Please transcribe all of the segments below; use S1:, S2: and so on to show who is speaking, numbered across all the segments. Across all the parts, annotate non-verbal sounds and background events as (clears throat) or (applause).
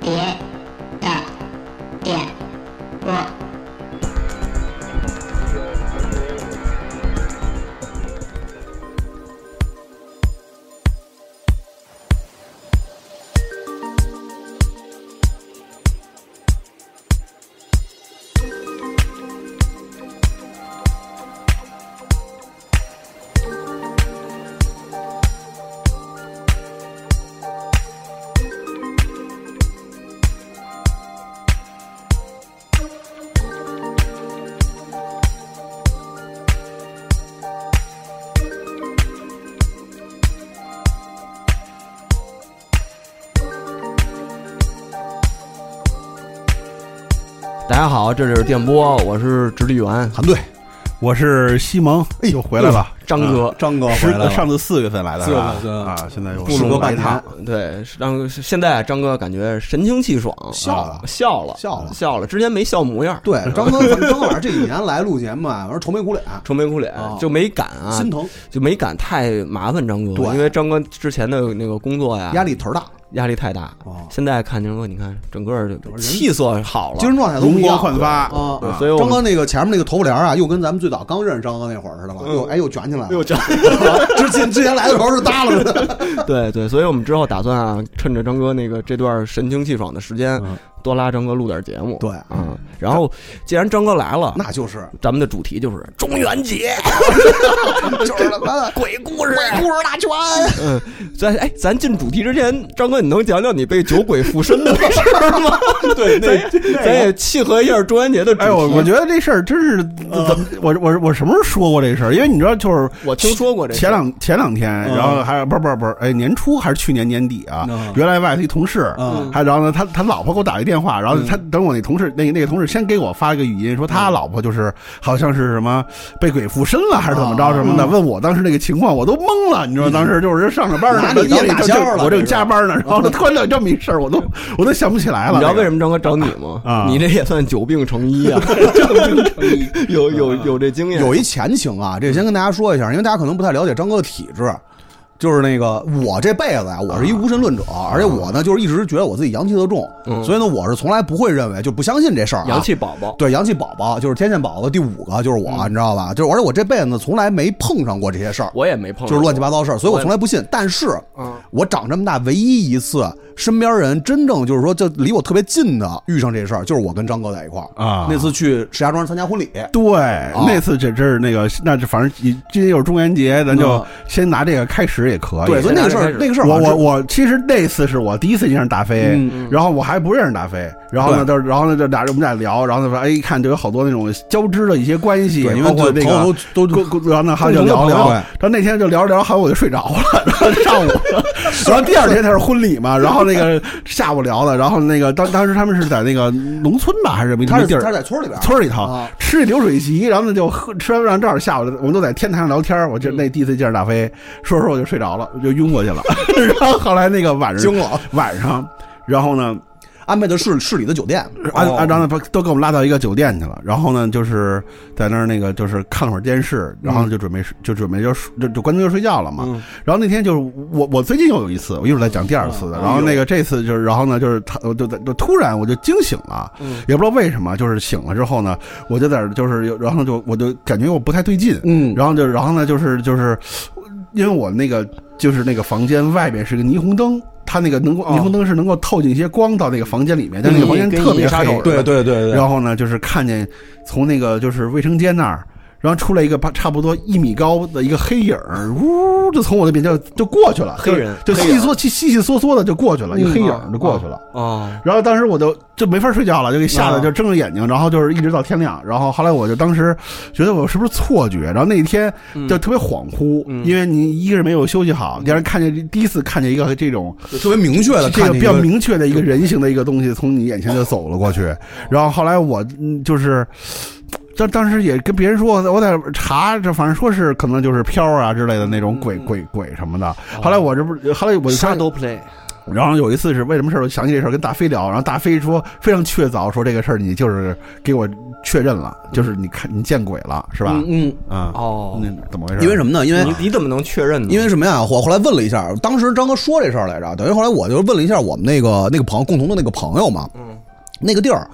S1: 别的点播。
S2: 大家好，这里是电波，我是直立员。
S3: 韩队，我是西蒙，哎呦回来了，
S2: (laughs) 张哥
S3: 啊张哥
S4: 回来了
S3: 上次四月份来的，
S4: 四月份
S3: 是吧
S4: 对
S3: 啊，现在又
S2: 不
S4: 时
S2: 容
S4: 隔
S2: 白
S4: 半
S2: 谈
S4: 趟，
S2: 对，张现在张哥感觉神清气爽，
S4: 笑
S2: 啊
S4: 了
S2: 笑了，
S4: 笑了
S2: 笑了，之前没笑模样，
S3: (laughs)
S4: 对，张哥，反正张哥晚上这几年来录节目啊，我说愁眉苦脸，
S2: 愁眉苦脸
S4: 啊，
S2: 就没敢啊
S4: (laughs) 心，疼，
S2: 就没敢太麻烦张哥，
S4: 对
S2: 因为张哥之前的那个工作呀，
S3: 啊
S4: 压力头儿大
S2: 压力太大
S4: 哦。
S2: 现在看张哥，你看整个就
S4: 人
S2: 气色好了，
S4: 精神状态都不
S3: 容
S4: 一
S3: 光
S4: 样
S3: 焕发
S4: 啊。
S2: 对
S3: 啊
S2: 所以我
S4: 张
S2: 们
S4: 哥那个前面那个头发帘儿啊，又跟咱们最早刚认识张哥那会儿似的了，
S3: 嗯
S4: 又哎又卷起来了。
S2: 就
S4: (laughs) 之前之前来的时候是耷拉着的，
S2: (laughs)
S3: (laughs)
S2: 对对，所以我们之后打算啊，趁着张哥那个这段神清气爽的时间
S4: 嗯，
S2: 多拉张哥录点节目。
S4: 对
S2: 嗯，然后既然张哥来了，
S4: 那就是
S2: 咱们的主题就是中元节
S4: 就是他妈的 (laughs)
S2: 鬼故事。
S4: 故事大全。
S2: 嗯，咱哎，咱进主题之前，张哥，你能讲讲你被酒鬼附身的事儿吗？ (laughs) 对，咱咱也契合一下中元节的主题。
S3: 哎，我我觉得这事儿真是怎么，我我我什么时候说过这事儿？因为你知道，就是
S2: 我听说过这事
S3: 前两前两天，
S4: 嗯
S3: 然后还有不是不是不是，哎，年初还是去年年底啊
S4: 嗯？
S3: 原来外头一同事
S4: 嗯，
S3: 还然后呢，他他老婆给我打一电话，然后他等我那同事那那个同事先给我发了个语音，说
S4: 嗯
S3: 他老婆就是好像是什么被鬼附身了还是怎
S4: 啊
S3: 么着什
S4: 嗯
S3: 么的，问我当时那个情况，我都懵了，你知道当时就是上着班呢
S4: 拿，你
S3: 夜里
S4: 当打
S3: 就
S4: 消了
S3: 我
S4: 这
S3: 正
S4: 是
S3: 加班呢，然
S4: (laughs)
S3: 后他突然这么一事儿，我都我都想不起来了。
S2: 你知道为什
S3: 么？
S2: 么张哥找你吗？
S3: 啊
S2: 你这也算久病成医 (laughs) 啊！久病成医，有有啊有这经验。
S4: (laughs) 有一前情啊，这先跟大家说一下，因为大家可能不太了解张哥的体质。就是那个，我这辈子呀，我是一无神论者，而且我呢，就是一直觉得我自己阳气特重，所以呢，我是从来不会认为就不相信这事儿、啊。
S2: 阳气宝宝，
S4: 对，阳气宝宝就是天线宝宝第五个，就是我，你知道吧？就是而且我这辈子呢从来没碰上过这些事儿，
S2: 我也没碰，嗯
S4: 就是乱七八。糟事儿，所以我从来不信。但是，我长这么大唯一一次，身边人真正就是说，就离我特别近的遇上这事儿，就是我跟张哥在一块儿
S3: 啊
S4: 那次去石家庄参加婚礼，
S3: 对，
S4: 啊
S3: 那次这这是那个，那这反正你今天又是中元节，咱就
S4: 嗯
S3: 先拿这个开始也可以。
S4: 对，所以那个事
S2: 开
S4: 儿
S2: 始，
S4: 那个事儿嗯
S3: 我
S4: 好像
S3: 我
S4: 是
S3: 我，其实那次是我第一次见上大飞，
S2: 嗯
S3: 然后我还不认识大飞，然后呢，就然后呢，就俩人我们俩聊，然后他说，哎，一看就有好多那种交织的一些关系，
S4: 对因为
S3: 包括那
S4: 朋友
S3: 个
S4: 都都
S3: 过过然后呢，还就
S4: 共同的
S3: 聊聊，
S4: 朋友
S3: 然后那天就聊着聊着，好像我就睡着了，然后
S4: (laughs)
S3: 上午，然后第二天他是婚礼嘛，然后那个下午聊的，然后那个当当时他们是在那个农村吧，还是什么
S4: 他是
S3: 地儿
S4: 他？是在村里边儿，
S3: 村儿里头、
S4: 啊
S3: 吃一流水席，然后呢就喝吃完饭正好下午，我们都在天台上聊天儿。我这
S4: 嗯
S3: 那第一次见着大飞，说说我就睡着了，就晕
S4: (laughs)
S3: 过去了。然后后来那个晚上
S4: 惊了，
S3: 晚上，然后呢，
S4: 安排的市市里的酒店，啊
S3: 按按照那都给我们拉到一个酒店去了。然后呢，就是在那儿那个就是看会儿电视，然
S4: 嗯
S3: 后就准备睡就准备就睡就就关灯就睡觉了嘛。
S2: 嗯
S3: 然后那天就是我我最近又有一次，我一会儿再讲第二次
S4: 嗯
S3: 的。然
S4: 哎
S3: 后那个这次就是，然后呢就是他我就在就突然我就惊醒了，
S2: 嗯
S3: 也不知道为什么，就是醒了之后呢，我就在这儿就是有然后就我就感觉我不太对劲，
S4: 嗯，
S3: 然后就然后呢就是就是因为我那个就是那个房间外边是个霓虹灯。它那个能够
S2: 哦
S3: 霓虹灯是能够透进一些光到那个房间里面，但那个房间
S2: 跟
S3: 特别
S2: 银杀
S3: 黑
S2: 手，
S4: 对对对对，
S3: 然后呢，就是看见从那个就是卫生间那儿，然后出来一个八差不多一米高的一个黑影儿，呜就从我的面前就就过去了，
S2: 黑人
S3: 就就
S2: 黑嗯
S3: 稀
S2: 人
S3: 嗦稀稀稀嗦嗦的就过去了，一个黑影
S2: 啊
S3: 儿就过去了。
S2: 哦，
S3: 然后当时我就就没法睡觉了，就给吓
S4: 啊
S3: 得就睁着眼睛，然后就是一直到天亮。然后后来我就当时觉得我是不是错觉，然后那一天
S4: 嗯
S3: 就特别恍惚，因为你一个是没有休息好，第二看见第一次看见一个这种
S4: 特别明确的
S3: 这
S4: 看见
S3: 个比
S4: 一
S3: 较
S4: 个
S3: 明确的一个人形的一个东西从你眼前就走了过
S4: 哦
S3: 去，然后后来我嗯就是。当当时也跟别人说，我在查，这反正说是
S4: 嗯
S3: 可能就是飘啊之类的那种鬼鬼鬼什么的。后来我这不是，后来我就
S2: 沙
S3: 看
S2: 都 play，
S3: 然后有一次是为什么事儿，我想起这事儿跟大飞聊，然后大飞说非常确凿，说这个事儿你就是给我确认了，就是你看你见鬼了，是吧？
S2: 嗯嗯
S3: 啊、
S2: 哦
S3: 那怎么回事？
S4: 因为什么呢？因为
S2: 你你怎么能确认呢？
S4: 因为什么呀？我后来问了一下，当时张哥说这事儿来着，等于后来我就问了一下我们那个那个朋友共同的那个朋友嘛，嗯，那个地儿，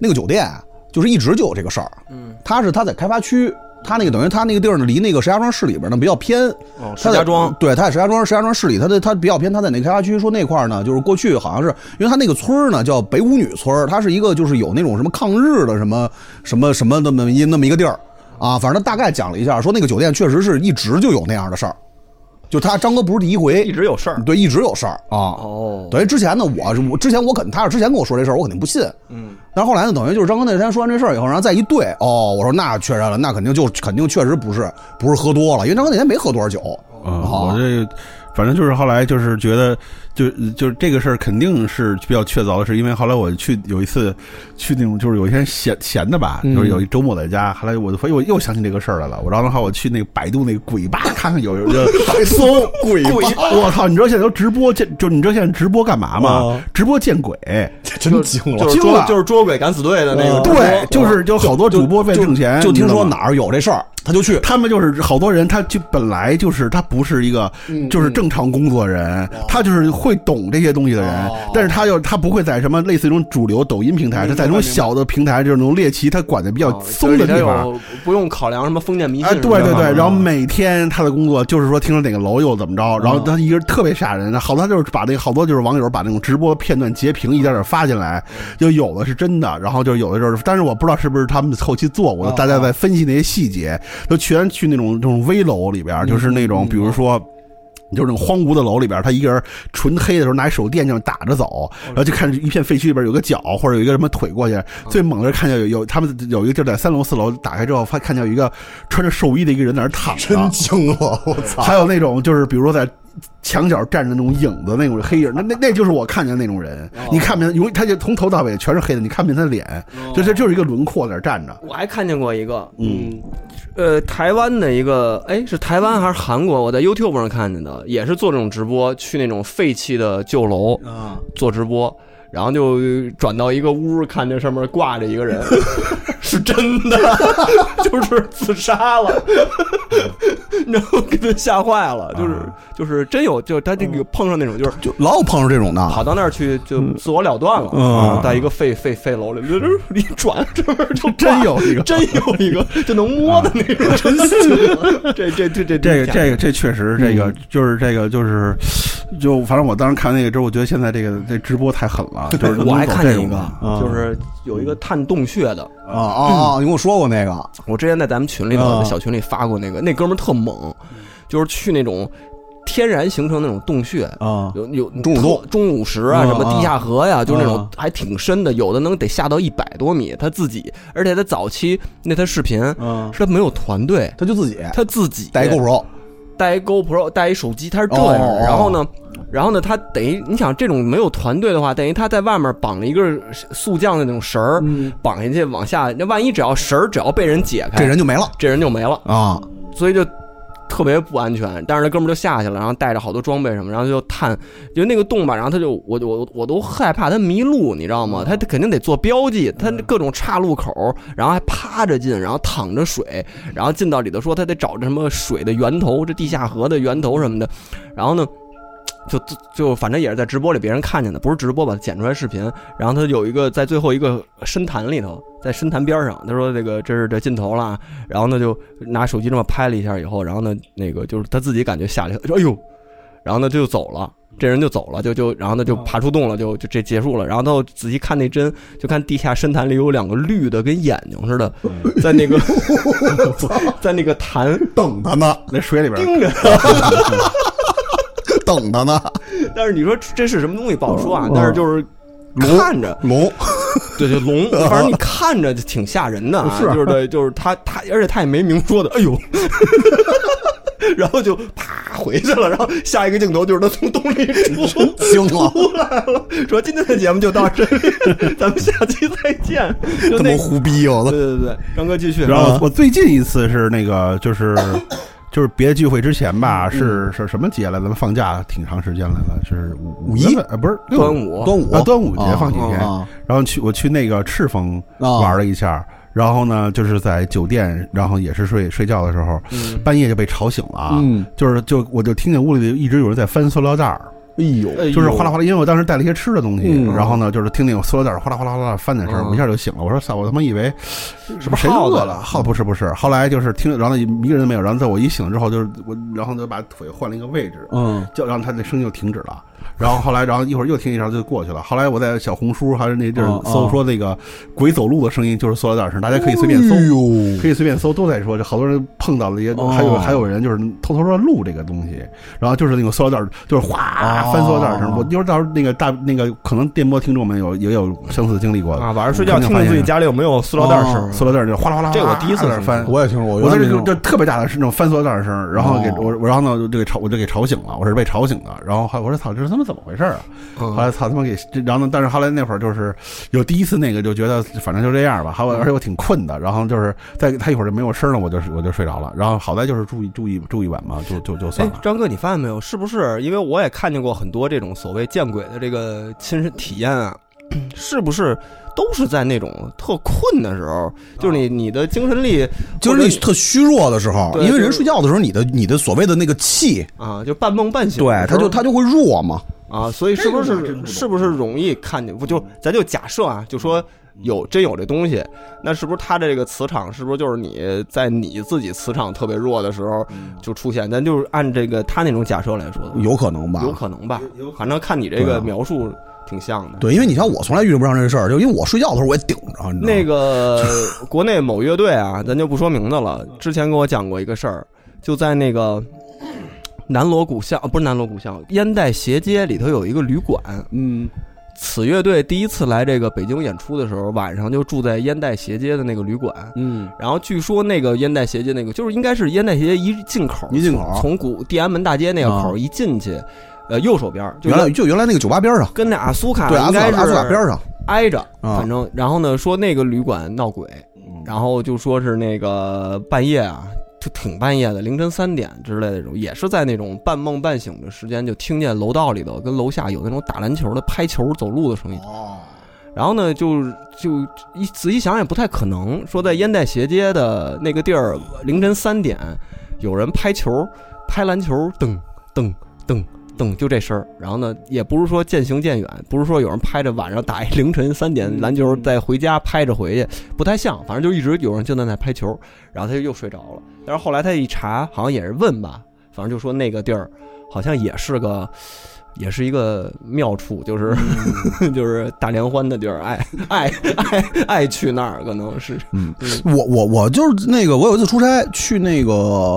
S4: 那个酒店就是一直就有这个事儿，嗯，他是他在开发区。他那个等于他那个地儿呢，离那个石家庄市里边呢比较偏。
S2: 哦
S4: 他在
S2: 石家庄
S4: 对，他在石家庄，石家庄市里，他的他比较偏。他在那个开发区，说那块儿呢，就是过去好像是因为他那个村儿呢叫北舞女村儿，它是一个就是有那种什么抗日的什么什么什么那么一那么一个地儿啊。反正他大概讲了一下，说那个酒店确实是一直就有那样的事儿，就他张哥不是第一
S2: 一
S4: 回，
S2: 直有事儿。
S4: 对，一直有事儿啊。
S2: 哦，
S4: 等于之前呢，我是我之前我肯他是之前跟我说这事儿，我肯定不信。嗯，但是后来呢，等于就是张哥那天说完这事儿以后，然后再一对，哦，我说那确认了，那肯定就肯定确实不是不是喝多了，因为张哥那天没喝多少酒。
S2: 哦
S3: 嗯，
S4: 好
S3: 我这反正就是后来就是觉得，就就是这个事儿肯定是比较确凿的，是因为后来我去有一次去那种就是有一天闲闲的吧，
S4: 嗯
S3: 就是有一周末在家，后来我就发现我又想起这个事儿来了，我然后的话我去那个百度那个鬼吧看看有有有搜鬼
S2: 鬼
S3: (laughs) 我操！你知道现在都直播见，就你知道现在直播干嘛吗
S4: 哦？
S3: 直播见鬼。
S4: 这真惊
S2: 就是
S3: 惊
S2: 捉
S3: 了
S2: 就是捉鬼敢死队的那个
S4: 哦
S2: 直播，
S3: 对，就是就好多主播为了挣钱，
S4: 就
S3: 你
S4: 听
S3: 知道
S4: 说
S3: 吗
S4: 哪儿有这事儿，他就去。
S3: 他们就是好多人，他就本来就是他不是一个
S4: 嗯
S3: 就是正常工作人，他就是会懂这些东西的人，
S4: 哦
S3: 但是他又他不会在什么类似于这种主流抖音平台，他在这种小的平台，就是那种猎奇，他管的比
S4: 哦
S3: 较松的地方。，
S2: 不用考量什么封建迷信
S3: 哎，
S2: 什么
S3: 对
S2: 的。
S3: 对对，然后每天他的工作就是说听说哪个楼又怎么着，
S2: 嗯
S3: 然后他一个人特别吓人，好多他就是把那个好多就是网友把那种直播片段截屏一点点发进来，就有的是真的，然后就有的就是，但是我不知道是不是他们后期做
S2: 哦
S3: 过的，大家在分析那些细节，都全去那种这种危楼里边，就是那
S4: 嗯
S3: 种比如说。就是那种荒芜的楼里边，他一个人纯黑的时候拿一手电这样打着
S4: 哦
S3: 走，然后就看一片废墟里边有个脚或者有一个什么腿过
S4: 嗯
S3: 去。最猛的是看见有有他们有一个地儿在三楼四楼打开之后，发看见有一个穿着寿衣的一个人在那儿躺着，
S4: 真惊了，
S3: (laughs)
S4: 我操！
S3: 还有那种就是比如说在墙角站着那种影子那种黑影，那那那就是我看见那种人，
S4: 哦
S3: 你看不见，因为他就从头到尾全是黑的，你看不见他脸，
S4: 哦
S3: 就这就是一个轮廓在那儿站着。
S2: 我还看见过一个，嗯，呃，台湾的一个，哎，是台湾还是韩国？我在 YouTube 上看见的，也是做这种直播，去那种废弃的旧楼
S4: 啊
S2: 做直播，然后就转到一个屋，看这上面挂着一个人，是真的，就是自杀了， (laughs) 然后给他吓坏了，就是就是真有，就是他这个碰上那种就是。
S4: 就老有碰上这种
S2: 跑
S4: 的，
S2: 到那儿去就自我了断了，
S4: 嗯
S2: 啊在一个废废废楼里，你转这边就
S3: 嗯真有一个啊
S2: 真有一个就能摸的那种，真 (laughs) 这这这这
S3: 这个这个这确实这
S2: 嗯
S3: 个就是这个就是，就反正我当时看那个之后，我觉得现在这个这直播太狠了，就是
S2: 我还看见一个
S3: 啊
S4: 嗯，
S2: 就是有一个探洞穴的，
S4: 啊啊啊！你跟我说过那个，
S2: 我之前在咱们群里
S4: 啊
S2: 头小群里发过那个，那哥们儿特猛，就是去那种天然形成那种洞穴
S3: 嗯
S4: 啊
S2: 有有
S4: 钟乳洞
S2: 钟乳石啊，
S4: 嗯
S2: 什么地下河
S3: 啊
S2: 呀、就是那种
S4: 嗯
S2: 还挺深的，有的能得下到一百多米，他自己，而且他早期那他视频，
S3: 啊
S4: 嗯
S2: 是他没有团队，
S4: 他就自己
S2: 他自己
S4: 带一 GoPro，
S2: 带一 GoPro，带一手机，他是这样的。
S4: 哦
S2: 然后呢，然后呢，他等于你想这种没有团队的话，等于他在外面绑了一个速降的那种绳儿，
S4: 嗯
S2: 绑下去往下，那万一只要绳儿只要被人解开，
S4: 这人就没了
S2: 这人就没了，
S4: 啊！
S2: 所以就。特别不安全，但是那哥们儿就下去了，然后带着好多装备什么，然后就探，就那个洞吧，然后他就我我我都害怕他迷路，你知道吗？他肯定得做标记，他各种岔路口，然后还趴着进，然后淌着水，然后进到里头说他得找这什么水的源头，这地下河的源头什么的，然后呢，就就就反正也是在直播里别人看见的，不是直播吧，剪出来视频。然后他有一个在最后一个深潭里头，在深潭边上，他说这个这是这尽头了啊，然后呢就拿手机这么拍了一下以后，然后呢那个就是他自己感觉吓了一跳，说哎呦，然后呢就走了。这人就走了，就就然后呢就爬出洞了，就就这结束了。然后他仔细看那针，就看地下深潭里有两个绿的，跟眼睛似的，在那个 (laughs) 在那个潭
S4: 等他呢，
S3: 那水里边，
S2: 盯着。 (laughs)
S4: 等他呢，
S2: 但是你说这是什么东西不好说啊，但是就是看着，
S4: 龙
S2: 对对龙，反正你看着就挺吓人的啊，就是对，就是他他，而且他也没明说的，哎呦。 (laughs) 然后就啪回去了，然后下一个镜头就是他从洞里出
S4: 惊了， (laughs)
S2: 出来了，说今天的节目就到这里，咱们下期再见。就
S4: 这
S2: 那
S4: 么，胡逼，我
S2: 对
S4: 操！
S2: 嗯对对，张哥继续，啊
S3: 然后我最近一次是那个就是。就是别的聚会之前
S2: 嗯
S3: 吧，是是什么节来？咱们放假挺长时间来了，是五
S4: 五一
S3: 月份呃，不是六
S2: 端
S3: 月
S2: 午，哦
S4: 端午
S3: 啊，端午节放几天，
S4: 啊
S3: 然后去我去那个赤峰
S4: 啊
S3: 玩了一下，然后呢就是在酒店，然后也是睡睡觉的时候，
S2: 嗯
S3: 半夜就被吵醒了啊，
S4: 嗯，
S3: 就是就我就听见屋里一直有人在翻塑料袋儿，
S4: 哎呦，
S3: 就是哗啦哗啦，因为我当时带了一些吃的东西，
S4: 嗯
S3: 然后呢，就是听那种塑料袋儿哗啦哗啦哗啦翻的声儿，
S2: 嗯
S3: 我一下就醒了。我说操，我他妈以为
S2: 是不是
S3: 谁都
S2: 耗子
S3: 饿了？耗不是不是。后来就是听，然后一个人都没有，然后在我一醒了之后，就是我，然后就把腿换了一个位置，
S4: 嗯
S3: 就然后他那声音就停止了。然后后来，然后一会儿又听一声就过去了。后来我在小红书还是那地儿
S5: 哦
S4: 嗯
S3: 搜
S4: 嗯
S3: 说那个鬼走路的声音就是塑料袋儿声，大家可以随便搜
S4: 哎。呦
S3: 可以随便搜，都在说，这好多人碰到了一些，
S4: 哦
S3: 还有还有人就是偷偷的录这个东西，然后就是那个塑料袋儿，就是哗、翻塑料袋儿声。
S4: 哦
S3: 我一会儿到时候那个大那个可能电波听众们有也有相似经历过的
S5: 啊，晚上睡觉
S3: 肯定
S5: 听
S3: 发
S5: 听
S3: 现
S5: 自己家里有没有塑料袋儿声
S4: 哦，
S3: 塑料袋儿就哗啦哗啦，
S5: 这我第一次
S3: 哗啦哗啦翻
S5: 听。
S4: 我也听说过，
S3: 我在
S4: 原来
S3: 这就
S4: 那
S3: 就
S4: 种
S3: 特别大的是那种翻塑料袋儿声，然后给
S4: 哦
S3: 我，我然后呢我就给吵，我就给吵醒了，我是被吵醒的。然后还我说操，这是他妈怎么回事儿啊？后来操他妈给，这然后呢，但是后来那会儿就是有第一次那个就觉得反正就这样吧，还有而且我挺困的，然后就是在他一会儿就没有声了，我就我就睡着了。然后好在就是住一住一住一晚嘛，就就就算
S2: 哎
S3: 了，。
S2: 张哥，你发现没有？是不是因为我也看见过很多这种所谓见鬼的这个亲身体验啊？是不是都是在那种特困的时候？就是你你的精神力
S4: 就是你特虚弱的时候，
S2: 对
S4: 因为
S2: 就
S4: 人
S2: 是
S4: 睡觉的时候，你的你的所谓的那个气，
S2: 啊，就半梦半醒的时候，，
S4: 对他就他就会弱嘛。
S2: 啊，所以是不
S3: 这个我还真
S2: 是
S3: 不懂
S2: 是不是容易看见？不就咱就假设啊，就说有真有这东西，那是不是它的这个磁场是不是就是你在你自己磁场特别弱的时候就出现？咱就是按这个他那种假设来说的话，
S4: 有可能吧？
S2: 有可能吧？反正看你这
S4: 对
S2: 个
S4: 啊
S2: 描述挺像的。
S4: 对，啊因为你像我从来遇不上这事儿，就因为我睡觉的时候我也顶着，你知道吗？
S2: 那个国内某乐队啊， (laughs) 咱就不说名字了，之前给我讲过一个事儿，就在那个南锣鼓巷，啊不是南锣鼓巷，烟袋斜街里头有一个旅馆。
S4: 嗯，
S2: 此乐队第一次来这个北京演出的时候，晚上就住在烟袋斜街的那个旅馆。
S4: 嗯，
S2: 然后据说那个烟袋斜街那个，就是应该是烟袋斜街一进口，
S4: 一进口
S2: 从古地安门大街那个口
S4: 啊
S2: 一进去，呃，右手边儿就
S4: 原来就原来那个酒吧边上，
S2: 跟那阿苏卡
S4: 对，阿
S2: 应
S4: 斯卡
S2: 该是
S4: 阿斯卡边上，
S2: 挨着，
S4: 啊
S2: 反正然后呢说那个旅馆闹鬼，然后就说是那个半夜啊，就挺半夜的，凌晨三点之类的这种，也是在那种半梦半醒的时间，就听见楼道里头跟楼下有那种打篮球的、拍球走路的声音。
S4: 哦，
S2: 然后呢，就就一仔细想想也不太可能，说在烟袋斜街的那个地儿，凌晨三点有人拍球、拍篮球，噔噔噔噔，就这声儿。然后呢，也不是说渐行渐远，不是说有人拍着晚上打一凌晨三点篮球再回家拍着回去，不太像。反正就一直有人就在那拍球，然后他就又睡着了。但是后来他一查，好像也是问吧，反正就说那个地儿好像也是个。也是一个妙处，就是、就是大联欢的地儿，爱爱爱爱去那儿，可能是
S4: 我我我就是那个，我有一次出差去那个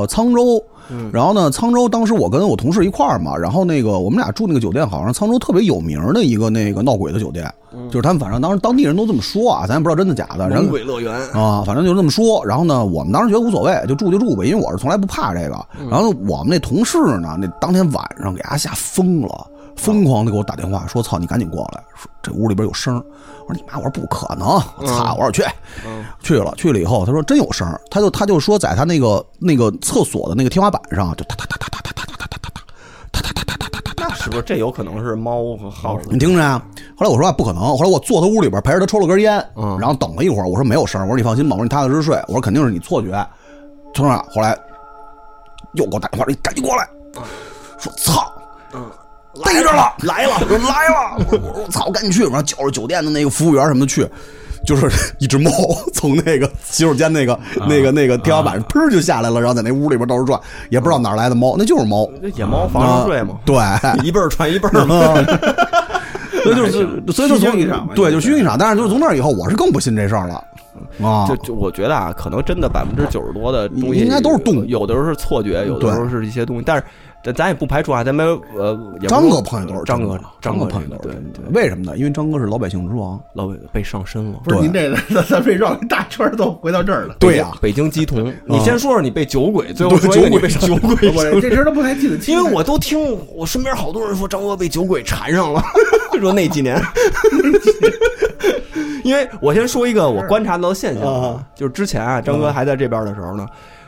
S4: 沧州，
S2: 嗯
S4: 然后呢，沧州当时我跟我同事一块儿嘛，然后那个我们俩住那个酒店，好像是沧州特别有名的一个那个闹鬼的酒店，
S2: 嗯
S4: 就是他们反正当时当地人都这么说啊，咱也不知道真的假的，然后
S2: 猛鬼乐园，
S4: 啊，反正就这么说。然后呢，我们当时觉得无所谓，就住就住呗，因为我是从来不怕这个。然后我们那同事呢，那当天晚上给他吓疯了，疯狂的给我打电话说：“操，你赶紧过来，说这屋里边有声儿。”我说：“你妈！”我说：“不可能！”我操！我说去，去了去了以后，他说真有声儿，他就他就说在他那个那个厕所的那个天花板上，就哒哒哒哒哒哒哒哒哒哒哒。
S2: 那是不是这有可能是猫和耗子
S4: 你？听着啊！后来我说啊，不可能。后来我坐他屋里边陪着他抽了根烟，
S2: 嗯
S4: 然后等了一会儿，我说没有声儿，我说你放心吧，我说你踏踏实实睡，我说肯定是你错觉。从那儿后来又给我打电话，说你赶紧过来，说操，逮着了，嗯来了，我说来了，我说我操，赶紧去，然后叫着酒店的那个服务员什么的去。就是一只猫 (laughs) 从那个洗手间那个、那个、那个天花板上砰就下来了，然后在那屋里边到处转，也不知道哪儿来的猫，那就是猫。啊
S2: 这野猫防着睡嘛，
S4: 对， (laughs)
S2: 一辈儿传一辈儿嘛。
S4: 所以就是，所以就
S3: 虚
S4: 从
S3: 惊一场嘛
S4: 对，就虚惊一场。但是就是从那以后，我是更不信这事儿了啊
S2: 就。就我觉得啊，可能真的百分之九十多的东西
S4: 应该都是动物
S2: 有的时候是错觉，有的时候是一些东西，但是咱咱也不排除啊，咱们呃，也不
S4: 张哥朋友都是
S2: 张
S4: 真
S2: 哥
S4: 的，
S2: 张
S4: 哥
S2: 这
S4: 朋友
S2: 个
S4: 都
S2: 对
S4: 是真的
S2: 对，
S4: 为什么呢？因为张哥是老百姓之王。
S2: 老伟被上身了。
S3: 不是您这咱咱被绕一大圈儿都回到这儿了。
S4: 对呀，
S2: 北京鸡童，你先说说你被酒鬼，最后
S4: 对
S2: 说一个你
S4: 酒鬼
S2: 被酒鬼
S3: 我
S2: 上身
S3: 这事儿都不太 (laughs) 记得清
S2: (laughs) 因
S3: 了，
S2: 为我都听我身边好多人说张哥被酒鬼缠上了， (laughs) 说那几年，啊
S3: 啊
S2: 因为我先说一个我观察到的现象啊，就是之前啊，张哥还在这边的时候呢，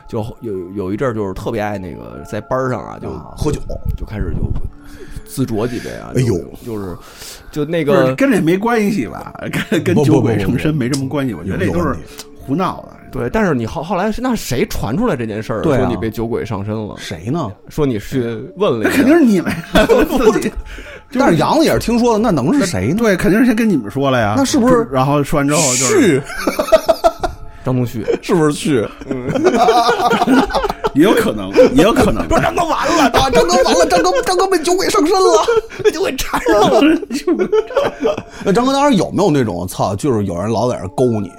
S2: 就有有一阵儿就是特别爱那个在班儿上啊，就
S4: 啊喝酒，
S2: 就开始就自酌几杯啊。
S4: 哎呦
S2: 就，就是就那
S3: 不是
S2: 个
S3: 跟这没关系吧？跟跟
S4: 不不
S3: 酒鬼
S4: 不不
S3: 上身没什么关系，我觉得这
S4: 有
S3: 都是
S4: 问题
S3: 胡闹的。
S2: 对，但是你后后来是那谁传出来这件事儿？
S4: 对啊
S2: 说你被酒鬼上身了，
S4: 谁呢？
S2: 说你去问了
S3: 那
S2: 一下，
S3: 肯定是你们，
S4: (laughs)
S3: 我自己
S4: 但是杨子也是听说的，那能是谁呢？
S3: 对，肯定是先跟你们说了呀。
S4: 那是不是
S3: 就然后说完之后就是
S4: 去
S2: 张东旭。
S4: 是不是去？
S3: 也有
S4: (laughs)
S3: 可能，也有可能。哎
S4: 说张哥完了啊！张哥完了，张哥张哥被酒鬼上身了， (laughs) 被酒鬼缠上了。
S3: (laughs)
S4: 那张哥当时有没有那种操，就是有人老在这勾你，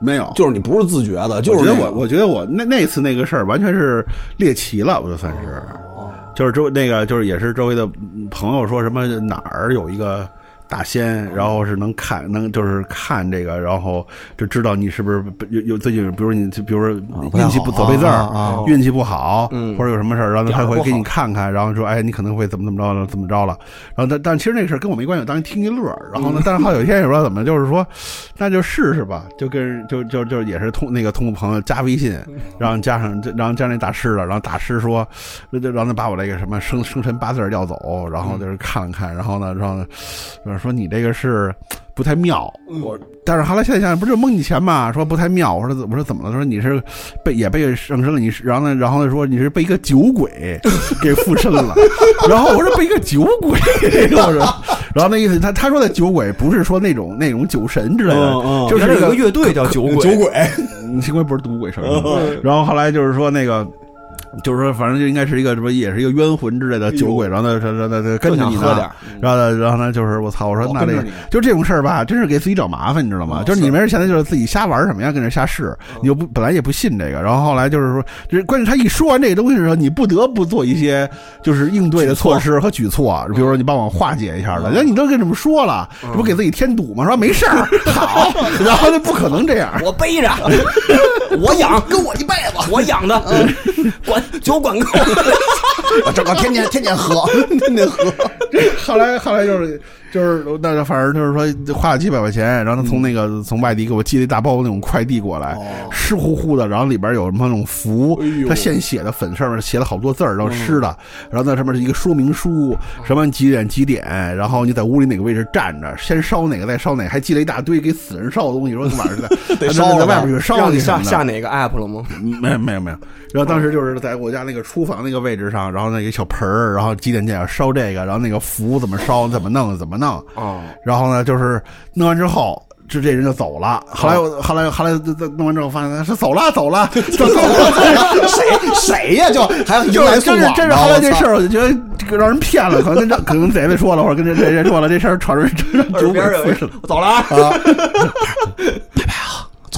S3: 没有，
S4: 就是你不是自觉的，就
S3: 我
S4: 是
S3: 觉
S4: 那
S3: 得
S4: 种
S3: 我，我觉得我那那次那个事儿完全是猎奇了，我就算是，
S4: 哦
S3: 就是周那个就是也是周围的嗯朋友说什么哪儿有一个大仙，然后是能看能就是看这个，然后就知道你是不是有有最近，比如你比如说
S4: 啊不太
S3: 运气
S4: 好
S3: 不走背字儿、
S4: 啊啊啊
S3: 运气不好，
S2: 哦嗯
S3: 或者有什么事儿，然后他
S2: 点儿
S3: 会
S2: 不
S3: 给你
S2: 好
S3: 看看，然后说哎你可能会怎么怎么着了，怎么着了，然后但但其实那个事儿跟我没关系，我当时听一乐儿，然后
S2: (laughs)
S3: 呢，但是后来有一天也不知道怎么，就是说那就试试吧，就跟就就就也是通那个通过朋友加微信，然后加上然后加那大师了，然后大师说，那就让他把我这个什么生生辰八字儿要走，然后就是看了看，然后呢，然后呢然后说你这个是不太妙，我但是后来现在想想不是有梦以前嘛，说不太妙，我说怎我说怎么了？他说你是被也被上身了，你是然后呢，然后呢说你是被一个酒鬼给附身了， (laughs) 然后我说被一个酒鬼，我说，然后那意思他他说的酒鬼不是说那种那种酒神之类的，
S4: 嗯嗯
S3: 就是
S2: 哦原来有
S3: 个
S2: 个乐队叫呃酒鬼，
S4: 呃酒鬼，
S3: 嗯幸亏不是赌鬼上身。然后后来就是说那个。就是说，反正就应该是一个什么，也是一个冤魂之类的酒鬼，然后呢，他他他他跟着你
S2: 就想喝
S3: 呢
S2: 点儿，
S3: 然后呢，然后呢，就是我操，我说
S4: 我
S3: 那
S4: 跟
S3: 这
S4: 着你
S3: 就这种事儿吧，真是给自己找麻烦，你知道吗？就是你没事闲的，就是自己瞎玩儿什么呀，跟这瞎试，你又不本来也不信这个，然后后来就是说，就是关键他一说完这个东西的时候，你不得不做一些就是应对的措施和举措，比如说你帮我化解一下的，那你都跟这么说了，这不给自己添堵吗？说没事儿，好，然后就不可能这样，
S2: 我背着，我养，跟我一辈
S4: (laughs)
S2: 子，我养的，管酒管够。
S4: 张哥天天天天喝， (laughs) 天天喝。
S3: (laughs) 后来后来就是就是那反正就是说花了几百块钱，然后他从那个、
S2: 嗯
S3: 从外地给我寄了一大包那种快递过
S2: 哦
S3: 来，湿乎乎的，然后里边有什么那种符，
S2: 哎
S3: 他现写的粉上面写了好多字儿，然后湿的，
S2: 嗯
S3: 然后在上面是一个说明书，什么几点几点，然后你在屋里哪个位置站着，先烧哪个再烧哪个，还寄了一大堆给死人烧的东西，说晚上
S2: (laughs)
S3: 在
S4: 得烧了
S3: 在外边去烧
S2: 让
S3: 去
S2: 你
S3: 什
S2: 下
S3: 么的
S2: 下哪个 app 了吗？
S3: 嗯没有没有没有，然后当时就是在我家那个厨房那个位置上，然后那个小盆儿，然后几点几点烧这个，然后那个符怎么烧，怎么弄，怎么弄，
S2: (laughs) 哦，
S3: 然后呢就是弄完之后，就这人就走了。后来我后来后来这这弄完之后发现他是走了走了走了，
S4: (laughs)
S3: (laughs)
S4: 谁谁呀？就还要
S3: 就
S4: 迎
S3: 是
S4: 来送
S3: 真是
S4: 往
S3: 真是
S4: 的
S3: 后来这
S4: 我操
S3: 事儿，我就觉得这个让人骗了，可能跟可能贼贼说了，或者跟这这人说了，这事儿传出去，让酒鬼回去了。
S2: 我走了啊！
S4: (laughs) 走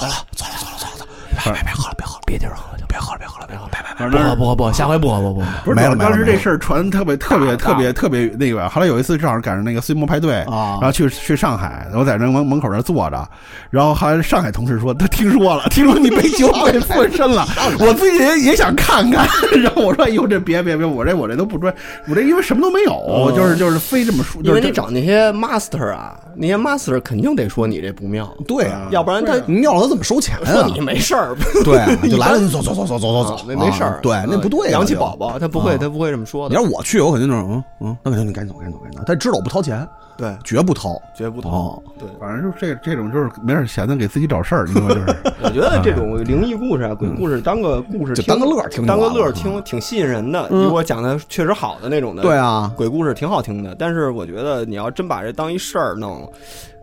S4: 了，走了，走了，走了，走了，别别别喝了，别喝了，别地儿喝了，就别喝了，别喝了，别喝了，别别别。
S3: 反
S2: 不
S3: 正
S2: 喝不喝不喝，下回不喝不喝不喝。
S3: 不是
S4: 没了没了
S3: 当时
S4: 没了
S3: 这事儿传特别特别特别特别那个，后来有一次正好赶上那个岁末派对，
S4: 啊
S3: 然后去去上海，我在那门门口那儿坐着，然后还上海同事说他听说了，听说你被酒鬼附
S4: (laughs)
S3: 身了，我自己也也想看看， (laughs) 然后我说哎呦这别别别，我这我这都不专，我这因为什么都没
S4: 哦
S3: 有，就是就是非这么说，
S2: 因
S3: 就是
S2: 为
S3: 这
S2: 你找那些 master 啊，那些 master 肯定得说你这不妙，
S4: 对啊，
S2: 要不然他
S4: 你尿了他怎么收钱
S2: 说 (laughs)
S4: 啊？
S2: 你没事儿，
S4: 对啊，就 (laughs) 来了就走走走走走走
S2: 啊
S4: 走，
S2: 没没事儿
S4: 啊。对，那不对啊。
S2: 洋气
S4: 就
S2: 宝，宝他不会他不会这么说
S4: 你
S2: 的，
S4: 要我去，我肯定就是嗯嗯，那肯定你赶紧走赶紧走赶紧走。但知道我不掏钱，
S2: 对，
S4: 绝不掏，啊
S2: 绝不同。
S4: 掏。
S2: 对，
S3: 反正就是这这种就是没事闲的给自己找事儿，你说就是
S4: (laughs)
S2: 我觉得这种灵异故事啊、鬼故事，当个故事
S4: 就
S2: 听，
S4: 当个乐儿听就
S2: 当个乐
S4: 完
S2: 儿
S4: 了
S2: 听，挺吸引人的。如果讲的确实好的那种的，
S4: 对，啊，
S2: 鬼故事挺好听的。但是我觉得你要真把这当一事儿弄，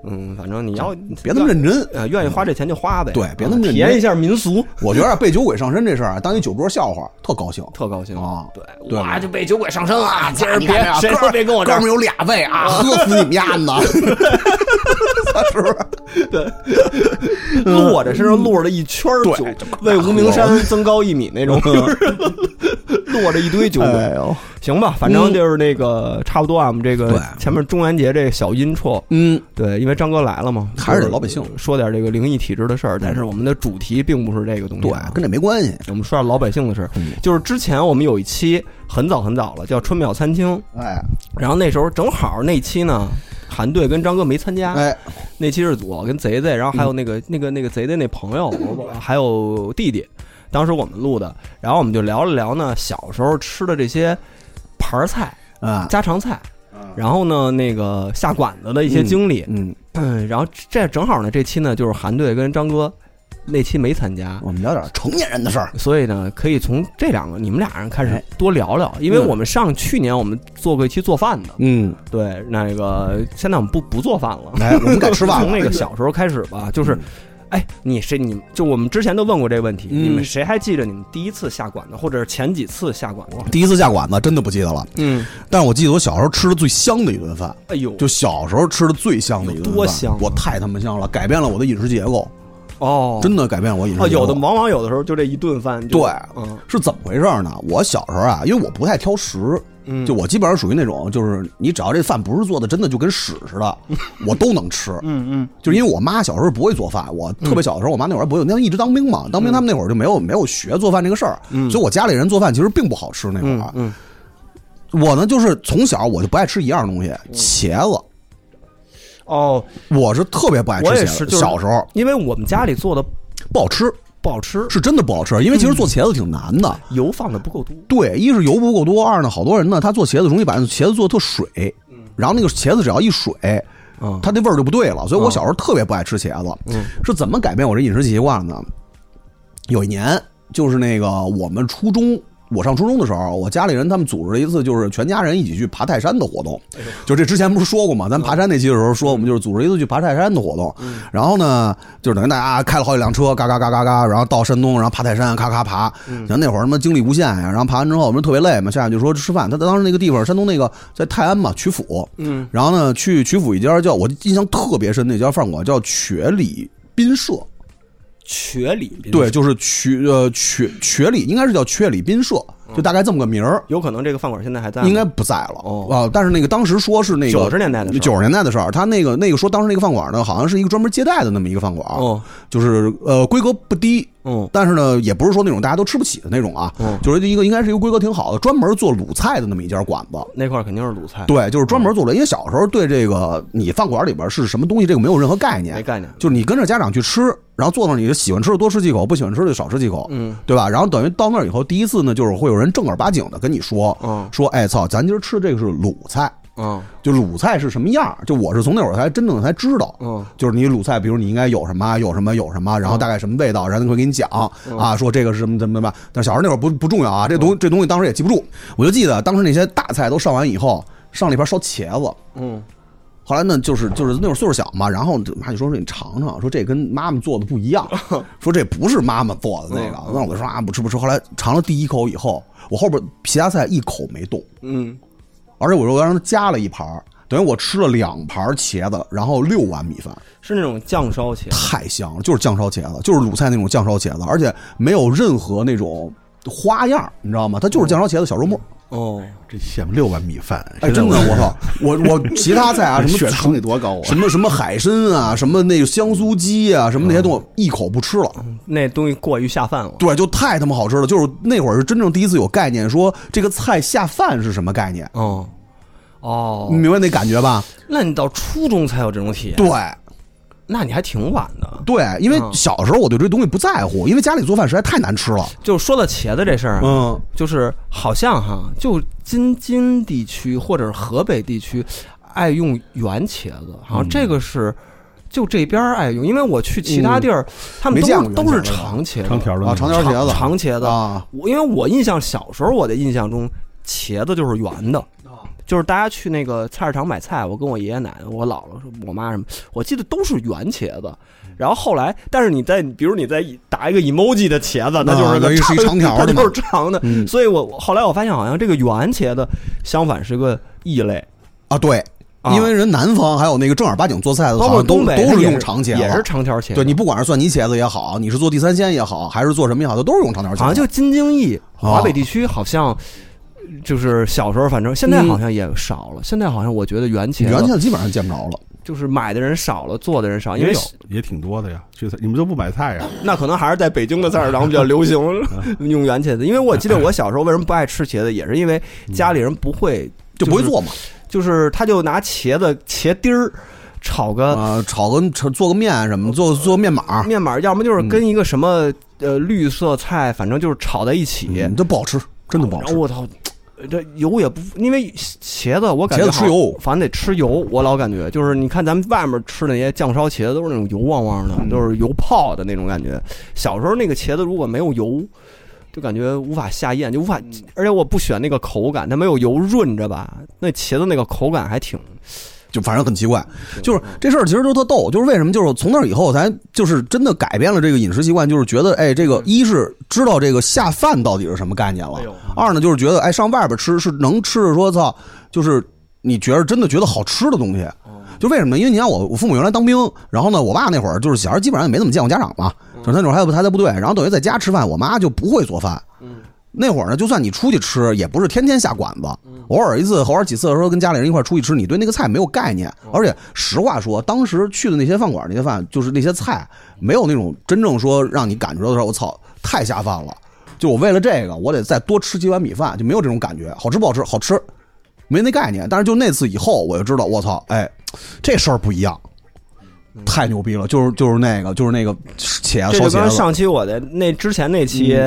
S2: 嗯，反正你要
S4: 别那么认真。
S2: 呃，愿意花这钱就花呗，嗯
S4: 对别那么认真哦
S2: 体验一下民俗，
S4: 我觉得被酒鬼上身这事儿啊，当一酒桌笑话，特高兴。
S2: 特高兴
S4: 啊
S2: 对，
S4: 对
S2: 哇，就被酒鬼上身
S4: (laughs)
S2: 了，今儿
S4: 你
S2: 别
S4: 看这啊
S2: 谁
S4: 哥
S2: 都
S4: 们
S2: 别跟我这
S4: 哥
S2: 儿
S4: 们儿有俩胃
S2: (laughs)
S4: 啊，喝死你们丫的！是不是？
S2: 落着身上落着一圈儿
S4: (laughs) 对
S2: 酒
S4: 这，
S2: 为无名山增高一米那
S4: (laughs)
S2: 种，就是落着一堆酒鬼。
S4: 哎呦，嗯
S2: 行吧，反正就是那个差不多啊，我们这个
S4: 对
S2: 前面中元节这小 intro，
S4: 嗯，
S2: 对，因为张哥来了嘛，
S4: 还是得老百姓
S2: 就是说点这个灵异体质的事儿，但是我们的主题并不是这个东西
S4: 对
S2: 啊，，
S4: 跟这没关系。
S2: 我们说点老百姓的事儿，就是之前我们有一期很早很早了，叫《春淼餐厅》，
S4: 哎
S2: 然后那时候正好那期呢，韩队跟张哥没参加，
S4: 哎，嗯
S2: 那期是我跟贼贼，然后还有那个、那个那个贼贼那朋友，我还有弟弟。当时我们录的，然后我们就聊了聊呢小时候吃的这些盘儿菜、
S4: 啊，
S2: 家常菜，然后呢那个下馆子的一些经历，
S4: 嗯，
S2: 嗯，然后这正好呢这期呢就是韩队跟张哥那期没参加，
S4: 我们聊点成年人的事儿，
S2: 所以呢，可以从这两个你们俩人开始
S4: 哎
S2: 多聊聊，因为
S4: 嗯
S2: 我们上去年我们做过一期做饭的，
S4: 嗯，
S2: 对，那个现在我们不不做饭了，
S4: 来，哎我们该吃饭
S2: 从那
S4: 了，
S2: 个小时候开始吧，就是
S4: 嗯，
S2: 哎，你谁你就我们之前都问过这个问题，
S4: 嗯
S2: 你们谁还记得你们第一次下馆子，或者是前几次下馆子？
S4: 第一次下馆子真的不记得了，
S2: 嗯，
S4: 但是我记得我小时候吃的最香的一顿饭，
S2: 哎呦，
S4: 就小时候吃的最香的一顿饭，
S2: 有多香啊
S4: 我太他妈香了，改变了我的饮食结构，
S2: 哦，
S4: 真的改变我饮食结
S2: 哦，
S4: 构。
S2: 有的往往有的时候就这一顿饭就，
S4: 对
S2: 嗯
S4: 是怎么回事呢？我小时候啊，因为我不太挑食，
S2: 嗯，
S4: 就我基本上属于那种，就是你只要这饭不是做的真的就跟屎似的，我都能吃。
S2: 嗯嗯
S4: 就是因为我妈小时候不会做饭，我特别小的时候，我妈那会儿不会，那一直当兵嘛，
S2: 嗯
S4: 当兵他们那会儿就没有没有学做饭这个事儿，所以我家里人做饭其实并不好吃那会儿啊
S2: 嗯。嗯，嗯
S4: 我呢就是从小我就不爱吃一样东西，茄子，
S2: 哦，
S4: 我是特别不爱吃
S2: 我也
S4: 茄
S2: 是，
S4: 子，
S2: 就是
S4: 小时候
S2: 因为我们家里做的
S4: 不好吃，
S2: 不好吃，
S4: 是真的不好吃，因为
S2: 嗯
S4: 其实做茄子挺难的。
S2: 油放的不够多。
S4: 对，一是油不够多，二呢，好多人呢，他做茄子容易把茄子做得特水，然后那个茄子只要一水，
S2: 嗯
S4: 它那味儿就不对了。所以我小时候特别不爱吃茄子，是怎么改变我这饮食习惯呢？有一年，就是那个我们初中，我上初中的时候，我家里人他们组织了一次，就是全家人一起去爬泰山的活动。就这之前不是说过嘛，咱爬山那期的时候说，我们就是组织一次去爬泰山的活动。然后呢，就是等于大家开了好几辆车，嘎嘎嘎嘎嘎，然后到山东，然后爬泰山，咔咔爬。然后那会儿他妈精力无限呀，然后爬完之后我们特别累嘛，下去就说吃饭。他当时那个地方，山东那个在泰安嘛，曲阜。
S2: 嗯，
S4: 然后呢，去曲阜一家叫我印象特别深的一家饭馆叫瘸里宾舍。
S2: 瘸里宾
S4: 对，，就是瘸呃瘸瘸里，应该是叫瘸里宾舍，就大概这么个名儿，
S2: 有可能这个饭馆现在还在吗，
S4: 应该不在了
S2: 嗯哦
S4: 啊。但是那个当时说是那个
S2: 90年代的事儿
S4: 九十年代的事儿，他那个那个说当时那个饭馆呢，好像是一个专门接待的那么一个饭馆，
S2: 哦，
S4: 就是呃规格不低。
S2: 嗯
S4: 但是呢，也不是说那种大家都吃不起的那种啊，
S2: 嗯
S4: 就是一个应该是一个规格挺好的，专门做鲁菜的那么一家馆子。
S2: 那块儿肯定是鲁菜，
S4: 对，就是专门做了，因为小时候对这个你饭馆里边是什么东西，这个没有任何概念，
S2: 没概念
S4: 就是你跟着家长去吃，然后坐那儿，你喜欢吃的多吃几口，不喜欢吃的就少吃几口，
S2: 嗯，
S4: 对吧？然后等于到那儿以后，第一次呢，就是会有人正儿八经的跟你说，
S2: 嗯
S4: 说哎操，咱今儿吃这个是鲁菜，
S2: 嗯
S4: 就鲁菜是什么样儿？就我是从那会儿才真正的才知道，
S2: 嗯，
S4: 就是你鲁菜，比如你应该有什么，有什么，有什么，然后大概什么味
S2: 嗯
S4: 道，然后他会给你讲啊，说这个是什么怎么怎么。但小时候那会儿不不重要啊，这
S2: 嗯
S4: 东这东西当时也记不住。我就记得当时那些大菜都上完以后，上了一盘烧茄子。
S2: 嗯
S4: 后来呢，就是就是那会儿岁数小嘛，然后就妈就说说你尝尝，说这跟妈妈做的不一样，说这不是妈妈做的那个。那我就说啊，不吃不吃。后来尝了第一口以后，我后边其他菜一口没动。
S2: 嗯，
S4: 而且我又让他加了一盘儿，等于我吃了两盘儿茄子，然后六碗米饭，
S2: 是那种酱烧茄，
S4: 太香了，就是酱烧茄子，就是鲁菜那种酱烧茄子，而且没有任何那种花样儿，你知道吗？它就是酱烧茄子小肉末。
S2: 哦，
S3: 这羡慕六碗米饭，
S4: 哎，真的，我操，我我其他菜啊，什
S3: 什么
S4: 么
S3: 血糖得多高啊？
S4: 什么什么海参啊，什么那个香酥鸡啊，什么那些东西，一口不吃了。
S2: 那东西过于下饭了，
S4: 对，就太他妈好吃了！就是那会儿是真正第一次有概念，说这个菜下饭是什么概念，
S2: 哦哦
S4: 你，明白那感觉吧？
S2: 那你到初中才有这种体验，
S4: 对，
S2: 那你还挺晚的。
S4: 对，因为
S2: 嗯
S4: 小时候我对这东西不在乎，因为家里做饭实在太难吃了。
S2: 就说到茄子这事儿啊，
S4: 嗯，
S2: 就是好像哈，就京津地区或者是河北地区爱用圆茄子，好
S4: 嗯
S2: 像这个是就这边儿爱用，因为我去其他地儿，他们
S4: 嗯没见
S2: 都
S4: 过
S2: 是都
S4: 圆
S2: 是
S4: 茄子吧
S2: 长茄子，
S3: 长条的
S4: 啊，
S3: 那种
S4: 长条茄子，
S2: 长茄子
S4: 啊，
S2: 我因为我印象小时候我的印象中，茄子就是圆的，就是大家去那个菜市场买菜，我跟我爷爷奶奶、我姥姥、我妈什么，我记得都是圆茄子。然后后来，但是你在比如你在打一个 emoji 的茄子， (laughs) 那就是
S4: 那
S2: 个
S4: 一啊是一长条
S2: 它
S4: 的嘛
S2: 就是长的。
S4: 嗯
S2: 所以我我后来我发现，好像这个圆茄子相反是个异类，
S4: 啊，对，
S2: 啊
S4: 因为人南方还有那个正儿八经做菜的，
S2: 包
S4: 好
S2: 括
S4: 像都
S2: 东北
S4: 都
S2: 它
S4: 是
S2: 也
S4: 用长茄子，啊
S2: 也是长条茄子。
S4: 对你不管是蒜泥茄子也好，你是做地三鲜也好，还是做什么也好，它都是用长条茄子。
S2: 好像就京津冀、
S4: 哦
S2: 华北地区，好像就是小时候，反正现在好像也少了。现在好像我觉得圆茄
S4: 原
S2: 子
S4: 现在基本上见不着了。
S2: 就是买的人少了，做的人少，因
S3: 也
S2: 为
S3: 有也挺多的呀，去你们都不买菜呀？
S2: 那可能还是在北京的菜市场比较流行 (laughs) 用圆茄子。因为我记得我小时候为什么不爱吃茄子，也是因为 (laughs) 家里人不会，
S4: 就不会做嘛，
S2: 就是他就拿茄子茄丁儿。炒个
S4: 啊，炒个炒做个面什么，做做面码，
S2: 面板，要么就是跟一个什么呃绿色菜，反正就是炒在一起。
S4: 嗯，这不好吃，真的不好
S2: 然
S4: 吃
S2: 后。我操，这油也不，因为茄子我感觉
S4: 茄子吃
S2: 好
S4: 油
S2: 反正得吃油。我老感觉就是，你看咱们外面吃的那些酱烧茄子，都是那种油汪汪
S4: 嗯
S2: 的，都是油泡的那种感觉。小时候那个茄子如果没有油。就感觉无法下咽，就无法，而且我不选那个口感，它没有油润着吧？那茄子那个口感还挺，
S4: 就反正很奇怪，
S2: 嗯
S4: 就是这事儿其实就特逗，就是为什么就是从那以后咱就是真的改变了这个饮食习惯，就是觉得哎，这个一是知道这个下饭到底是什么概念了
S2: 嗯哎呦，
S4: 二呢就是觉得哎上外边吃是能吃着说操，就是你觉得真的觉得好吃的东西。
S2: 嗯
S4: 就为什么呢？因为你看我我父母原来当兵，然后呢，我爸那会儿就是小时候基本上也没怎么见过家长嘛，
S2: 嗯
S4: 整天那会儿还还在部队，然后等于在家吃饭，我妈就不会做饭。那会儿呢，就算你出去吃，也不是天天下馆子，
S2: 嗯
S4: 偶尔一次，偶尔几次的时候跟家里人一块儿出去吃，你对那个菜没有概念。
S2: 嗯
S4: 而且实话说，当时去的那些饭馆，那些饭就是那些菜，没有那种真正说让你感觉到说，我操，太下饭了。就我为了这个，我得再多吃几碗米饭，就没有这种感觉。好吃不好吃？好吃，没那概念。但是就那次以后，我就知道，我操，哎，这事儿不一样，太牛逼了！就是就是那个就是那个茄
S2: 嗯这
S4: 子烧
S2: 就跟
S4: 茄子，
S2: 上期我的那之前那期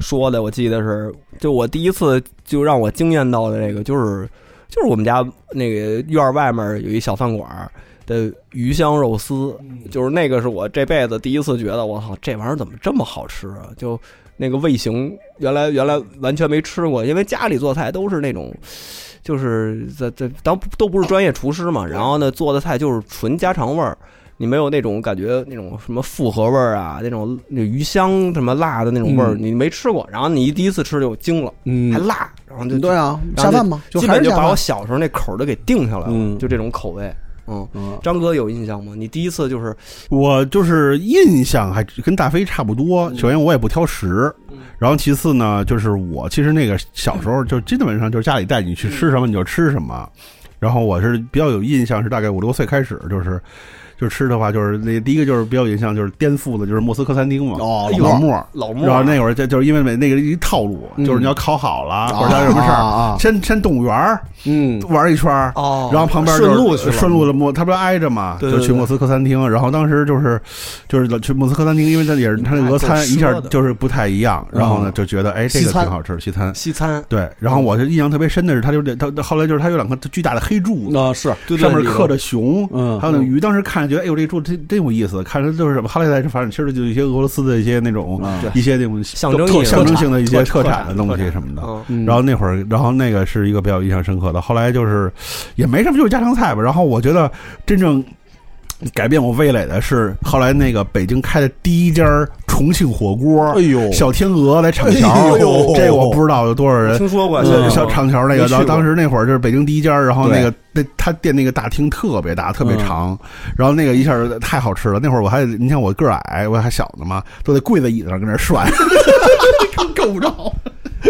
S2: 说的，我记得是，就我第一次就让我惊艳到的这个，就是就是我们家那个院儿外面有一小饭馆儿的鱼香肉丝，就是那个是我这辈子第一次觉得，我操，这玩意儿怎么这么好吃啊？就那个味型，原来原来完全没吃过，因为家里做菜都是那种。就是在在当都不是专业厨师嘛，然后呢做的菜就是纯家常味儿，你没有那种感觉，那种什么复合味儿啊，那种那鱼香什么辣的那种味儿，
S4: 嗯
S2: 你没吃过。然后你一第一次吃就惊了，
S4: 嗯
S2: 还辣，然后就
S4: 对，啊，
S2: 然
S4: 下
S2: 后
S4: 饭嘛，
S2: 就基
S4: 还
S2: 本就
S4: 是下
S2: 把
S4: 饭
S2: 我。小时候那口儿都给定下来了，
S4: 嗯
S2: 就这种口味。嗯，
S4: 嗯
S2: 张哥有印象吗？你第一次就是
S3: 我就是印象还跟大飞差不
S4: 嗯
S3: 多。首先我也不挑食，然后其次呢，就是我其实那个小时候就基本上就是家里带你去吃什么你就吃什么。
S4: 嗯
S3: 然后我是比较有印象，是大概五六岁开始，就是就吃的话，就是那第一个就是比较有印象，就是颠覆的就是莫斯科餐厅嘛，
S4: 哦
S3: 老
S4: 老
S3: 莫，
S2: 老莫
S3: 然后那会儿就就是因为那个一套路，
S4: 嗯
S3: 就是你要烤好了或者要什么事
S4: 啊啊
S3: 儿
S4: 啊，
S3: 先先动物园儿
S4: 嗯，
S3: 玩一圈儿，
S2: 哦，
S3: 然后旁边就是
S2: 顺路去了
S3: 顺路的莫，他不是挨着嘛，
S2: 对对
S3: 就去莫斯科餐厅。然后当时就是就是去莫斯科餐厅，因为他也是他那俄餐
S2: 哎
S3: 一下
S2: 做吃的哦
S3: 就是不太一样。
S4: 嗯
S3: 然后呢，就觉得哎，这个
S4: 西餐
S3: 挺好吃，西餐。
S2: 西餐，
S3: 对，然后我就印象特别深的是，他就他他后来就是他有两个巨大的黑柱
S2: 嗯
S3: 子，
S4: 那是
S3: 啊上面刻着熊，
S4: 嗯
S3: 还有那个鱼。当时看着觉得，哎呦，这柱子真真有意思。看着就是什么哈雷代，反正其实就一些俄罗斯的一些那种
S4: 嗯
S2: 对
S3: 一些那种
S2: 象征意义
S3: 特象征性的一些
S2: 特
S3: 特
S2: 产
S3: 产的东
S2: 特
S3: 西
S2: 产
S3: 什么的。
S2: 嗯，
S4: 嗯
S3: 然后那会儿，然后那个是一个比较印象深刻的。后来就是也没什么，就是家常菜吧。然后我觉得真正改变我味蕾的是后来那个北京开的第一家重庆火锅，
S4: 哎呦
S3: 小天鹅来厂桥，
S4: 哎呦
S3: 这我不知道有多少人。
S2: 听说过，
S4: 嗯
S2: 现在
S3: 小厂桥那
S4: 没
S3: 个，
S4: 去
S3: 然后
S4: 过
S3: 当时那会儿就是北京第一家，然后那
S4: 对
S3: 个那他店那个大厅特别大，特别
S4: 嗯
S3: 长，然后那个一下太好吃了。那会儿我还你像我个儿矮，我还小呢嘛，都得跪在椅子上跟那儿涮，够不着。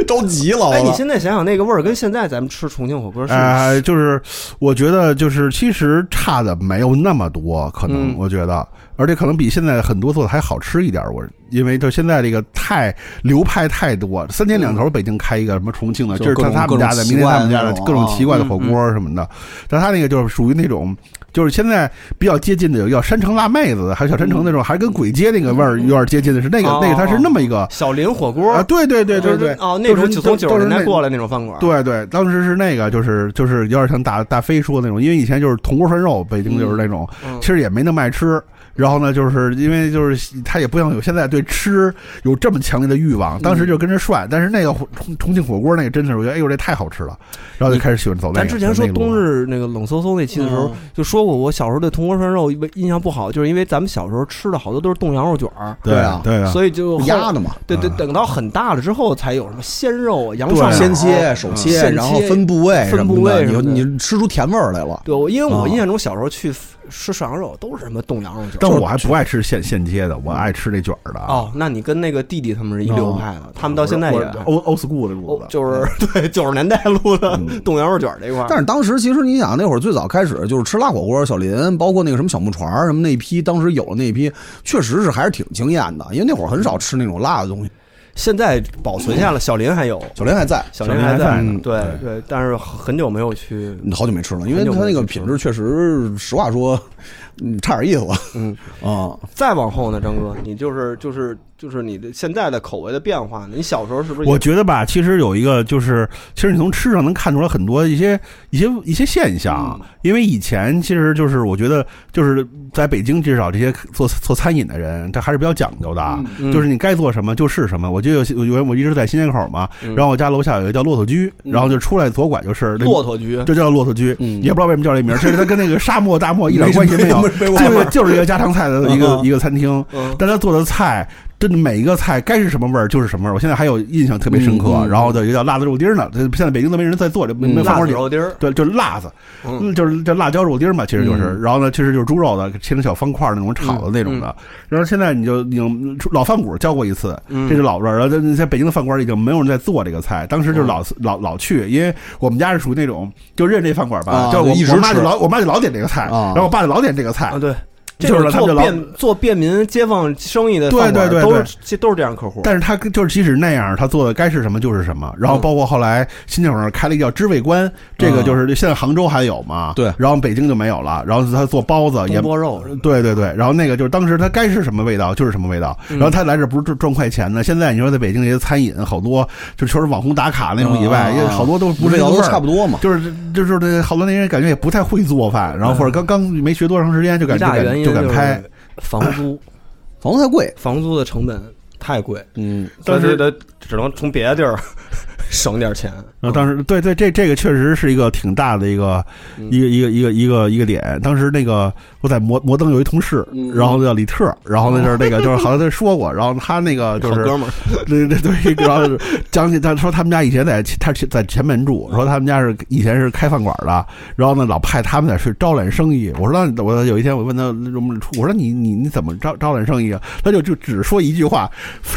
S4: 着急了，
S2: 哎，
S4: 我
S2: 你现在想想那个味儿跟现在咱们吃重庆火锅是
S3: 哎，就是我觉得就是其实差的没有那么多，可能
S2: 嗯
S3: 我觉得，而且可能比现在很多做的还好吃一点。我因为就现在这个太流派太多，三天两头北京开一个什么重庆的，
S4: 就
S3: 这是
S4: 各
S3: 他
S4: 种
S3: 他们家
S4: 各
S3: 的，
S4: 种
S3: 明天他们家
S4: 奇怪的
S3: 的
S4: 那种
S3: 各种奇怪的
S2: 啊
S3: 火锅什么的，但他那个就是属于那种。就是现在比较接近的，有叫山城辣妹子，还有小山城那种，还跟鬼街那个味儿有点接近的是那个，
S2: 哦
S3: 那个它是那么一个
S2: 小林火锅
S3: 啊，，对对对对对，
S2: 哦，那
S3: 都
S2: 种
S3: 是
S2: 就从九
S3: 都
S2: 十
S3: 是
S2: 年
S3: 那
S2: 代过来那种饭馆，，
S3: 对对，当时是那个，就是就是有点像大大飞说的那种，因为以前就是铜锅涮肉，北京就是那种，
S2: 嗯
S3: 其实也没那么爱吃。然后呢，就是因为就是他也不像有现在对吃有这么强烈的欲望，当时就跟着涮。但是那个火重重庆火锅那个真的是，我觉得哎呦这太好吃了，然后就开始喜欢走那
S2: 咱
S3: 个。
S2: 之前说
S3: 那个路
S2: 冬日那个冷飕飕那期的时候
S4: 嗯，
S2: 就说过我小时候对铜锅涮肉印象不好，就是因为咱们小时候吃的好多都是冻羊肉卷儿，
S3: 对
S4: 对啊
S3: 对啊，
S2: 所以就后
S4: 压的嘛，
S2: 对对，等到很大了之后才有什么鲜肉、羊
S3: 对
S2: 上
S3: 啊
S2: 脑
S4: 先切、手切，
S2: 现
S4: 然后
S2: 嗯切
S4: 分部位什么的，
S2: 分部位什么的
S4: 你你吃出甜味儿来了。
S2: 对，我因为我
S4: 啊
S2: 印象中小时候去吃涮羊肉都是什么冻羊肉卷
S3: 但
S2: 儿。
S3: 我还不爱吃现现切的，我爱吃那卷儿的。
S2: 哦，那你跟那个弟弟他们是一流派的，他们到现在也
S3: 我我 old old school 的嗯路
S2: 哦
S3: 子，
S2: 就是 (laughs) 对九十年代录的 (laughs) 冻羊肉卷儿这块儿。
S4: 但是当时其实你想，那会儿最早开始就是吃辣火锅，小林包括那个什么小木船儿什么那一批，当时有了那一批，确实是还是挺惊艳的，因为那会儿很少吃那种辣的东西。
S2: 现在保存下了，小林还有，
S4: 小林还在，
S2: 小
S3: 嗯小
S2: 林
S3: 林
S2: 还
S3: 还在呢
S2: 对对，但是很久没有去，
S4: 好久没吃了，因为它那个品质确实，实话说， (laughs) 嗯，差点意思。
S2: 嗯，
S4: (laughs) 啊、
S2: 再往后呢，张哥，你就是就是就是你的现在的口味的变化呢，你小时候是不是
S3: 我觉得吧，其实有一个就是，其实你从吃上能看出来很多一些一些一些现象
S2: 嗯
S3: 啊，因为以前其实就是我觉得就是在北京至少这些做做餐饮的人，他还是比较讲究的啊，
S2: 嗯
S3: 就是你该做什么就是什么。我就有我原我一直在新街口嘛，
S2: 嗯
S3: 然后我家楼下有一个叫骆驼居，然后就出来左拐就是那
S2: 骆。驼局？
S3: 就叫骆驼居，
S4: 嗯
S3: 也不知道为什么叫这名儿，其实它跟那个沙漠大漠一点
S4: 没
S3: 关系没有
S4: 没，没
S3: 就是就是一个家常菜的一个一个餐厅，
S2: 嗯，
S3: 但他做的菜真的每一个菜该是什么味儿就是什么味儿，我现在还有印象特别深刻。
S4: 嗯嗯
S3: 然后就有叫辣子肉丁呢，这现在北京都没人在做这，没
S4: 嗯
S3: 没
S2: 辣
S3: 饭馆
S2: 子
S3: 里。
S2: 肉丁儿，
S3: 对，就是辣子，
S2: 嗯
S3: 就是叫辣椒肉丁嘛，其实就是，
S4: 嗯
S3: 然后呢，其实就是猪肉的，切成小方块儿那种炒的那种的。然后现在你就已经老饭馆教过一次，
S2: 嗯
S3: 这是老味儿。然后在在北京的饭馆已经没有人在做这个菜，当时就老、老老去，因为我们家是属于那种就认这饭馆吧，
S4: 啊
S3: 就是我
S4: 就一直
S3: 我妈就
S4: 吃
S3: 老我妈就老点这个菜，
S4: 啊
S3: 然后我爸就老点这个菜，
S2: 啊，对，这
S3: 就是
S2: 种
S3: 他们
S2: 做
S3: 就老
S2: 便做便民街坊生意的
S3: 对
S2: 饭馆儿，
S3: 对对对
S2: 都是这都是这样客户。
S3: 但是他跟就是即使那样，他做的该是什么就是什么。然后包括后来新疆上开了一个叫知味观，这个就是现在杭州还有嘛，
S4: 对
S3: 然后北京就没有了。然后他做包子也
S2: 东。坡肉，
S3: 对对对，然后那个就是当时他该是什么味道就是什么味道，然后他来这不是赚赚快钱呢？现在你说在北京这些餐饮好多就全是网红打卡那种以
S4: 啊
S3: 外，也好多都不是
S4: 嗯味
S3: 那
S4: 道
S3: 个味
S4: 都
S3: 儿
S4: 差不多嘛。
S3: 就是就是这好多那人感觉也不太会做饭，然后或者刚刚没学多长时间就
S2: 一
S3: 敢就
S2: 大原
S3: 敢
S2: 因
S3: 就敢
S2: 是
S3: 拍，
S2: 房租，
S4: 房子太贵，
S2: 房租的成本太贵，
S4: 嗯，
S2: 但
S3: 但
S2: 是
S3: 是
S2: 得只能从别的地儿省点钱。
S3: 然后当
S2: 嗯
S3: 时对对，这这个确实是一个挺大的一个一个一个一个一个一个点。当时那个我在摩摩登有一同事，
S2: 嗯
S3: 然后叫李特，然后那就是那个就是好像他说过，然后他
S2: (laughs)
S3: 那个就
S2: 哦好
S3: 是
S2: 哥们儿，
S3: (laughs) 对对对，然后讲起他说他们家以前在他是在前门住，说他们家是以前是开饭馆的，然后呢老派他们在去招揽生意。我说那我有一天我问他我们我说你你你怎么招招揽生意啊？他就就只说一句话，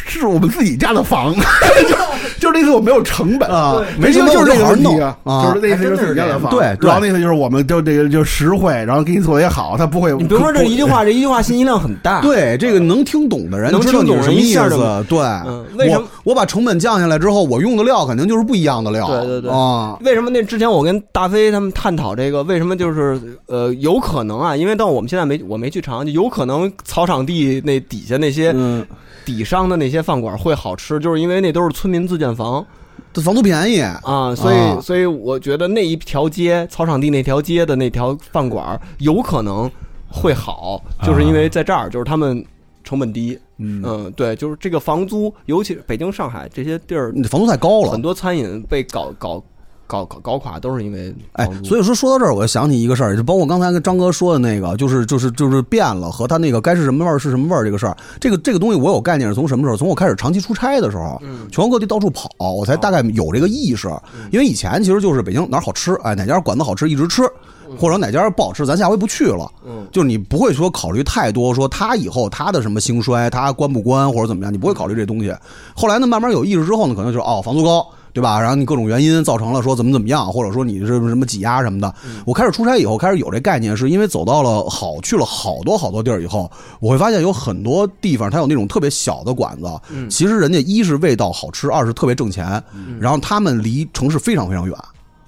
S3: 是我们自己家的房， (laughs) 就就是那次我没有成本
S4: 啊
S3: 没
S4: 没成本
S3: 就是
S4: 我
S3: 这
S4: 就
S3: 个
S4: 好好
S3: 问题
S4: 弄啊
S3: 就是那次就是自己家的
S4: 还真是
S3: 房，
S4: 这样对对
S3: 然后那次就是我们就这个就实惠，然后给你做的也好，他不会
S2: 你别说这一句话，这一句话信息量很大。，
S4: 对这个能听懂的人
S2: 能
S4: 知道你是什么意
S2: 听懂人一
S4: 思
S2: 下。
S4: 对，
S2: 嗯为什么
S4: 我我把成本降下来之后，我用的料肯定就是不一样的料。
S2: 对对对
S4: 啊，
S2: 为什么那之前我跟大飞他们探讨这个，为什么就是呃有可能啊？因为到我们现在没我没去尝，就有可能草场地那底下那些
S4: 嗯，
S2: 底商的那些饭馆会好吃，就是因为那都是村民自建房。
S4: 这房租便宜，
S2: 啊，所以、
S4: 啊
S2: 所以我觉得那一条街草场地那条街的那条饭馆儿有可能会好，
S4: 啊
S2: 就是因为在这儿就是他们成本低，嗯对，就是这个房租，尤其是北京、上海这些地儿
S4: 你，房租太高了
S2: 很。多餐饮被搞搞搞搞搞垮，都是因为
S4: 哎
S2: 房，租
S4: 所以说说到这儿，我就想起一个事儿，就包括刚才跟张哥说的那个，就是就是就是变了，和他那个该是什么味儿是什么味儿这个事儿，这个这个东西我有概念是从什么时候？从我开始长期出差的时候，全国各地到处跑，我才大概有这个意识。因为以前其实就是北京哪儿好吃，哎，哪家馆子好吃一直吃，或者哪家不好吃咱下回不去了。
S2: 嗯，
S4: 就是你不会说考虑太多，说他以后他的什么兴衰，他关不关或者怎么样，你不会考虑这东西。后来呢，慢慢有意识之后呢，可能就是哦，房租高，对吧？然后你各种原因造成了说怎么怎么样，或者说你是什么什么挤压什么的。我开始出差以后，开始有这概念，是因为走到了好去了好多好多地儿以后，我会发现有很多地方它有那种特别小的馆子，其实人家一是味道好吃，二是特别挣钱，然后他们离城市非常非常远。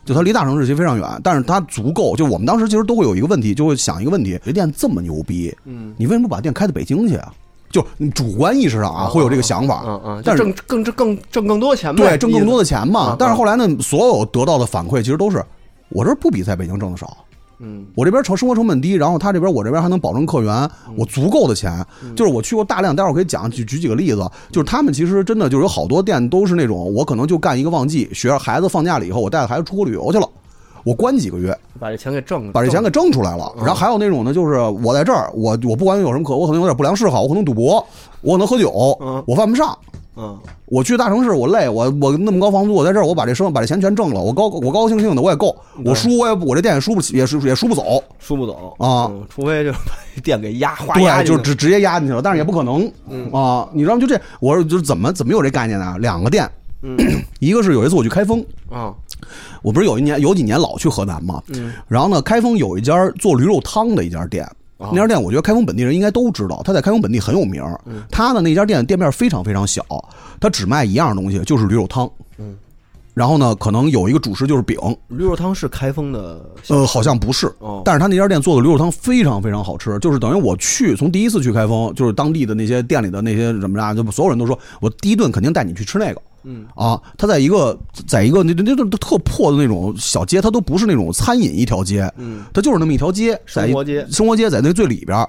S4: 就它离大城市其实非常远，但是它足够。就我们当时其实都会有一个问题，就会想一个问题：这店这么牛逼，嗯，你为什么不把店开到北京去啊？就你主观意识上啊，会有这个想法，
S2: 嗯嗯，
S4: 但
S2: 就是挣更挣更挣更多钱呗，
S4: 对挣更多
S2: 的
S4: 的钱
S2: 嗯
S4: 嘛
S2: 嗯。
S4: 但是后来呢，所有得到的反馈其实都是，我这儿不比在北京挣的少，
S2: 嗯
S4: 我这边成生活成本低，然后他这边我这边还能保证客源，
S2: 嗯
S4: 我足够的钱。就是我去过大量，待会儿可以讲举举几个例子，就是他们其实真的就是有好多店都是那种，我可能就干一个旺季，学孩子放假了以后，我带着孩子出国旅游去了。我关几个月，
S2: 把这钱给挣了，
S4: 把这钱给挣出来了。然后还有那种呢，就是我在这儿，我我不管有什么可，我可能有点不良嗜好，我可能赌博，我可能喝酒
S2: 嗯，
S4: 我犯不上。
S2: 嗯
S4: 我去大城市，我累，我我那么高房租，我在这儿，我把这生把这钱挣了，我高我高高兴兴的，我也够，我输我也不我这店也输不起，也输也输不走，
S2: 输不走
S4: 啊
S2: 嗯除非就是把店给压花压
S4: 对，啊
S2: 进
S4: 就
S2: 去，
S4: 直直接压进去了，但是也不可能啊，你知道吗？就这，我就是怎么怎么有这概念呢？两个店， (coughs) 一个是有一次我去开封，
S2: 啊
S4: 我不是有一年有几年老去河南嘛，然后呢，开封有一家做驴肉汤的一家店，
S2: 啊
S4: 那家店我觉得开封本地人应该都知道，他在开封本地很有名儿。他呢那家店店面非常非常小，他只卖一样东西，就是驴肉汤。嗯，然后呢，可能有一个主食就是饼，
S2: 驴肉汤是开封的小，
S4: 呃，好像不是
S2: 哦，
S4: 但是他那家店做的驴肉汤非常非常好吃，就是等于我去从第一次去开封，就是当地的那些店里的那些什么呀，就所有人都说我第一顿肯定带你去吃那个。嗯啊，他在一个，在一个那那那那特破的那种小街，它都不是那种餐饮一条街，嗯，它就是那么一条街，在
S2: 生活街
S4: 生活街在那最里边儿，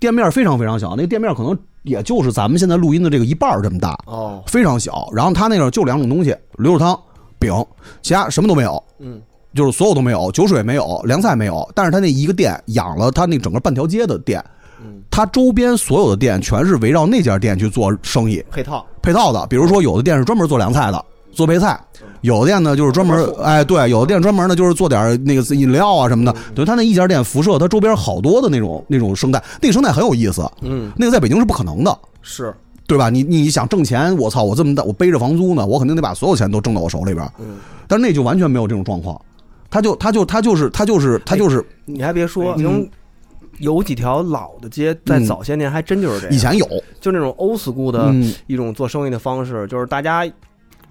S4: 店面非常非常小，那店面可能也就是咱们现在录音的这个一半儿这么大，
S2: 哦，
S4: 非常小。然后他那个就两种东西，驴肉汤、饼，其他什么都没有。
S2: 嗯，
S4: 就是所有都没有，酒水没有，凉菜没有。但是他那一个店养了他那整个半条街的店，
S2: 嗯
S4: 他周边所有的店全是围绕那家店去做生意
S2: 配套
S4: 配套的。比如说，有的店是专门做凉菜的。做配菜，有的店呢就是专门哎对，有的店专门呢就是做点儿那个饮料啊什么的。
S2: 嗯
S4: 等于他那一家店辐射他周边好多的那种那种生态，那个生态很有意思。
S2: 嗯，
S4: 那个在北京是不可能的。
S2: 是
S4: 对吧？你你想挣钱，我操，我这么大，我背着房租呢，我肯定得把所有钱都挣到我手里边。嗯，但是那就完全没有这种状况，他就他就他就是他就是
S2: 哎
S4: 他就是
S2: 你还别说，
S4: 嗯
S2: 能有几条老的街，在早些年还真就是这样。
S4: 以前有，
S2: 就那种 old school 的
S4: 嗯
S2: 一种做生意的方式，就是大家。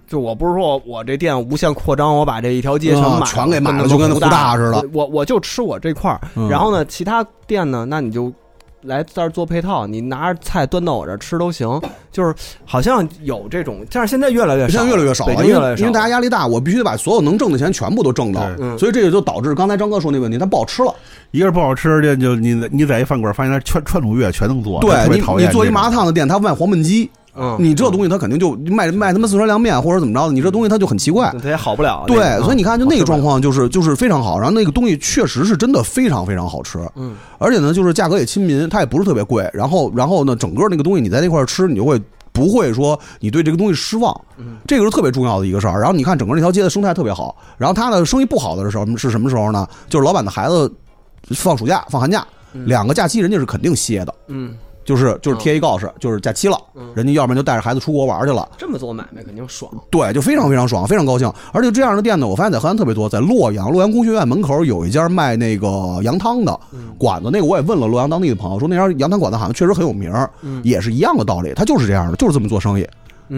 S2: 就我不是说我这店无限扩张，我把这一条街全买了、
S4: 啊全给买了
S2: 跟
S4: 就跟
S2: 胡
S4: 胡大似的
S2: 我我我就吃我这块儿，
S4: 嗯
S2: 然后呢，其他店呢，那你就来这儿做配套，你拿着菜端到我这儿吃都行。就是好像有这种，但是现在越来越
S4: 现
S2: 少，
S4: 在越来越少
S2: 北
S4: 了，
S2: 京
S4: 因
S2: 越来越
S4: 为
S2: 少，
S4: 因为大家压力大，我必须得把所有能挣的钱全部都挣到
S3: 对，
S2: 嗯
S4: 所以这个就导致刚才张哥说那问题，它不好吃了。
S3: 一个是不好吃的，就你你在一饭馆发现他川川鲁粤全能做，
S4: 对
S3: 特别
S4: 你
S3: 讨
S4: 你
S3: 厌
S4: 做一
S3: 这种
S4: 麻辣烫的店，他卖黄焖鸡，
S2: 嗯，
S4: 你这东西他肯定就卖卖他妈四川凉面或者怎么着的，你这东西他就很奇怪。
S2: 它也好不了。
S4: 对，
S2: 啊那个
S4: 所以你看，就那个状，
S2: 嗯
S4: 况，就是就是非常好，然后那个东西确实是真的非常非常好吃，
S2: 嗯，
S4: 而且呢，就是价格也亲民，它也不是特别贵，然后然后呢，整个那个东西你在那块儿吃，你就会。不会说你对这个东西失望，
S2: 嗯
S4: 这个是特别重要的一个事儿。然后你看整个那条街的生态特别好，然后他的生意不好的时候是什么时候呢？就是老板的孩子放暑假、放寒假，两个假期人家是肯定歇的，
S2: 嗯，
S4: 就是就是贴一告示，就是假期了，人家要不然就带着孩子出国玩去了，
S2: 这么做买卖肯定爽。
S4: 对，就非常非常爽，非常高兴。而且这样的店呢，我发现在河南特别多，在洛阳，洛阳工学院门口有一家卖那个羊汤的
S3: 嗯
S4: 馆子，那个我也问了洛阳当地的朋友，说那家羊汤馆子好像确实很有名儿，
S3: 嗯
S4: 也是一样的道理，它就是这样的，就是这么做生意。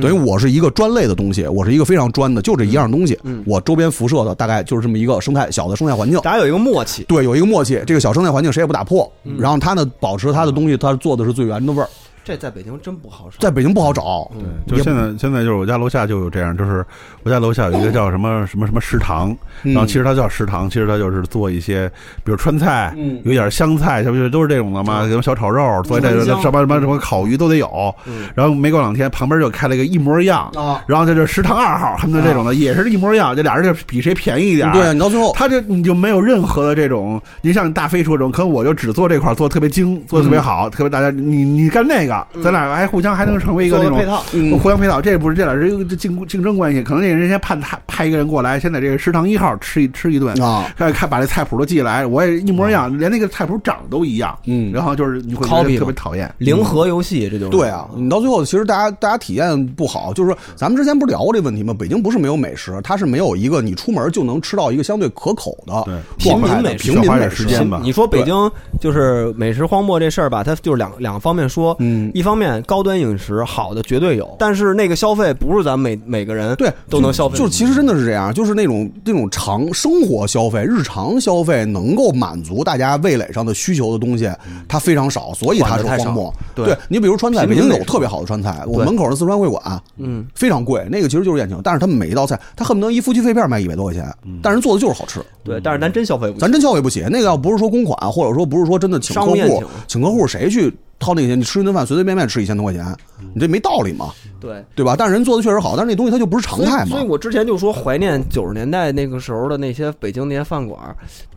S4: 等于我是一个专类的东西，我是一个非常专的，就这一样东西，
S3: 嗯
S4: 我周边辐射的大概就是这么一个生态小的生态环境。
S2: 大家有一个默契，
S4: 对，有一个默契，这个小生态环境谁也不打破，
S3: 嗯
S4: 然后它呢保持它的东西，它做的是最原的味儿，
S2: 这在北京真不好使。
S4: 在北京不好找，
S3: 嗯就
S4: 也
S3: 现在，现在就是我家楼下就有这样，就是我家楼下有一个叫什么什么什么食堂，然后其实它叫食堂，其实它就是做一些，比如川菜，有点湘菜，什么就都是这种的嘛，什么小炒肉，做这个
S2: 川香
S3: 什么什么什么烤鱼都得有。
S2: 嗯
S3: 然后没过两天，旁边就开了一个一模一样，
S2: 哦
S4: 啊
S3: 然后这就是食堂二号，他们就这种的也是一模一样，这俩人就比谁便宜一点。
S4: 对啊，你到最后
S3: 他就你就没有任何的这种，你像大飞说这种，可能我就只做这块儿做得特别精，做得特别好，特别大家你你干那个，咱俩还互相还能成为一个
S2: 做
S3: 那
S2: 个
S3: 种
S2: 配套，
S4: 嗯
S3: 互相配套，这不是这俩是一个竞竞争关系，可能这人先派他派一个人过来，先在这个食堂一号吃一吃一顿。
S4: 啊，
S3: 看看把这菜谱都寄来，我也一模一样，连那个菜谱长都一样，
S4: 嗯
S3: 然后就是你会觉
S2: Copy
S3: 得
S2: 嘛
S3: 特别讨厌。
S2: 零和游戏，这就是
S4: 对啊，你到最后其实大家大家体验不好，就是说咱们之前不是聊过这问题吗？北京不是没有美食，它是没有一个你出门就能吃到一个相对可口的
S3: 对
S4: 广派的
S2: 平
S4: 平
S3: 民
S4: 民
S3: 美
S4: 美
S3: 食
S4: 食
S3: 时。间吧
S2: 你说北京就是美食荒漠这事儿吧，它就是两两方面说，
S4: 嗯
S2: 一方面高端饮食好的绝对有，但是那个消费不是咱们每每个人
S4: 对，
S2: 都能消费
S4: 就就其实真的是这样，就是那种那种常生活消费、日常消费能够满足大家味蕾上的需求的东西，它非常少，所以它
S2: 嗯管
S4: 是
S2: 得太少
S4: 荒漠。
S2: 对
S4: 你比如川菜，
S2: 平
S4: 北
S2: 民
S4: 京有
S2: 美食
S4: 特别好的川菜，我
S2: 对
S4: 门口的四川会馆，嗯，非常贵，那个其实就是宴请，但是他们每一道菜，他恨不得一夫妻肺片卖一百多块钱，
S2: 嗯
S4: 但是做的就是好吃。
S2: 对，但是咱真消费不起
S4: 咱。真消费不起。那个要不是说公款，或者说不是说真的请客
S2: 商务宴
S4: 户
S2: 请，
S4: 请客户谁去掏那个钱？你吃一顿饭随随便便吃一千多块钱，你这没道理嘛，
S2: 对，
S4: 对吧？但是人做的确实好，但是那东西它就不是
S2: 嗯
S4: 常
S2: 所以
S4: 态嘛
S2: 所以。我之前就说怀念九十年代那个时候的那些北京那些饭馆，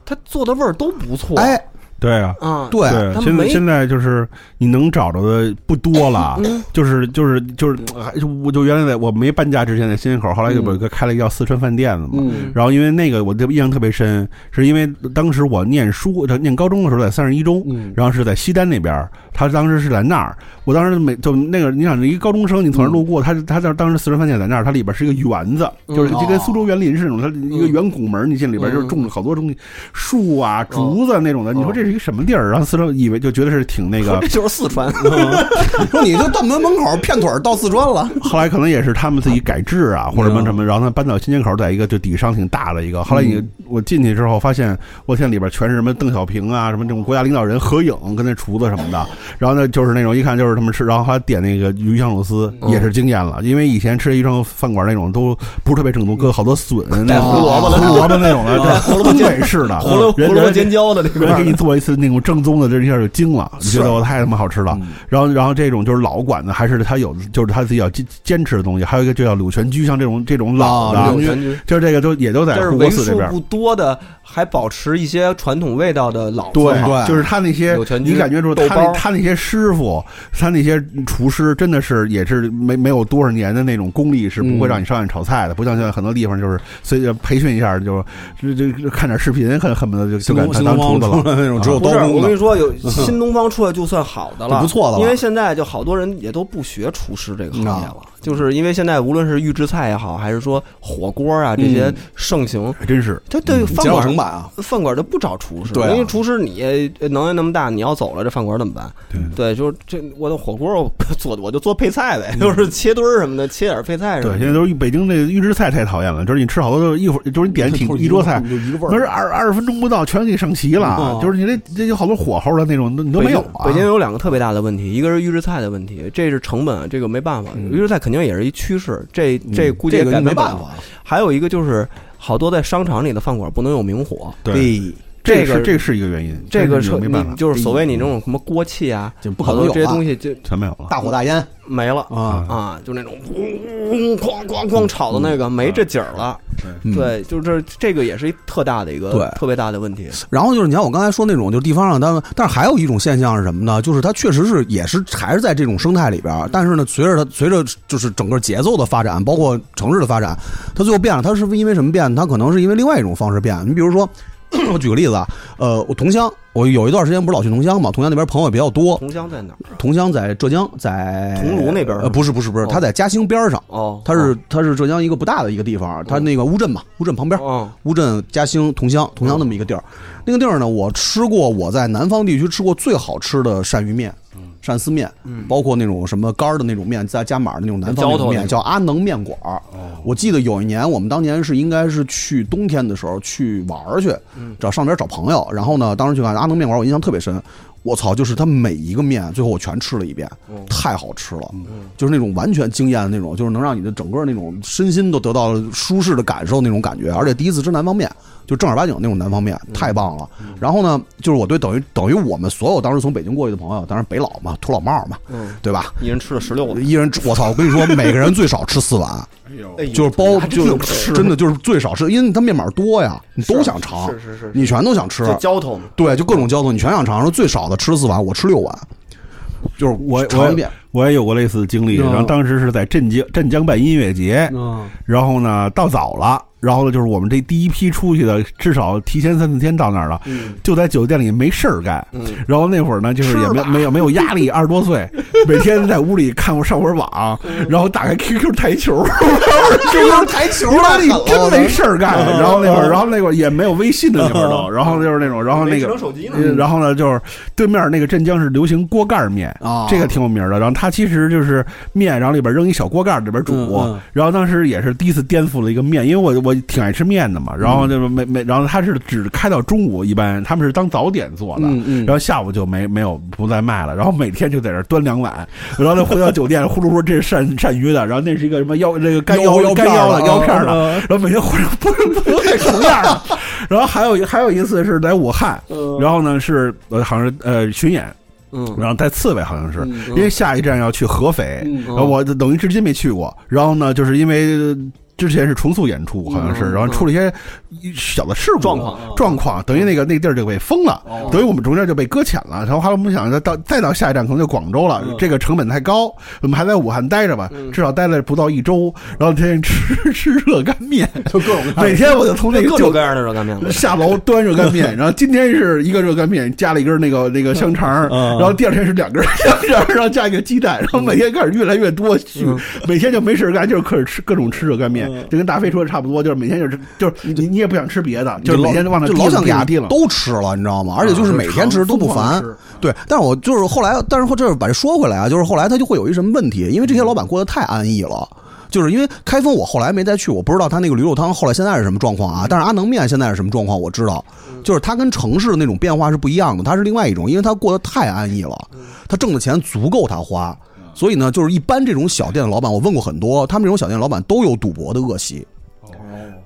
S2: 它做的味儿都不错，
S4: 哎，
S3: 对啊，
S2: 啊，
S4: 对
S3: 对，
S2: 他
S3: 现在
S2: 没
S3: 现在就是你能找着的不多了，
S2: 嗯
S3: (laughs) 就是就是就是，还就我就原来在我没搬家之前在新街口，后来有个开了一个叫四川饭店的嘛，
S4: 嗯
S3: 然后因为那个我就印象特别深，是因为当时我念书，就念高中的时候在三十一中，
S4: 嗯
S3: 然后是在西单那边儿，他当时是在那儿，我当时每就那个你想一个高中生，你从那儿路过，他他在当时四川饭店在那儿，它里边是一个园子，就是就跟苏州园林似的那种，它一个圆拱门，你进里边就是种了好多东西，树啊、竹子那种的，你说这是一个什么地儿？然后四川以为就觉得是挺那
S4: (laughs)
S3: 个
S2: 这， (laughs) 就是四川，
S4: 说你就到门门口骗腿儿到四川了，
S3: 后来可能也是他们自己改制
S2: 嗯
S3: 啊，或者什么什么，然后他搬到新街口，在一个就底商挺大的一个。后来你我进去之后，发现我天，里边全是什么邓小平啊，什么这种国家领导人合影，跟那厨子什
S2: (laughs)
S3: 么的。然后呢，就是那种一看就是他们吃，然后还点那个鱼香肉丝，
S2: 嗯
S3: 也是惊艳了，因为以前吃一张饭馆那种都不是特别正宗，搁好多笋、那
S2: 胡萝卜
S3: 胡萝卜那种的，对，东北式的
S2: 胡萝
S3: 人
S2: 胡萝卜
S3: 人
S2: 尖椒的那
S3: 人
S2: 块
S3: 给你
S2: 儿，
S3: 做一次那种正宗的，这一下就惊了，
S4: 是
S3: 觉得我太他妈好吃了。
S4: 嗯
S3: 然后，然后这种就是老馆子，还是他有，就是他自己要坚坚持的东西。还有一个就叫柳泉居，像这种这种老的，
S4: 啊
S2: 柳泉居
S3: 就是这个都也都在
S2: 这是
S3: 护
S2: 为
S3: 国寺这
S2: 数
S3: 边。
S2: 不多的还保持一些传统味道的老字
S3: 对，
S2: 号
S4: 对
S3: 就是他那些
S2: 柳泉，居
S3: 你感觉出他
S2: 豆
S3: 那
S2: 包
S3: 他那些师傅，他那些厨师，真的是也是没没有多少年的那种功力，是不会让你上岸炒菜的。不像现在很多地方就是随着培训一下就就就就看点视频，恨恨不得就就
S4: 新
S3: 敢
S4: 东
S3: 他
S4: 新
S3: 当
S4: 东
S3: 厨
S4: 方
S3: 子
S4: 出
S3: 了。 (laughs) 啊
S4: 来那种只有
S2: 不
S4: 刀
S2: 是，
S4: 工
S2: 我跟你
S4: 的，
S2: 说，有新东方出来就算好的了，
S4: 就不错的了
S2: 因为现在就好多人也都不学厨师这个行业了，就是因为现在无论是预制菜也好，还是说火锅啊这些盛行，
S3: 还真是，
S2: 它对
S4: 减
S2: 饭
S4: 少成
S2: 馆
S4: 本啊，
S2: 饭馆就不找厨师，
S4: 对啊
S2: 因为厨师你呃能耐那么大，你要走了，这饭馆怎么办？对，就是这我的火锅我 (laughs) 做我就做配菜呗，就是切墩儿什么的，切点儿配菜什么的。
S3: 对，现在都是北京那个预制菜太讨厌了，就是你吃好多都是一会儿，就是你点挺一桌菜，
S4: 就一个味
S3: 不是
S4: 儿，
S3: 二二十分钟不到，全给你上齐了啊
S4: 嗯。
S3: 就是你这这有好多火候的那种，你都
S2: 北京
S3: 没有啊。
S2: 北京有两个特别大的问题，一个是预制菜的问题，这是成本，啊这个没办法。预制菜肯定也是一趋势，这这估计也
S4: 这
S2: 改变
S4: 个没
S2: 不了
S4: 办。法，
S2: 还有一个就是，好多在商场里的饭馆不能有明火，
S3: 对，
S2: 这
S3: 这是
S2: 个
S3: 这是一个原因，
S2: 这个是
S3: 是没办法
S2: 你，就是所谓你那种什么锅气啊，
S4: 就不可能
S2: 好
S4: 有
S2: 多这些
S4: 啊
S2: 东西就
S3: 全没有了。
S4: 大火大烟
S2: 没了
S4: 啊，
S2: 啊，就那种嗡哐哐
S3: 嗯
S2: 哐炒的那个没这劲儿了。
S4: 嗯。
S2: 对，就是这个也是一特大的一个
S4: 对
S2: 特别大的问题。
S4: 然后就是你像我刚才说那种，就是地方上他们，但是还有一种现象是什么呢？就是它确实是也是还是在这种生态里边
S2: 嗯
S4: 儿，但是呢，随着它随着就是整个节奏的发展，包括城市的发展，它最后变了。它是因为什么变？它可能是因为另外一种方式变。你比如说， (clears throat) 我举个例子啊，呃，我同乡，我有一段时间不是老去同乡嘛，同乡那边朋友也比较多。
S2: 同乡在哪儿？
S4: 同乡在浙江，在
S2: 桐庐那边儿
S4: 呃，不是不是不是，
S2: 哦
S4: 他在嘉兴边儿上，
S2: 哦，
S4: 他是他是浙江一个不大的一个地方，他那个乌镇嘛，乌镇旁边儿。
S2: 哦，
S4: 乌镇、嘉兴、桐乡、桐乡那么一个地儿。那个地儿呢，我吃过我在南方地区吃过最好吃的鳝鱼面。鳝丝面，包括那种什么干儿的那种面，再加码的那种南方那
S2: 浇头
S4: 种
S2: 那
S4: 面，
S2: 种
S4: 叫阿能面馆儿。我记得有一年，我们当年是应该是去冬天的时候去玩儿去，找上边儿找朋友。然后呢，当时去看阿能面馆儿，我印象特别深。我操，就是它每一个面，最后我全吃了一遍，太好吃了，就是那种完全惊艳的那种，就是能让你的整个那种身心都得到了舒适的感受那种感觉。而且第一次吃南方面，就正儿八经那种南方面，太棒了。
S2: 嗯
S4: 然后呢，就是我对等于等于我们所有当时从北京过去的朋友，当然北老嘛，土老帽嘛，
S2: 嗯
S4: 对吧？
S2: 一人吃了十六个，
S4: 一人我操，我跟你说，每个人最少吃四碗，
S2: (laughs) 哎呦
S4: 就是包
S2: 还真
S4: 就
S2: 能
S4: 是
S2: 吃
S4: 真的就是最少吃，因为它面码多呀，你都想尝，
S2: 是是是是
S4: 你全都想吃，
S2: 就浇头嘛。
S4: 对，就各种交通，你全想尝，说最少的吃四碗，我吃六碗，就是
S3: 我
S4: 尝一
S3: 我
S4: 遍
S3: 也。我也有过类似的经历，
S4: 嗯
S3: 然后当时是在镇江镇江办音乐节，
S4: 嗯，
S3: 然后呢到早了，然后呢就是我们这第一批出去的，至少提前三四天到那儿了，
S2: 嗯
S3: 就在酒店里没事儿干，然后那会儿呢就是也没没有没有压力，二十多岁，每天在屋里看会上会儿网，
S2: 嗯
S3: 然后打开 QQ
S2: (laughs)
S3: 台球，
S4: 就是台球
S2: 啊
S3: 他妈
S4: 了，嗯
S3: 的真没事儿干。然后那会儿，然后那会儿也没有微信的那会儿都，然后就是那种，然后那个，嗯然后呢就是对面那个镇江是流行锅盖儿面
S4: 啊
S3: 这个挺有名儿的。然后它其实就是面，然后里边扔一小锅盖儿，里边煮
S4: 嗯嗯。
S3: 然后当时也是第一次颠覆了一个面，因为我我挺爱吃面的嘛。然
S4: 嗯
S3: 后就是每每，然后它是只开到中午，一般他们是当早点做的。
S4: 嗯嗯
S3: 然后下午就没没有不再卖了，然后每天就在这儿端两碗，然后再回到酒店，呼噜说这是鳝鳝鱼的，然后那是一个什么腰那个干腰
S4: 腰腰
S3: 干
S4: 片儿
S3: 腰
S4: 的
S3: 的腰片儿的
S4: 嗯嗯，
S3: 然后每天回来不不不太重样了。然后还有一还有一次是在武汉，
S4: 嗯
S3: 然后呢是呃好像是呃巡演，
S2: 嗯，
S3: 然后带刺猬好像是，
S2: 嗯
S3: 因为下一站要去合肥，
S4: 嗯
S3: 然后我等于至今没去过。然后呢，就是因为呃之前是重塑演出，好像是，
S2: 嗯
S3: 然后出了一些一小的事故
S2: 状况
S3: 状况，嗯等于那个那个地儿就被封了，
S4: 哦
S3: 等于我们中间就被搁浅了。然后后来我们想着到再到下一站可能就广州了，这个成本太高，我们还在武汉待着吧，至少待了不到一周，然后天天吃 (laughs) 吃热干面，
S4: (laughs) 就各种
S3: 每天我就从那个
S2: 各
S3: (laughs) 就
S2: 种各样的热干面吧，
S3: 下楼端热干
S4: (laughs)
S3: 面，然后今天是一个热干面加了一根那个那个香肠，
S4: 嗯
S3: 然后第二天是两根香肠，
S4: 嗯
S3: 然后加一个鸡蛋，然后每天开始越来越多，续每天就没事干，就是开始吃各种吃热干面，
S4: 嗯
S3: 这跟大飞说的差不多，就是每天就是就是你你也不想吃别的，就是
S4: 老
S3: 每天往那
S4: 就
S3: 地
S4: 老想给
S3: 压
S4: 他
S3: 地了，
S4: 都吃了，你知道吗？而且就是每天吃都不
S3: 啊
S4: 烦
S3: 就。是
S4: 对，但是我就是后来，但是这把这说回来啊，就是后来他就会有一什么问题，因为这些老板过得太安逸了。就是因为开封，我后来没再去，我不知道他那个驴肉汤后来现在是什么状况啊。但是阿能面现在是什么状况，我知道，就是它跟城市的那种变化是不一样的，它是另外一种，因为它过得太安逸了，他挣的钱足够他花，所以呢，就是一般这种小店的老板，我问过很多，他们这种小店老板都有赌博的恶习，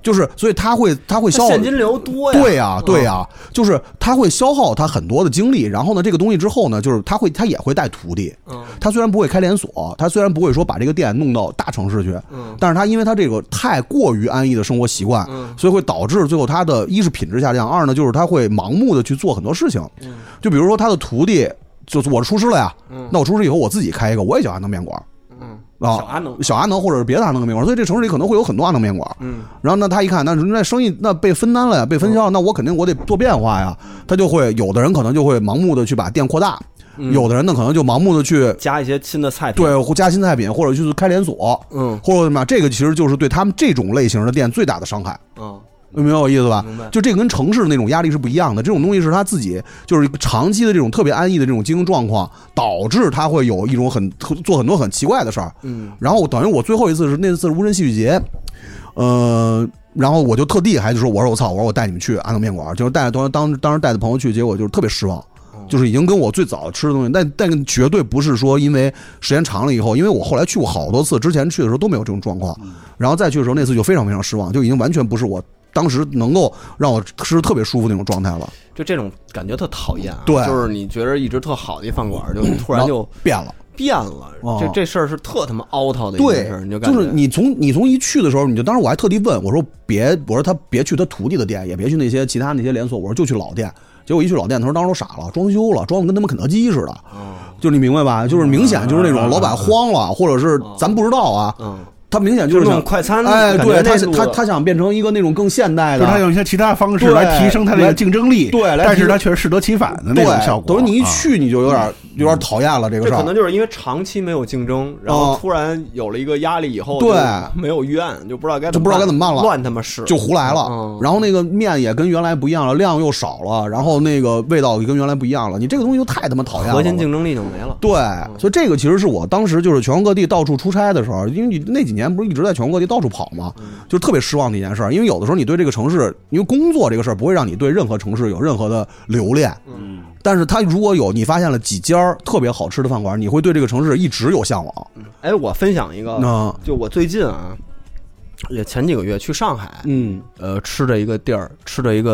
S4: 就是所以他会他会消耗
S2: 现金流多呀，
S4: 对呀、对呀、就是他会消耗他很多的精力，然后呢，这个东西之后呢，就是他会他也会带徒弟。
S2: 嗯，
S4: 他虽然不会开连锁，他虽然不会说把这个店弄到大城市去，
S2: 嗯
S4: 但是他因为他这个太过于安逸的生活习惯，
S2: 嗯
S4: 所以会导致最后他的一是品质下降，二呢就是他会盲目的去做很多事情，
S2: 嗯
S4: 就比如说他的徒弟，就是我是厨师了呀，
S2: 嗯
S4: 那我出师以后我自己开一个，我也叫安能面馆
S2: 嗯，
S4: 啊，
S2: 小阿能，
S4: 小阿能或者是别的阿能面馆，所以这城市里可能会有很多阿能面馆，
S2: 嗯
S4: 然后呢，他一看，那那生意那被分担了呀，被分销了，那我肯定我得做变化呀。他就会有的人可能就会盲目的去把店扩大，
S2: 嗯
S4: 有的人呢可能就盲目的去
S2: 加一些新的菜品，
S4: 对加新菜品，或者就是开连锁，
S2: 嗯
S4: 或者什么，这个其实就是对他们这种类型的店最大的伤害。
S2: 嗯
S4: 明白我意思吧
S2: 明白？
S4: 就这个跟城市那种压力是不一样的，这种东西是他自己就是长期的这种特别安逸的这种经营状况，导致他会有一种很做很多很奇怪的事儿。
S2: 嗯
S4: 然后我等于我最后一次是那次是无人戏剧节，呃，然后我就特地还就说我说我操，我说我带你们去安能面馆，就是带当当当时带的朋友去，结果就是特别失望，
S2: 哦
S4: 就是已经跟我最早吃的东西，但但绝对不是说因为时间长了以后，因为我后来去过好多次，之前去的时候都没有这种状况，
S2: 嗯
S4: 然后再去的时候那次就非常非常失望，就已经完全不是我。当时能够让我吃得特别舒服那种状态了，
S2: 就这种感觉特讨厌啊，
S4: 对
S2: 就是你觉得一直特好的一饭馆，就突然就
S4: 后变了。
S2: 变了，
S4: 哦
S2: 这这事儿是特他妈凹套的一件
S4: 对
S2: 事儿，，你就感
S4: 就
S2: 觉
S4: 是你从你从一去的时候，你就当时我还特地问我说别，我说他别去他徒弟的店，也别去那些其他那些连锁，我说就去老店。结果一去老店，他说当时都傻了，装修了，装的跟他们肯德基似的，
S2: 哦
S4: 就是你明白吧？就是明显就是那种老板慌了，或者是咱不知道啊，
S2: 哦嗯，
S4: 他明显就
S2: 就是是那
S4: 想
S2: 种快餐
S4: 哎，
S2: 感
S4: 对
S2: 觉
S4: 他
S2: 那
S4: 想
S2: 路
S4: 他
S2: 子
S4: 他想变成一个那种更现代
S3: 就是他
S4: 的。
S3: 用一些其他方式
S4: 对
S3: 来提升他这
S4: 来
S3: 个竞争力，
S4: 对来
S3: 但
S4: 提
S3: 是他却适得其反的那
S4: 对
S3: 种效，果。
S4: 等于你一
S3: 啊
S4: 去你就有点、有点讨厌了这
S2: 嗯
S4: 个
S2: 这
S4: 事
S2: 可
S4: 儿
S2: 能，就是因为长期没有竞争，然后
S4: 哦
S2: 突然有了一个压力以后，
S4: 对
S2: 就没有怨，就不知道该
S4: 就不知道该怎么办了
S2: 乱他妈试，
S4: 就胡来了。
S2: 嗯
S4: 然后那个面也跟原来不一样了，量又少了，然后那个味道也跟原来不一样了。你这个东西就太他妈讨厌了。
S2: 核心竞争力就没了。
S4: 对，所以这个其实是我当时就是全国各地到处出差的时候，因为你那几年不是一直在全国各地到处跑嘛，就是特别失望的一件事儿。因为有的时候你对这个城市，因为工作这个事儿不会让你对任何城市有任何的留恋，嗯，但是它如果有你发现了几家儿特别好吃的饭馆，你会对这个城市一直有向往。
S2: 哎，我分享一个，
S4: 那
S2: 就我最近啊，也前几个月去上海，
S4: 嗯，
S2: 呃，吃的一个地儿，吃的一个、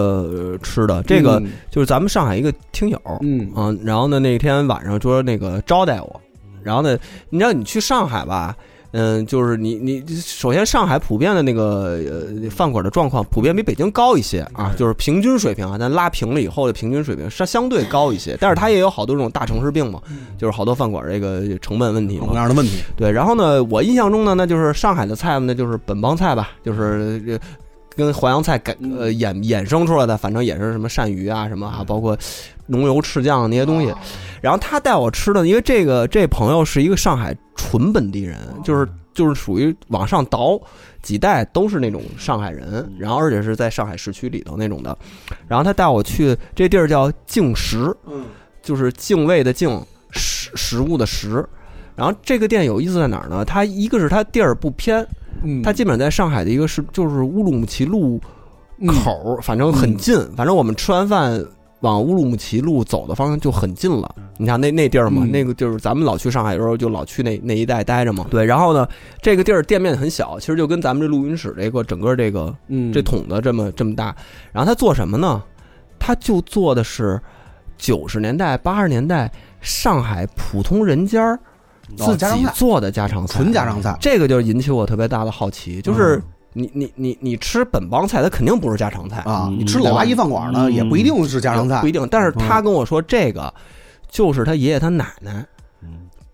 S2: 呃吃的，这个、
S4: 嗯
S2: 就是咱们上海一个听友，
S4: 嗯
S2: 啊，然后呢那天晚上说那个招待我，然后呢，你知道你去上海吧，嗯，就是你你首先上海普遍的那个呃饭馆的状况普遍比北京高一些啊，就是平均水平啊，咱拉平了以后的平均水平是相对高一些，但是它也有好多这种大城市病嘛，就是好多饭馆这个成本问题
S4: 各
S2: 嘛
S4: 种各，样的问题，
S2: 对，然后呢，我印象中呢，那就是上海的菜呢，就是本帮菜吧，就是这。跟淮扬菜改呃衍衍生出来的，反正也是什么鳝鱼啊什么啊，包括浓油赤酱那些东西。然后他带我吃的，因为这个这朋友是一个上海纯本地人，就是就是属于往上倒几代都是那种上海人，然后而且是在上海市区里头那种的。然后他带我去这地儿叫敬食，就是敬畏的敬，食食物的食。然后这个店有意思在哪儿呢？它一个是它地儿不偏，
S4: 嗯
S2: 它基本上在上海的一个是就是乌鲁木齐路口儿，
S4: 嗯
S2: 反正很近。反正我们吃完饭往乌鲁木齐路走的方向就很近了。你看那那地儿嘛，
S4: 嗯
S2: 那个就是咱们老去上海，有时候就老去那那一带待着嘛。对，然后呢，这个地儿店面很小，其实就跟咱们这录音室这个整个这个
S4: 嗯
S2: 这桶子这么这么大。然后他做什么呢？他就做的是九十年代、八十年代上海普通人家儿
S4: 哦
S2: 自
S4: 家常
S2: 己
S4: 菜
S2: 做的家常菜，
S4: 纯家常菜
S2: 这个就引起我特别大的好奇，就是
S4: 嗯
S2: 你你你你吃本帮菜，它肯定不是家常菜，
S4: 啊，
S3: 嗯
S4: 你吃老阿姨饭馆呢，
S3: 嗯
S4: 也不一定是家常菜嗯
S2: 不一。定。但是他跟我说这个就是他爷爷他奶奶。
S4: 嗯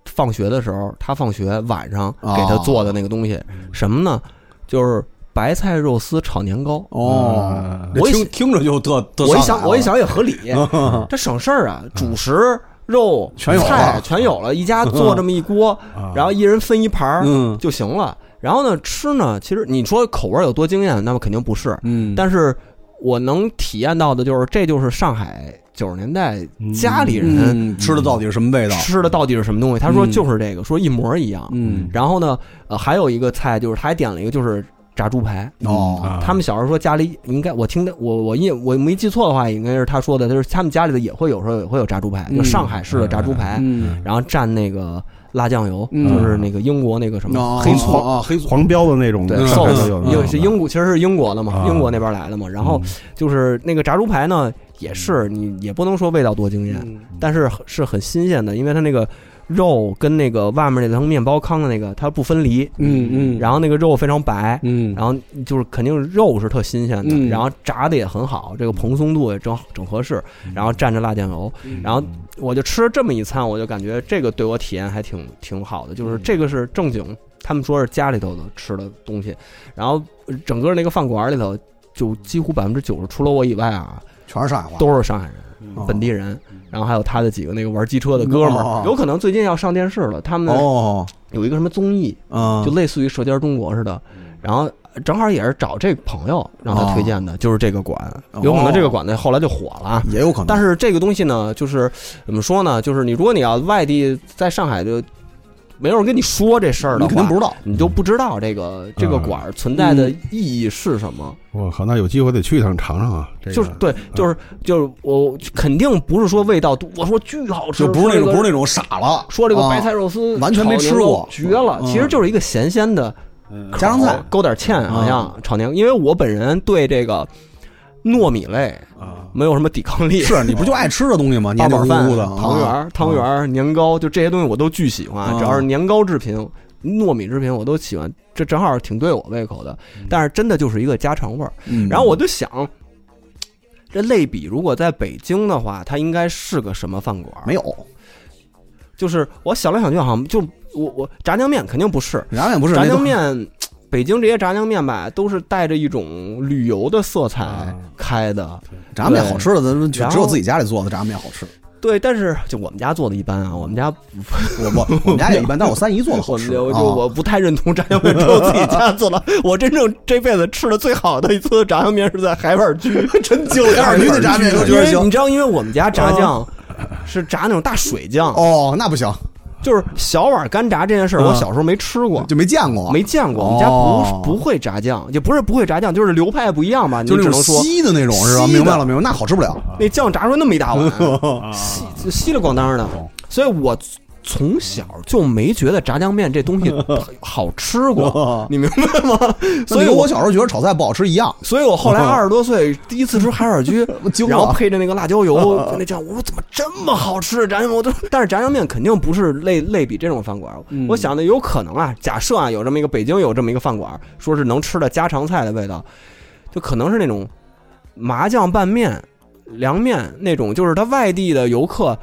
S2: 放学的时候，他放学晚上
S4: 啊
S2: 给他做的那个东西，
S4: 嗯
S2: 什么呢？就是白菜肉丝炒年糕。
S4: 哦，
S2: 我一
S4: 听听着就特特
S2: 我一
S4: 上
S2: 想，
S4: 来
S2: 我一
S4: 了，
S2: 想也合
S4: (laughs)
S2: 理， (laughs) 这省事儿啊，主食、肉、
S4: 嗯全有了啊
S2: 菜全有了，一家做这么一锅，然后一人分一盘儿
S4: 嗯
S2: 就行了。然后呢，吃呢，其实你说口味有多惊艳，那么肯定不是。
S5: 嗯
S2: 但是我能体验到的就是，这就是上海九十年代
S5: 嗯
S2: 家里人
S4: 嗯，吃的到底是什么味道？
S2: 吃的到底是什么东西。他说
S5: 嗯
S2: 就是这个，说一模一样。
S5: 嗯
S2: 然后呢，呃，还有一个菜就是他还点了一个就是炸猪排。
S4: 哦，
S3: 啊
S2: 他们小时候说家里应该，我听的我我印我没记错的话，应该是他说的，就是他们家里的也会有时候也会有炸猪排，
S5: 嗯
S2: 就上海式的炸猪排，
S5: 嗯
S2: 然后蘸那个辣酱油，
S5: 嗯
S2: 就是那个英国那个什么
S4: 哦
S2: 黑醋，
S4: 啊，黑醋
S3: 黄标的那种
S2: 对
S3: 上海都有
S2: ，sauce，
S3: 那
S2: 英
S3: 种
S2: 是英国，其实是英国的嘛
S3: 啊，
S2: 英国那边来的嘛。然
S4: 嗯
S2: 后就是那个炸猪排呢，也是
S5: 嗯
S2: 你也不能说味道多惊艳，但是是很新鲜的，因为它那个肉跟那个外面那层面包糠的那个它不分离，
S5: 嗯嗯，
S2: 然后那个肉非常白，
S5: 嗯
S2: 然后就是肯定肉是特新鲜的，
S5: 嗯
S2: 然后炸的也很好，这个蓬松度也正正合适，
S5: 嗯
S2: 然后蘸着辣酱油，然后我就吃了这么一餐，我就感觉这个对我体验还挺挺好的，
S5: 嗯
S2: 就是这个是正经，他们说是家里头的吃的东西，然后呃整个那个饭馆里头就几乎百分之九十除了我以外啊，
S4: 全是上海话，
S2: 都是上海人，
S4: 嗯
S2: 本地人。然后还有他的几个那个玩机车的哥们
S4: 哦
S2: 儿，有可能最近要上电视了。他们
S4: 哦，
S2: 有一个什么综艺，
S4: 嗯，
S2: 就类似于《舌尖中国》似的。然后正好也是找这个朋友让
S4: 哦
S2: 他推荐的，就是这个馆，有可能这个馆子后来就火了啊。
S4: 也有可能，
S2: 但是这个东西呢，就是怎么说呢？就是你如果你要外地在上海就没有人跟你说这事儿
S4: 你
S2: 的
S4: 肯定
S2: 话
S4: 不，知道，
S2: 你就不知道这
S4: 嗯
S2: 个这个馆儿存在的意义是什么。
S4: 哦
S3: 我靠，那有机会得去一趟尝尝啊！这个
S2: 就是对，就是就是我肯定不是说味道多，我说巨好吃，
S4: 就不是那
S2: 说这
S4: 种
S2: 个
S4: 不是那种傻了，
S2: 说这个
S4: 啊
S2: 白菜肉丝
S4: 完全没吃
S2: 炒年糕
S4: 过
S2: 绝了！
S4: 嗯
S2: 其实就是一个咸鲜的
S4: 家常菜嗯
S2: 口，勾点芡，好像炒年糕。因为我本人对这个糯米类没有什么抵抗力，
S4: 啊是你不就爱吃这
S2: (laughs)
S4: 东西吗？黏
S2: 八
S4: 黏
S2: 宝
S4: 糊
S2: 饭
S4: 糊的、
S2: 汤圆儿、汤圆儿、年糕，就这些东西我都巨喜欢。
S4: 啊
S2: 只要是年糕制品、糯米制品，我都喜欢。这正好挺对我胃口的，但是真的就是一个家常味儿。
S4: 嗯
S2: 然后我就想，这类比如果在北京的话，它应该是个什么饭馆？
S4: 没有，
S2: 就是我想来想去，好像就我我炸酱面肯定不是，
S4: 然后也不是
S2: 炸
S4: 那
S2: 酱
S4: 都
S2: 面，北京这些炸酱面吧，都是带着一种旅游的色彩
S3: 啊
S2: 开的。
S4: 炸酱面好吃的，咱
S2: 然
S4: 就
S2: 后
S4: 只有自己家里做的炸酱面好吃。
S2: 对，但是就我们家做的一般啊，我们家
S4: 我我我们
S2: (laughs)
S4: 家也一般，但我三姨做的好
S2: 我
S4: 吃
S2: 们。哎我
S4: 啊
S2: 就我不太认同炸酱面只有自己家做
S4: (laughs)
S2: 的。我真正这辈子吃的最好的一次炸酱面是在海碗
S4: (laughs)
S2: 居，真
S4: 就海碗居的炸面都觉
S2: 因
S4: 得
S2: 为
S4: 行啊
S2: 你知道，因为我们家炸酱是炸那种大水酱，
S4: 哦，那不行，
S2: 就是小碗干炸这件事儿，我
S4: 嗯
S2: 小时候没吃过。
S4: 就没见过，
S2: 没见过，我们家不
S4: 哦
S2: 不会炸酱，也不是不会炸酱，就是流派不一样吧。你
S4: 就
S2: 只
S4: 那
S2: 能
S4: 种
S2: 说
S4: 稀的那种是吧？
S2: 稀的
S4: 明白了，明白了，那好吃不了。
S2: 那酱炸出来那么一大
S4: 嗯
S2: 碗，啊稀稀里咣当的。所以我从小就没觉得炸酱面这
S4: (laughs)
S2: 东西好吃过，你明白吗？
S4: 哦那
S2: 所
S4: 你
S2: 以
S4: 跟我
S2: 我。
S4: 小时候觉得炒菜不好吃一样，
S2: 所以我
S4: (laughs)
S2: 后来二十多岁第一次吃海尔居
S4: 我惊，了
S2: 然后配着那个辣椒油跟那酱，我说怎么这么好吃的炸 (laughs) 酱面？我都但是炸酱面肯定不是类类比这种饭馆，我想的有可能啊，假设啊有这么一个北京有这么一个饭馆，说是能吃的家常菜的味道，就可能是那种麻酱拌面、凉面那种，就是他外地的游客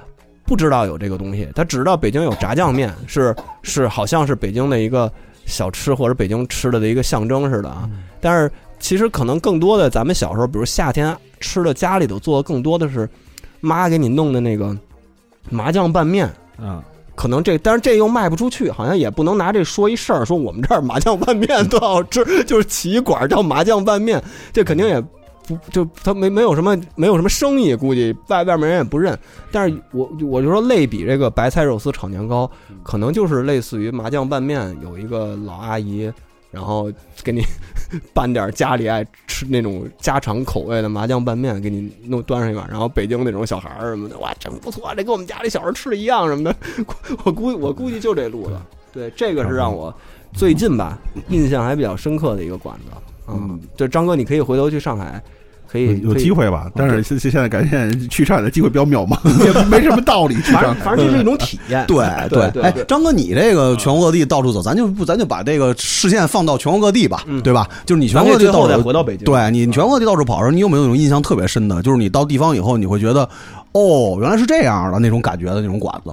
S2: 不知道有这个东西，他只知道北京有炸酱面，是是好像是北京的一个小吃或者北京吃的的一个象征似的啊。但是其实可能更多的咱们小时候，比如夏天吃的家里头做的更多的是妈给你弄的那个麻酱拌面。
S5: 嗯
S2: 可能这，但是这又卖不出去，好像也不能拿这说一事儿，说我们这儿麻酱拌面多好吃，就是起一馆儿叫麻酱拌面，这肯定也不就他没没有什么没有什么生意，估计外外面人也不认。但是我我就说类比这个白菜肉丝炒年糕，可能就是类似于麻酱拌面，有一个老阿姨。然后给你 (laughs) 拌点儿家里爱吃那种家常口味的麻酱拌面，给你弄端上一碗。然后北京那种小孩儿什么的，哇，真不错，这跟我们家里小时候吃的一样什么的。 (laughs) 我估计我估计就这路了。对，这个是让我最近吧印象还比较深刻的一个馆子。嗯，这张哥，你可以回头去上海，可以
S3: 有有机
S2: 会。
S3: 会吧，但是现现在感觉去上海的机会比较渺茫， (laughs) 也没什么道理去
S2: 反正
S3: 上海。
S2: 反正这是一种体验。
S4: 对
S2: 对对
S4: 哎
S2: 对，嗯
S4: 张哥，你这个全国各地到处走，咱就不咱就把这个视线放到全国各地吧，对吧？就是你全
S2: 咱
S4: 国
S2: 们
S4: 各地
S2: 最后
S4: 到
S2: 再
S4: 处
S2: 回到北京。嗯
S4: 对你全国各地到处跑的时候，你有没有那种印象特别深的？就是你到地方以后，你会觉得，哦，原来是这样的那种感觉的那种馆子。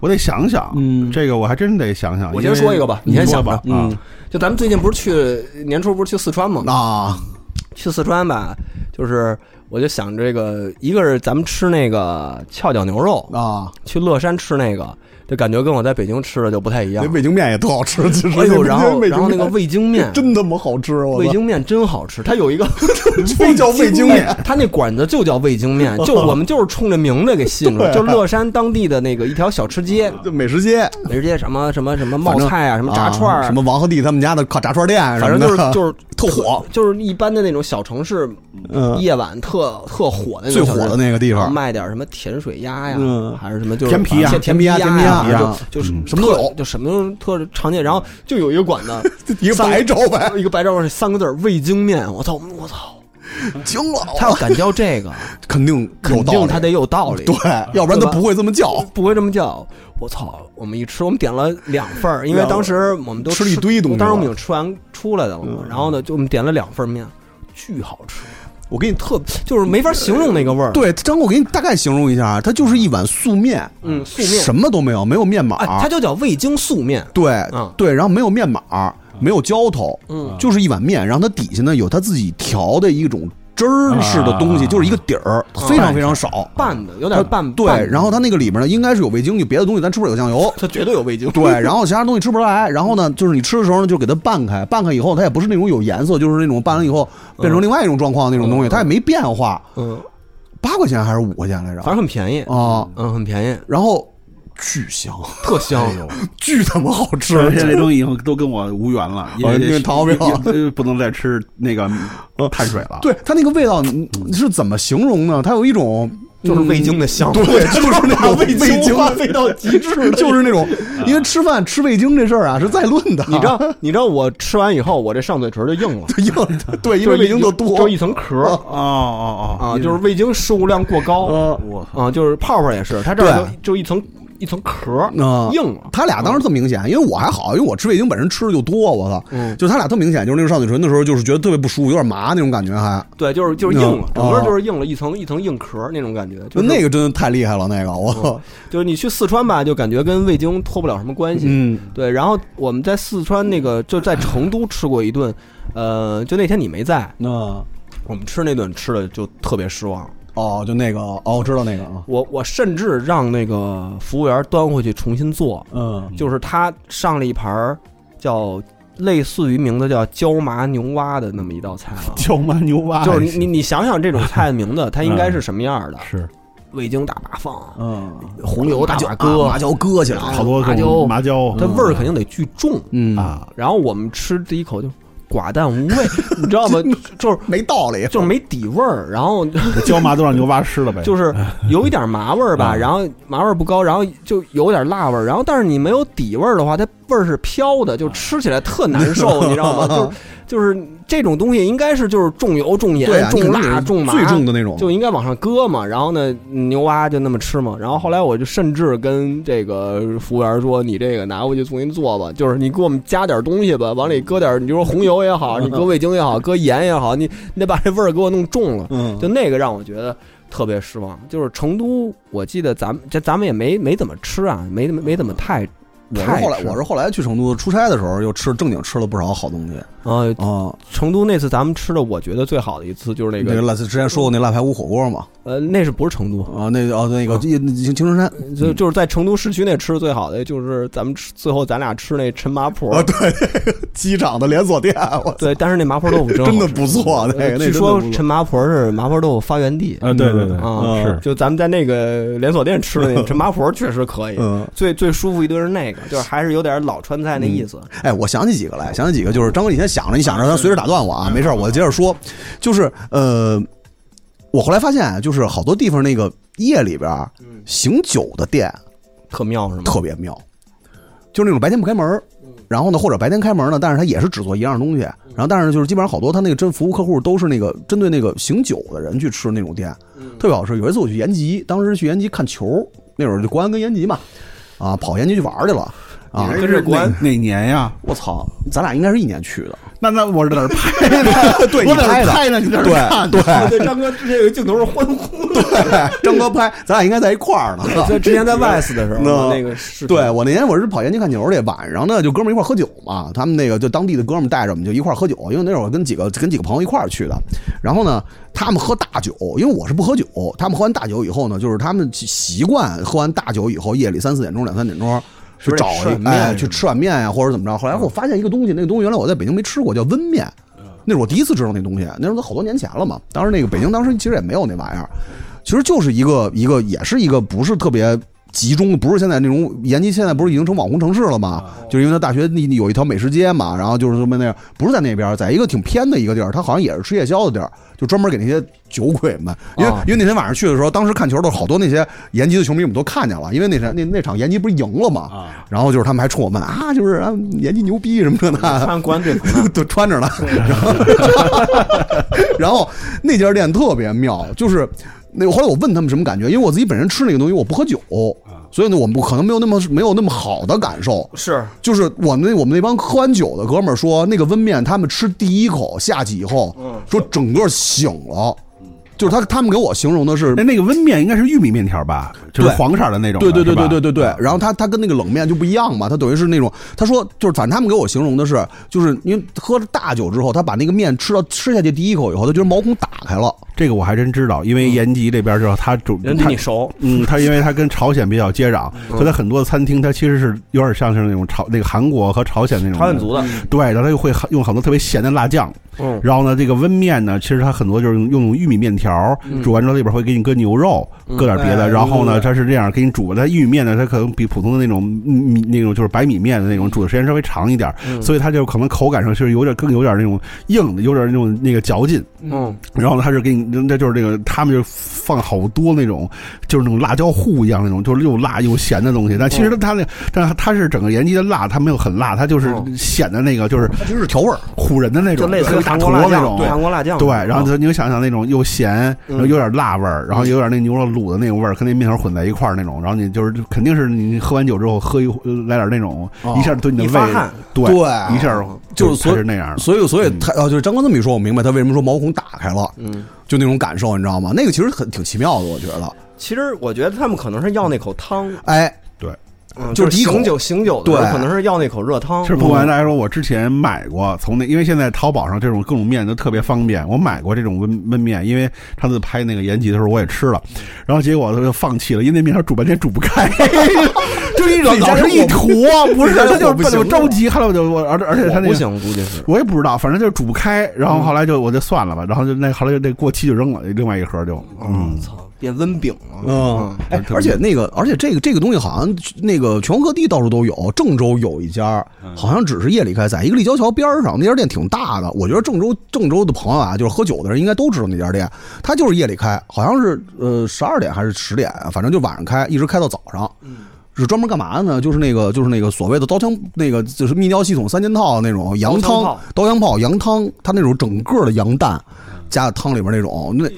S3: 我得想想，
S5: 嗯
S3: 这个我还真得想想。
S2: 我
S3: 啊因
S2: 先
S3: 为
S2: 说一个吧，你先
S3: 说
S2: 想
S3: 吧。啊
S2: 嗯，就咱们最近不是去年初不是去四川吗？
S4: 啊，
S2: 去四川吧，就是我就想这个，一个是咱们吃那个翘脚牛肉，
S4: 啊，
S2: 去乐山吃那个，这感觉跟我在北京吃的就不太一样
S4: 那。味精面也特好吃，其实。
S2: 哎呦，然后
S4: 味精面
S2: 然后那个味精面，
S4: 真他妈好吃，我
S2: 味
S4: 操
S2: 精面真好吃，它有
S4: (laughs)
S2: 一个
S4: 非叫味精面，
S2: 它那馆子就叫味精
S4: (laughs)
S2: 面，就我们就是冲着名字给吸引住，
S4: 对
S2: 就乐山当地的那个一条小吃
S4: (laughs)
S2: 街，
S4: 就美食街
S2: 美食街什么什么什么冒菜啊，什么炸串
S4: 啊
S2: 儿
S4: 什，么王鹤棣他们家的烤炸串店，
S2: 反正就是就是
S4: 特火，
S2: 就是一般的那种小城市
S4: (laughs) 嗯
S2: 夜晚特特火的那
S4: 最
S2: 种小
S4: 火
S2: 吃
S4: 的那个地方，
S2: 卖点什么甜水鸭呀，
S4: 嗯
S2: 还是什么就是
S3: 甜皮鸭
S2: 反正甜皮
S4: 甜
S2: 甜
S4: 皮鸭嗯
S2: 呀
S3: 甜皮鸭
S2: 就就是
S4: 什么都
S2: 特
S4: 有，
S2: 就什么都特常见。然后就有一个馆子
S4: (laughs) 一个
S2: 嗯三
S4: 白粥呗，
S2: 一个白粥三个字儿味精面，我操我操，嗯
S4: 惊了，
S2: 他要敢叫这个，
S4: 肯定 (laughs) 有
S2: 肯
S4: 道理，
S2: 定他得有道理，
S4: 对，要不然
S2: 对
S4: 他
S2: 吧嗯
S4: 不会这么叫，
S2: 不会这么叫。我操！我们一吃，我们点了两份儿，因为当时我们都
S4: 吃了一堆东西嗯
S2: 当时我们已经吃完出来的了嘛。然后呢，就我们点了两份面，巨好吃，
S4: 我给你特
S2: 特就是没法形容那个味儿。，
S4: 对张哥，我给你大概形容一下，它就是一碗素面，
S2: 嗯，素面，
S4: 什么啊都没有，没有面
S2: 哎，
S4: 码
S2: 它，就叫味精素面。
S4: 对
S2: 嗯
S4: 对，然后没有面码，没有浇头，
S2: 嗯
S4: 就是一碗面，然后它底下呢有它自己调的一种汁儿式的东西，
S3: 啊
S4: 就是一个底儿，非常非常少，
S2: 拌的，有
S4: 它
S2: 点拌。
S4: 对，
S2: 拌的
S4: 然后它那个里面呢应该是有味精，就别的东西咱吃不了有
S2: (laughs)。
S4: 酱油
S2: 它绝对有味精。
S4: 对，然后其他东西吃不出来，然后呢，就是你吃的时候呢，就给它拌开，拌开以后它也不是那种有颜色，就是那种拌完以后变成另外一种状况那种东西，它也没变化，
S2: 嗯，
S4: 八块钱还是五块钱来着？
S2: 反正很便宜
S4: 啊，
S2: 嗯，很便宜，
S4: 然后
S2: (laughs)
S4: 巨香，
S2: 特香。
S4: 哎巨他妈好吃，
S3: 现在这东西以后都跟我无缘了，哦因
S4: 哦
S3: 为
S4: 因为糖尿病
S3: 因为因为不能再吃那个碳水了。
S4: 对它那个味道你你是怎么形容呢？它有一种嗯
S2: 就是味精的香，
S4: 对， (laughs) 就是那种味
S2: (laughs) 味精啊
S4: 的
S2: 味到极致
S4: (laughs) 就是那种，因为吃饭吃味精这事儿啊是在论
S2: (laughs)
S4: 的，
S2: 你知道，你知道我吃完以后，我这上嘴唇就硬了，
S4: 硬的，对，因为味精
S2: 就
S4: 就
S2: 一就
S4: 多
S2: 一层壳
S3: 哦哦哦
S2: 啊，就是味精摄入量过高
S3: 我操，。
S2: 啊，就是泡泡也是，它这儿
S4: 对
S2: 就就一层一层壳
S4: 啊
S2: 硬了，
S4: 他俩当时特明显，因为我还好，因为我吃味精本身吃的就多，我操，
S2: 嗯
S4: 就他俩特明显，就是那个上嘴唇的时候，就是觉得特别不舒服，有点麻那种感觉还，
S2: 对，就是就是硬了
S4: 嗯，
S2: 整个就是硬了一层一层硬壳那种感觉，就是嗯
S4: 那个真的太厉害了，那个我操，
S2: 就是你去四川吧，就感觉跟味精脱不了什么关系。
S4: (laughs) 嗯，
S2: 对，然后我们在四川那个就在成都吃过一顿，呃，就那天你没在，
S4: 那
S2: 我们吃那顿吃的就特别失望。
S4: 哦，就那个哦，我知道那个啊，
S2: 我我甚至让那个服务员端回去重新做，
S4: 嗯，
S2: 就是他上了一盘儿叫类似于名字叫椒麻牛蛙的那么一道菜啊 (laughs)
S3: 椒麻牛蛙
S2: 就是你你你想想这种菜的名 (laughs) 字，它应该是什么样的？
S3: 是
S2: 味精大把放，啊
S4: 嗯，
S2: 红油大把
S4: 啊
S2: 搁
S4: 麻，椒搁起来，
S2: 好
S3: 好多
S2: 麻
S3: 种
S2: 椒
S3: 麻椒嗯
S2: 它味儿肯定得巨重。
S4: 嗯，
S3: 啊，
S2: 然后我们吃第一口就寡淡无 (laughs) 味，你知道吗？就是
S4: 没道理，
S2: 就是没底味儿，然后
S3: 椒麻都让牛蛙吃
S4: 哎
S3: 了
S4: (laughs)
S3: 呗。
S2: 就是有一点麻味儿吧，
S3: 嗯
S2: 然后麻味儿不高，然后就有点辣味儿，然后但是你没有底味儿的话，它味儿是飘
S4: 嗯
S2: 的，就吃起来特难
S4: (laughs)
S2: 受，你知道吗？就是就是这种东西应该是就是重油、重盐
S4: 对、啊，
S2: 重
S4: 你肯定
S2: 辣、
S4: 是
S2: 重麻，
S4: 最重的那种，
S2: 就应该往上搁嘛。然后呢，牛蛙就那么吃嘛。然后后来我就甚至跟这个服务员说：“你这个拿回去重新做吧，就是你给我们加点东西吧，往里搁点，你就说红油也好，你搁味精也好，搁盐也好，你你得把这味儿给我弄重了。”
S4: 嗯
S2: 就那个让我觉得特别失望。就是成都，我记得咱们这咱们也没没怎么吃啊，没没怎么太。
S4: 嗯我是
S2: 太
S4: 后来
S2: 吃
S4: 我是后来去成都出差的时候，又吃正经吃了不少好东西
S2: 呃，
S4: 啊。
S2: 成都那次咱们吃的，我觉得最好的一次就是那
S4: 那个
S2: 个，
S4: 辣之前说过那辣排骨火锅嘛，
S2: 呃，那是不是成都？
S4: 啊，那哦那个
S2: 啊
S4: 青青城山
S2: 就就是在成都市区那吃最好的，就是咱们吃最后咱俩吃那陈麻婆，
S4: 哦机场的连
S2: (laughs)
S4: 锁店，我
S2: 对，但是那麻婆豆腐真
S4: (laughs) 真的
S2: 好吃呃
S4: 不错那个那
S2: 据
S4: 真的
S2: 说
S4: 不错
S2: 陈麻婆是麻婆豆腐发源地
S3: 啊，对对对，
S2: 啊，
S4: 嗯
S3: 是
S2: 就咱们在那个连锁店吃的那
S4: (laughs)
S2: 陈麻婆确实可以，
S4: 嗯
S2: 最最舒服一顿是那个，就是还是有点老川菜那意思，
S4: 哎，我想起几个来，想起几个就是张哥，你先想着，你想着，咱随时打断我啊，没事儿，我接着说，就是呃，我后来发现啊，就是好多地方那个夜里边儿
S2: 嗯
S4: 醒酒的店
S2: 特妙是吗？
S4: 特别妙，就是那种白天不开门儿，然后呢，或者白天开门呢，但是它也是只做一样东西，
S3: 嗯
S4: 然后但是就是基本上好多他那个真服务客户都是那个针对那个醒酒的人去吃那种店，
S3: 嗯
S4: 特别好吃。有一次我去延吉，当时去延吉看球，那会儿就国安跟延吉嘛，啊，跑延吉去玩儿去了。啊
S3: 你这
S2: 跟着
S3: 是
S2: 国安
S3: 哪哪年呀？
S4: 我操，咱俩应该是一年去的，，
S3: 那那我在那儿拍呢
S4: (laughs) 对你
S3: 我在那
S4: 拍
S3: 儿
S4: 的
S3: 拍呢，你
S2: (laughs)
S3: 在那儿看
S4: 对
S3: 呢
S4: 对
S2: 啊对，张哥这个镜头是欢呼的。
S4: 对，张哥拍，咱俩应该在一块儿呢。
S2: 在之前在 West 的时候，
S4: 那
S2: (laughs) 那个视频
S4: 对我那年我是跑延吉看球去，晚上呢就哥们儿一块儿喝酒嘛，他们那个就当地的哥们儿带着我们就一块儿喝酒，因为那会儿跟几个跟几个朋友一块儿去的，然后呢他们喝大酒，因为我是不喝酒，他们喝完大酒以后呢，就是他们习习惯喝完大酒以后夜里三四点钟两三点钟。去
S2: 不是
S4: 找
S2: 吃碗面
S4: 哎，去吃碗面呀、或者怎么着。后来我发现一个东西，那个东西原来我在北京没吃过，叫温面。
S2: 嗯
S4: 那是我第一次知道那东西，那时候都好多年前了嘛。当时那个北京当时其实也没有那玩意儿，其实就是一个一个也是一个不是特别集中，不是现在那种延吉现在不是已经成网红城市了嘛？就是因为它大学那有一条美食街嘛，然后就是什么那样，不是在那边，在一个挺偏的一个地儿，它好像也是吃夜宵的地儿，就专门给那些酒鬼们，因为、
S2: 啊
S4: 因为那天晚上去的时候，当时看球的时候，好多那些延吉的球迷我们都看见了，因为那场那那场延吉不是赢了嘛，然后就是他们还冲我们啊，就是啊延吉牛逼什么这那的，
S2: 看国安队服
S4: (laughs) 都穿着呢。然后，然后那家店特别妙，就是那后来我问他们什么感觉，因为我自己本身吃那个东西我不喝酒，所以呢我们可能没有那么没有那么好的感受。
S2: 是
S4: 就是我们那我们那帮喝完酒的哥们儿说，那个温面他们吃第一口下去以后，说整个醒了，就是他他们给我形容的是
S3: 那那个温面应该是玉米面条吧，就是
S4: 对
S3: 黄色的那种的。
S4: 对对对
S3: 是吧啊
S4: 对对对对。然后它它跟那个冷面就不一样嘛，它等于是那种，他说就是反正他们给我形容的是，就是因为喝了大酒之后，他把那个面吃到吃下去第一口以后，他觉得毛孔打开了。
S3: 这个我还真知道，因为延吉这边就是它主
S2: 人比
S3: 它
S2: 你熟，
S3: 嗯，它因为它跟朝鲜比较接壤，
S4: 嗯
S3: 所以它很多餐厅它其实是有点像是那种朝那个韩国和朝鲜那种
S2: 朝鲜族的，
S3: 对，然后它又会很用很多特别咸的辣酱，
S2: 嗯，
S3: 然后呢，这个温面呢，其实它很多就是用用玉米面条
S2: 嗯
S3: 煮完之后，里边会给你搁牛肉，搁点别的，
S4: 哎
S3: 然后
S4: 对
S3: 呢，
S4: 对
S3: 它是这样给你煮。它玉米面呢，它可能比普通的那种米那种就是白米面的
S2: 嗯
S3: 那种煮的时间稍微长一点，所以它就可能口感上就是有点更有点那种硬的，有点那种那个嚼劲。
S2: 嗯，
S3: 然后呢，他是给你，那就是这个，他们就放好多那种，就是那种辣椒糊一样那种，就是又辣又咸的东西。但其实
S2: 嗯
S3: 它那，但它它是整个延吉的辣，它没有很辣，它就是
S2: 嗯
S3: 显得那个就是
S4: 它其实是调味儿，
S3: 唬人的那
S2: 就
S3: 种，
S2: 类似
S3: 跟
S2: 于
S3: 大
S2: 韩
S3: 坨
S2: 国辣
S3: 那
S2: 酱，
S3: 种。
S2: 韩国辣酱，啊
S3: 对，然后就你就想想那种又咸，然后
S4: 嗯
S3: 有点辣味儿，然后有点那牛肉卤的那种味儿，跟那面条混在一块儿那种，然后你就是肯定是你喝完酒之后喝一呃来点那种，
S4: 哦
S3: 一下对你
S2: 一
S3: 的
S2: 发
S3: 胃
S2: 汗，
S3: 对
S4: 对啊
S3: 一下
S4: 就是所以
S3: 是那样的。
S4: 所以所以他啊，就是张哥这么一说，我明白他为什么说毛孔打开了，
S2: 嗯，
S4: 就那种感受，你知道吗？那个其实很挺奇妙的，我觉得。
S2: 其实我觉得他们可能是要那口汤，
S4: 哎，
S3: 对，
S2: 嗯
S4: 就是第一口
S2: 醒酒醒酒的时候
S4: 对
S2: 可能是要那口热汤
S3: 其，实不
S4: 嗯
S3: 瞒大家说，我之前买过，从那因为现在淘宝上这种各种面都特别方便，我买过这种温温面，因为上次拍那个延吉的时候我也吃了，然后结果就放弃了，因为那面条煮半天煮
S4: (laughs)
S3: 不开，就一老老是一坨，不是
S4: 自己家
S3: 它
S4: 火
S3: 就
S4: 不
S3: 它就
S4: 行
S3: 着急，后来我就我而而且它
S2: 我
S3: 那
S2: 不
S3: 个。
S2: 行，估计是。
S3: 我也不知道，反正就是煮不开，然后后来就我就算了吧，然后就那后来就那过期就扔了，另外一盒就
S2: 嗯，操，变温饼了。
S4: 嗯，哎
S3: 特别
S4: 而且那个，而且这个这个东西好像那个全国各地到处都有，郑州有一家，好像只是夜里开，在一个立交桥边儿上，那家店挺大的。我觉得郑州郑州的朋友啊，就是喝酒的人应该都知道那家店，它就是夜里开，好像是呃十二点还是十点，啊反正就晚上开，一直开到早上。是专门干嘛的呢？就是那个，就是那个所谓的刀枪，那个就是泌尿系统三件套那种羊
S2: 刀枪
S4: 汤
S2: 炮、
S4: 刀枪炮、羊汤，它那种整个的羊蛋加汤里边那种，那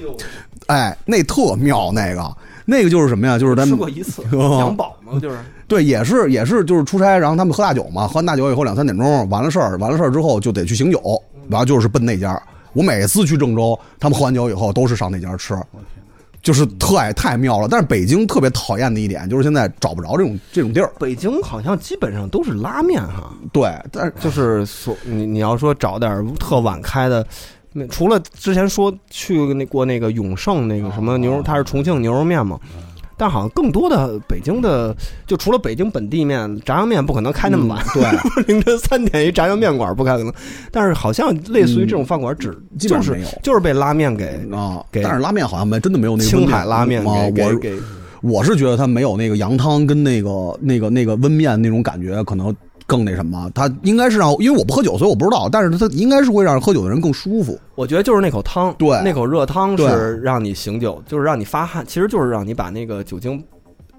S4: 哎，那特妙，那个那个就是什么呀？就是他
S2: 吃
S4: 们
S2: 过一次
S4: 哦
S2: 羊宝嘛，就是
S4: 对，也是也是就是出差，然后他们喝大酒嘛，喝完大酒以后两三点钟完了事儿，完了事儿之后就得去醒酒，然后就是奔那家。我每次去郑州，他们喝完酒以后都是上那家吃，就是太太妙了。但是北京特别讨厌的一点就是现在找不着这种这种地儿，
S2: 北京好像基本上都是拉面哈，
S4: 对，但是
S2: 就是所你你要说找点儿特晚开的。那除了之前说去那过那个永盛那个什么牛肉，它是重庆牛肉面嘛，但好像更多的北京的，就除了北京本地面，炸酱面不可能开那么晚，
S4: 嗯对，
S2: 凌晨三点一炸酱面馆不开可能。但是好像类似于这种饭馆只，
S4: 嗯基
S2: 就
S4: 本上没
S2: 是
S4: 有
S2: 就是被拉面给
S4: 啊，
S2: 给
S4: 但是拉面好像没真的没有那个温
S2: 青
S4: 面
S2: 海拉面
S4: 啊，
S2: 给
S4: 我
S2: 给给
S4: 我是觉得它没有那个羊汤跟那个那个那个温面那种感觉，可能更那什么。它应该是让，因为我不喝酒，所以我不知道，但是它应该是会让喝酒的人更舒服。
S2: 我觉得就是那口汤，
S4: 对
S2: 那口热汤
S4: 对
S2: 是让你醒酒，就是让你发汗，其实就是让你把那个酒精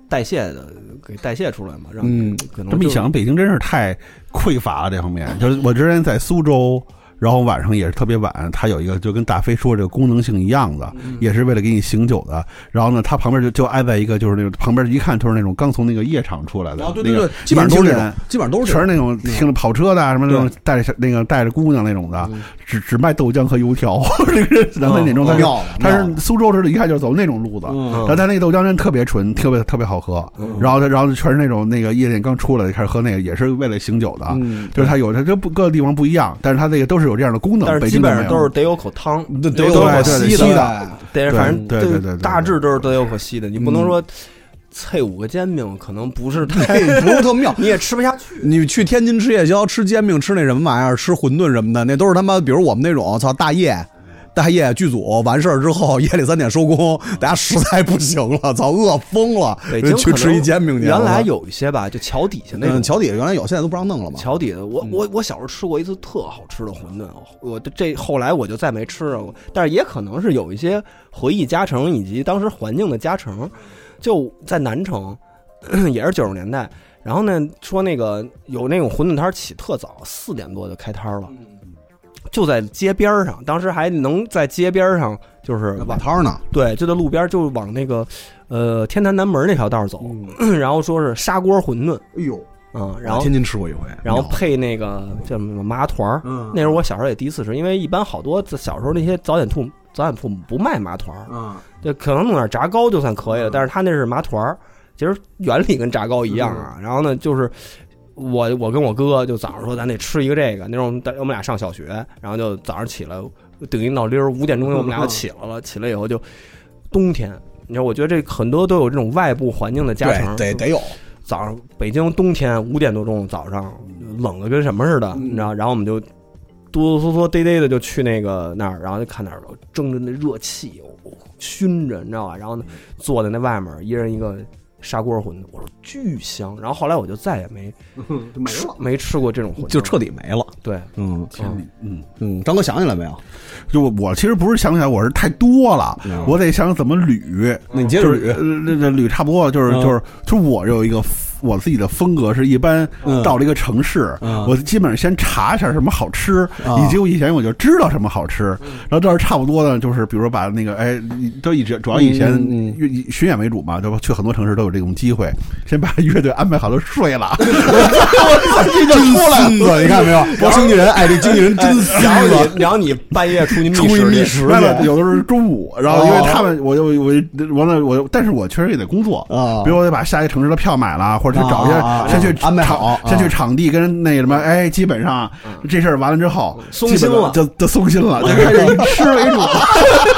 S2: 代谢的给代谢出来嘛，让
S4: 嗯
S2: 可能
S3: 这么一
S2: 就
S3: 想，北京真是太匮乏了这方面。就是我之前在苏州，然后晚上也是特别晚，它有一个就跟大飞说这个功能性一样的，也是为了给你醒酒的。然后呢，它旁边就就挨在一个就是那种旁边一看就是那种刚从那个夜场出来的，
S4: 啊，对对
S3: 那
S4: 对
S3: 个，
S4: 基本上都是
S3: 年
S4: 这
S3: 轻
S4: 种
S3: 人，
S4: 基本上都是这
S3: 全
S4: 种。
S3: 是那种听着跑车的啊什么那种带着小那个带着姑娘那种的，只只卖豆浆和油条， (laughs) 这个是两三点钟他是
S4: 妙了
S3: 他
S4: 妙
S3: 是
S4: 了
S3: 苏州市的一看就是走那种路子，
S4: 嗯
S3: 然后他那个豆浆真特别纯，特别特别好喝，
S2: 嗯
S3: 然后他然后全是那种那个夜店刚出来开始喝那个也是为了醒酒的，
S2: 嗯
S3: 就是它有它这不各个地方不一样，但是它这个都是有这样的功能，
S2: 但是
S3: 啊北
S2: 基
S3: 京
S2: 本
S3: 没
S2: 上
S3: 有
S2: 都是得有口汤，得
S4: 对对
S2: 有
S3: 对
S2: 口
S3: 对
S2: 稀
S3: 对
S4: 吸
S3: 吸
S2: 的，
S4: 的，
S2: 得
S3: 对
S2: 反正
S3: 对对对对对
S2: 大致都是得有口稀的，你不能说脆五个煎饼可能不是太，。
S4: 不是特妙
S2: 你也吃不下去。
S4: 你去天津吃夜宵，吃煎饼，吃那什么玩意儿，吃馄饨什么的，那都是他妈，比如我们那种，操大夜。大夜剧组完事儿之后，夜里三点收工，大家实在不行了，操，饿疯了
S2: 北京，
S4: 去
S2: 可能
S4: 吃一煎饼去。
S2: 原来有一些吧，就桥底下那
S4: 嗯，
S2: 种。
S4: 桥底下原来有，现在都不让弄了嘛。
S2: 桥底的，我我我小时候吃过一次特好吃的馄饨，我这后来我就再没吃了，但是也可能是有一些回忆加成以及当时环境的加成，就在南城， (coughs) 也是九十年代，然后呢说那个有那种馄饨摊儿起特早，四点多就开摊儿了，就在街边儿上，当时还能在街边儿上就是
S4: 那
S2: 往
S4: 碗汤呢？
S2: 对，就在路边儿就往那个呃天坛南门那条道儿走，然后说是砂锅馄饨，
S4: 哎呦，
S2: 嗯，然后
S4: 天津吃过一回，
S2: 然后
S4: 妙啊
S2: 配那个叫什么麻团儿，
S4: 嗯
S2: 那时候我小时候也第一次吃，因为一般好多小时候那些早点铺早点铺不卖麻团儿，
S4: 嗯，
S2: 对，可能弄点炸糕就算可以了，但是他那是麻团儿，其实原理跟炸糕一样
S4: 嗯
S2: 啊。然后呢，就是我我跟我哥就早上说咱得吃一个这个，那时候我们大我们俩上小学，然后就早上起来顶一闹铃儿，五点钟我们俩就起来了，起来以后就冬天。你知道，我觉得这很多都有这种外部环境的加成，
S4: 对，得得有，
S2: 早上北京冬天五点多钟早上冷的跟什么似的，你知道？然后我们就哆哆嗦嗦、嘚嘚的就去那个那儿，然后就看那儿了，蒸着那热气，哦熏着，你知道吧？然后呢，坐在那外面，一人一个砂锅馄饨，我说巨香。然后后来我就再也没
S4: 没
S2: 吃，没吃过这种馄饨，
S4: 就彻底没了。
S3: (laughs)
S2: 对。
S4: 嗯
S3: 嗯。
S4: 嗯，张哥想起来没有？
S3: 就我我其实不是想起来，我是太多了，
S2: 嗯
S3: 我得想怎么捋。
S4: 那你接着
S3: 就是
S4: 捋 (laughs)
S3: 呃那那捋差不多了，就是
S4: 嗯
S3: 就是就是我有一个我自己的风格，是一般
S4: 嗯
S3: 到了一个城市，
S4: 嗯
S3: 我基本上先查一下什么好吃，
S4: 啊嗯
S3: 以及我以前我就知道什么好吃。然后到时候差不多呢，就是比如说把那个哎，都以前主要以前
S4: 嗯嗯
S3: 以以巡演为主嘛，对吧？去很多城市都有这种机会，先把乐队安排好了，睡了。
S4: 哎这就出来了，你看没有？我经纪人，哎，这经纪人真
S3: 啊
S4: 死
S2: 然后你，然后你半夜出去
S4: 出
S2: 去
S4: 一觅食
S3: 完了，
S4: 去
S3: 有的时候是中午，然后因为他们，我就我就完了，我就但是我确实也得工作
S4: 啊
S3: 比如我得把下一城市的票买了，或者去找一
S4: 啊啊
S3: 下，
S4: 啊
S3: 先去
S4: 安排
S3: 场
S4: 好
S3: 先
S4: 啊
S3: 去场地跟那什么，哎，基本上这事儿完了之后，
S2: 嗯松
S3: 基本
S2: 心了
S3: 就就松心了，就开
S4: (laughs)
S3: 始以吃为主。
S4: (laughs)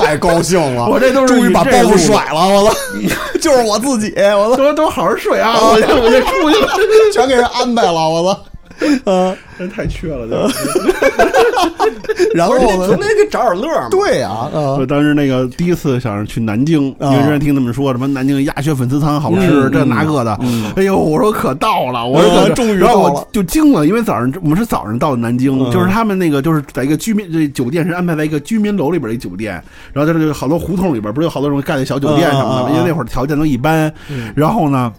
S4: 太高兴了！
S3: 我这都是
S4: 终于把包
S3: 这路
S4: 袱甩了，我操！ (laughs) 就是我自己，我操，
S3: (laughs) 都都好好睡啊！
S4: 哦
S3: 我这我这出
S4: (laughs)
S3: 去了，
S4: 全给人安排了，我操！嗯，
S3: 真太缺了。这
S4: 然后
S2: 你总
S4: 呢
S2: 得？给找点乐儿嘛。
S4: 对呀，
S3: 我
S4: 嗯
S3: 当时那个第一次想着去南京，
S4: 啊
S3: 因为之前听他们说什么南京鸭血粉丝汤好吃，
S4: 嗯
S3: 这那个的。哎呦，我说可到了，我
S4: 啊
S3: 说可
S4: 终于
S3: 然后
S4: 到了
S3: 我就惊了，因为早上我们是早上到的南京，
S4: 嗯
S3: 就是他们那个就是在一个居民这酒店是安排在一个居民楼里边的一酒店，然后在这个好多胡同里边不是有好多这种盖的小酒店什么的
S4: 啊啊啊
S3: 吗，因为那会儿条件都一般。
S4: 嗯
S3: 然后呢？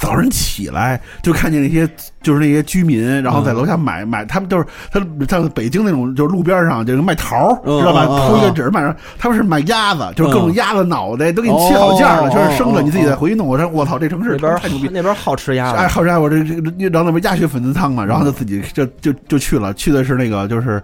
S3: 早上起来就看见那些就是那些居民，然后在楼下买买，他们都是他像北京那种，就是路边上就是卖桃儿，
S4: 嗯
S3: 知道吧？
S4: 嗯嗯
S3: 铺一个
S4: 嗯
S3: 纸买上，他们是买鸭子，就是
S4: 嗯
S3: 各
S4: 哦
S3: 种鸭子脑袋都给你切好件儿了，全是生的，你自己再回去弄。我说我操，这城市
S2: 那边儿
S3: 太牛逼！
S2: 那边儿好吃
S4: 啊
S2: 鸭
S3: 哎，
S2: 子，
S3: 好家伙，这这这然后那边鸭血粉丝汤
S4: 嗯
S3: 嘛，然后他自己就就就去了，去的是那个就是，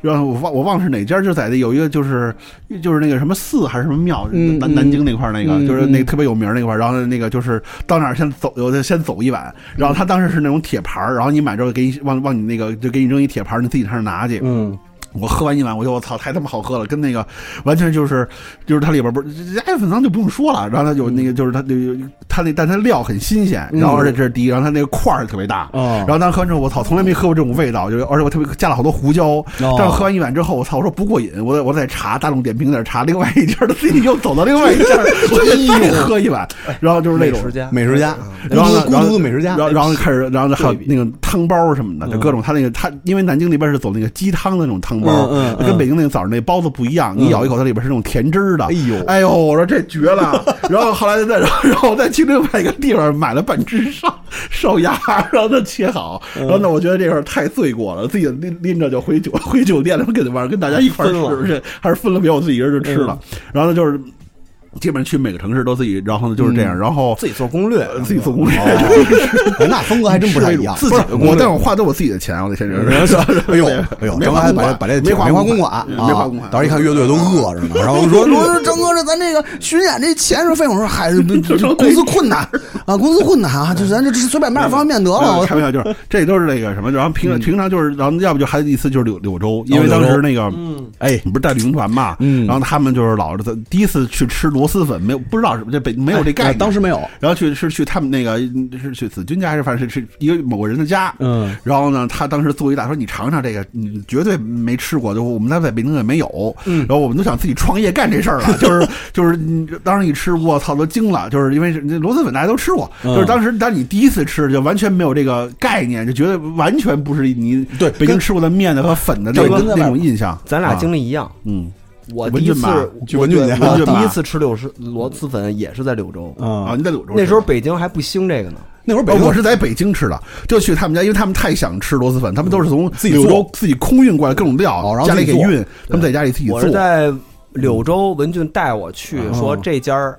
S3: 然后我忘我忘是哪家，就在那有一个就是就是那个什么寺还是什么庙，
S4: 嗯
S3: 南
S4: 嗯
S3: 南京那块儿那个、
S4: 嗯
S3: 就是
S4: 嗯
S3: 那个特别有名儿那块儿，然后那个就是到那儿先走，有的先走一碗，然后他当时是那种铁盘儿，然后你买之后给你往往你那个就给你扔一铁盘儿，你自己上那儿拿去，
S4: 嗯，
S3: 我喝完一碗，我就我操，太他妈好喝了，跟那个完全就是就是它里边不是鸭血粉汤就不用说了，然后它有那个就是它那个它那但它料很新鲜，然后而且这是第一，然后它那个块儿特别大，
S4: 哦
S3: 然后当时喝完之后，我操，从来没喝过这种味道，就是而且我特别加了好多胡椒，
S2: 哦
S3: 但是喝完一碗之后，我操，我说不过瘾，我得我再查大众点评在这查另外一家的，自己又走到另外一家，
S2: (laughs)
S3: 我再喝一碗，然后就是那
S2: 美
S3: 种
S2: 食家，
S4: 美食家，孤
S3: 然后
S4: 独
S3: 呢
S4: 嗯孤
S3: 然后
S4: 独的美食家，
S3: 然后然后开始，然后还有
S2: 对比
S3: 那个汤包什么的，就各
S4: 嗯
S3: 种他那个他，因为南京那边是走那个鸡汤的那种汤包
S4: 嗯嗯，嗯
S3: 跟北京那个早上那包子不一样，你咬一口它里边是那种甜汁儿的。
S4: 哎呦 (laughs)
S3: 哎呦，我说这绝了！然后后来再然后然后我在去另外一个地方买了半只烧，烧鸭，让他切好。
S4: 嗯
S3: 然后呢，我觉得这事儿太罪过了，自己拎拎着就回酒 (laughs) 回酒店了，跟玩跟大家一块儿
S2: 分了
S4: 嗯
S3: 吃，这还是分了别，我自己一人就吃了。然后呢，就是基本上去每个城市都自己，然后呢就是这
S4: 嗯
S3: 样，然后
S2: 自己做攻略，
S3: 呃自己做攻略。
S4: (laughs) 哎那风格还真不太一样。
S3: 自己嗯我但我花都我自己的钱，啊我得
S4: (laughs)
S3: 先 (laughs) 认识。
S4: 哎呦，哎呦，
S3: 没
S4: 张哥
S3: 花
S4: 还
S3: 公
S4: 把这
S3: 款
S4: 把这
S3: 没花
S4: 梅花
S3: 公
S4: 公
S3: 款
S4: 款，
S3: 嗯没花公款
S4: 啊当时一看乐队都饿着呢，然后说说张哥，这咱这个巡演这钱是费用，我说 (laughs) 嗨，不不不公司困难啊，公司困难啊，就咱这随便买点方便面得了。我
S3: 开玩笑， (laughs) 就是这都是那个什么，然后平平常就是，然后要不就还有一次就是柳嗯哦柳州，因为当时那个，
S4: 哎，
S3: 你不是带旅行团嘛，
S4: 嗯
S3: 然后他们就是老是第一次去吃螺蛳粉，没有不知道什么这北没有这概念，
S4: 当时没有，
S3: 然后去是去他们那个是去子君家还是反正是去一个某个人的家，
S4: 嗯，
S3: 然后呢，他当时做一大说你尝尝这个，你绝对没吃过，就我们在北京也没有，嗯，然后我们都想自己创业干这事儿
S2: (laughs)
S3: 了，就是就是你当时一吃，我操都惊了，就是因为是那螺蛳粉大家都吃过，
S2: 嗯
S3: 就是当时当你第一次吃就完全没有这个概念，就觉得完全不是你
S4: 对
S3: 北京
S4: 跟
S3: 吃过的面的和粉的那
S4: 对
S3: 个
S4: 跟在
S3: 那
S4: 外
S3: 种
S4: 边
S3: 印象，
S2: 咱俩
S3: 啊
S2: 经历一样。
S3: 嗯
S2: 我
S3: 文
S2: 第一
S3: 俊
S2: 次
S3: 吧
S4: 去文俊家
S2: 我
S3: 文俊吧
S2: 第一次吃柳丝螺蛳粉也是在柳州，
S3: 啊，
S4: 啊，
S3: 你在柳州
S2: 那
S3: 吃
S2: 时候北京还不兴这个呢。
S4: 那会儿北
S3: 哦，
S4: 京
S3: 我是在北京吃的，就去他们家，因为他们太想吃螺蛳粉，他们都是从
S4: 自己
S3: 柳
S4: 做
S3: 州自己空运过来各种料，
S4: 哦然后
S3: 家里
S4: 自己
S3: 给
S4: 做
S3: 运，他们在家里自己
S2: 我
S3: 做。
S2: 是在柳州，文俊带我去
S4: 嗯
S2: 说这家儿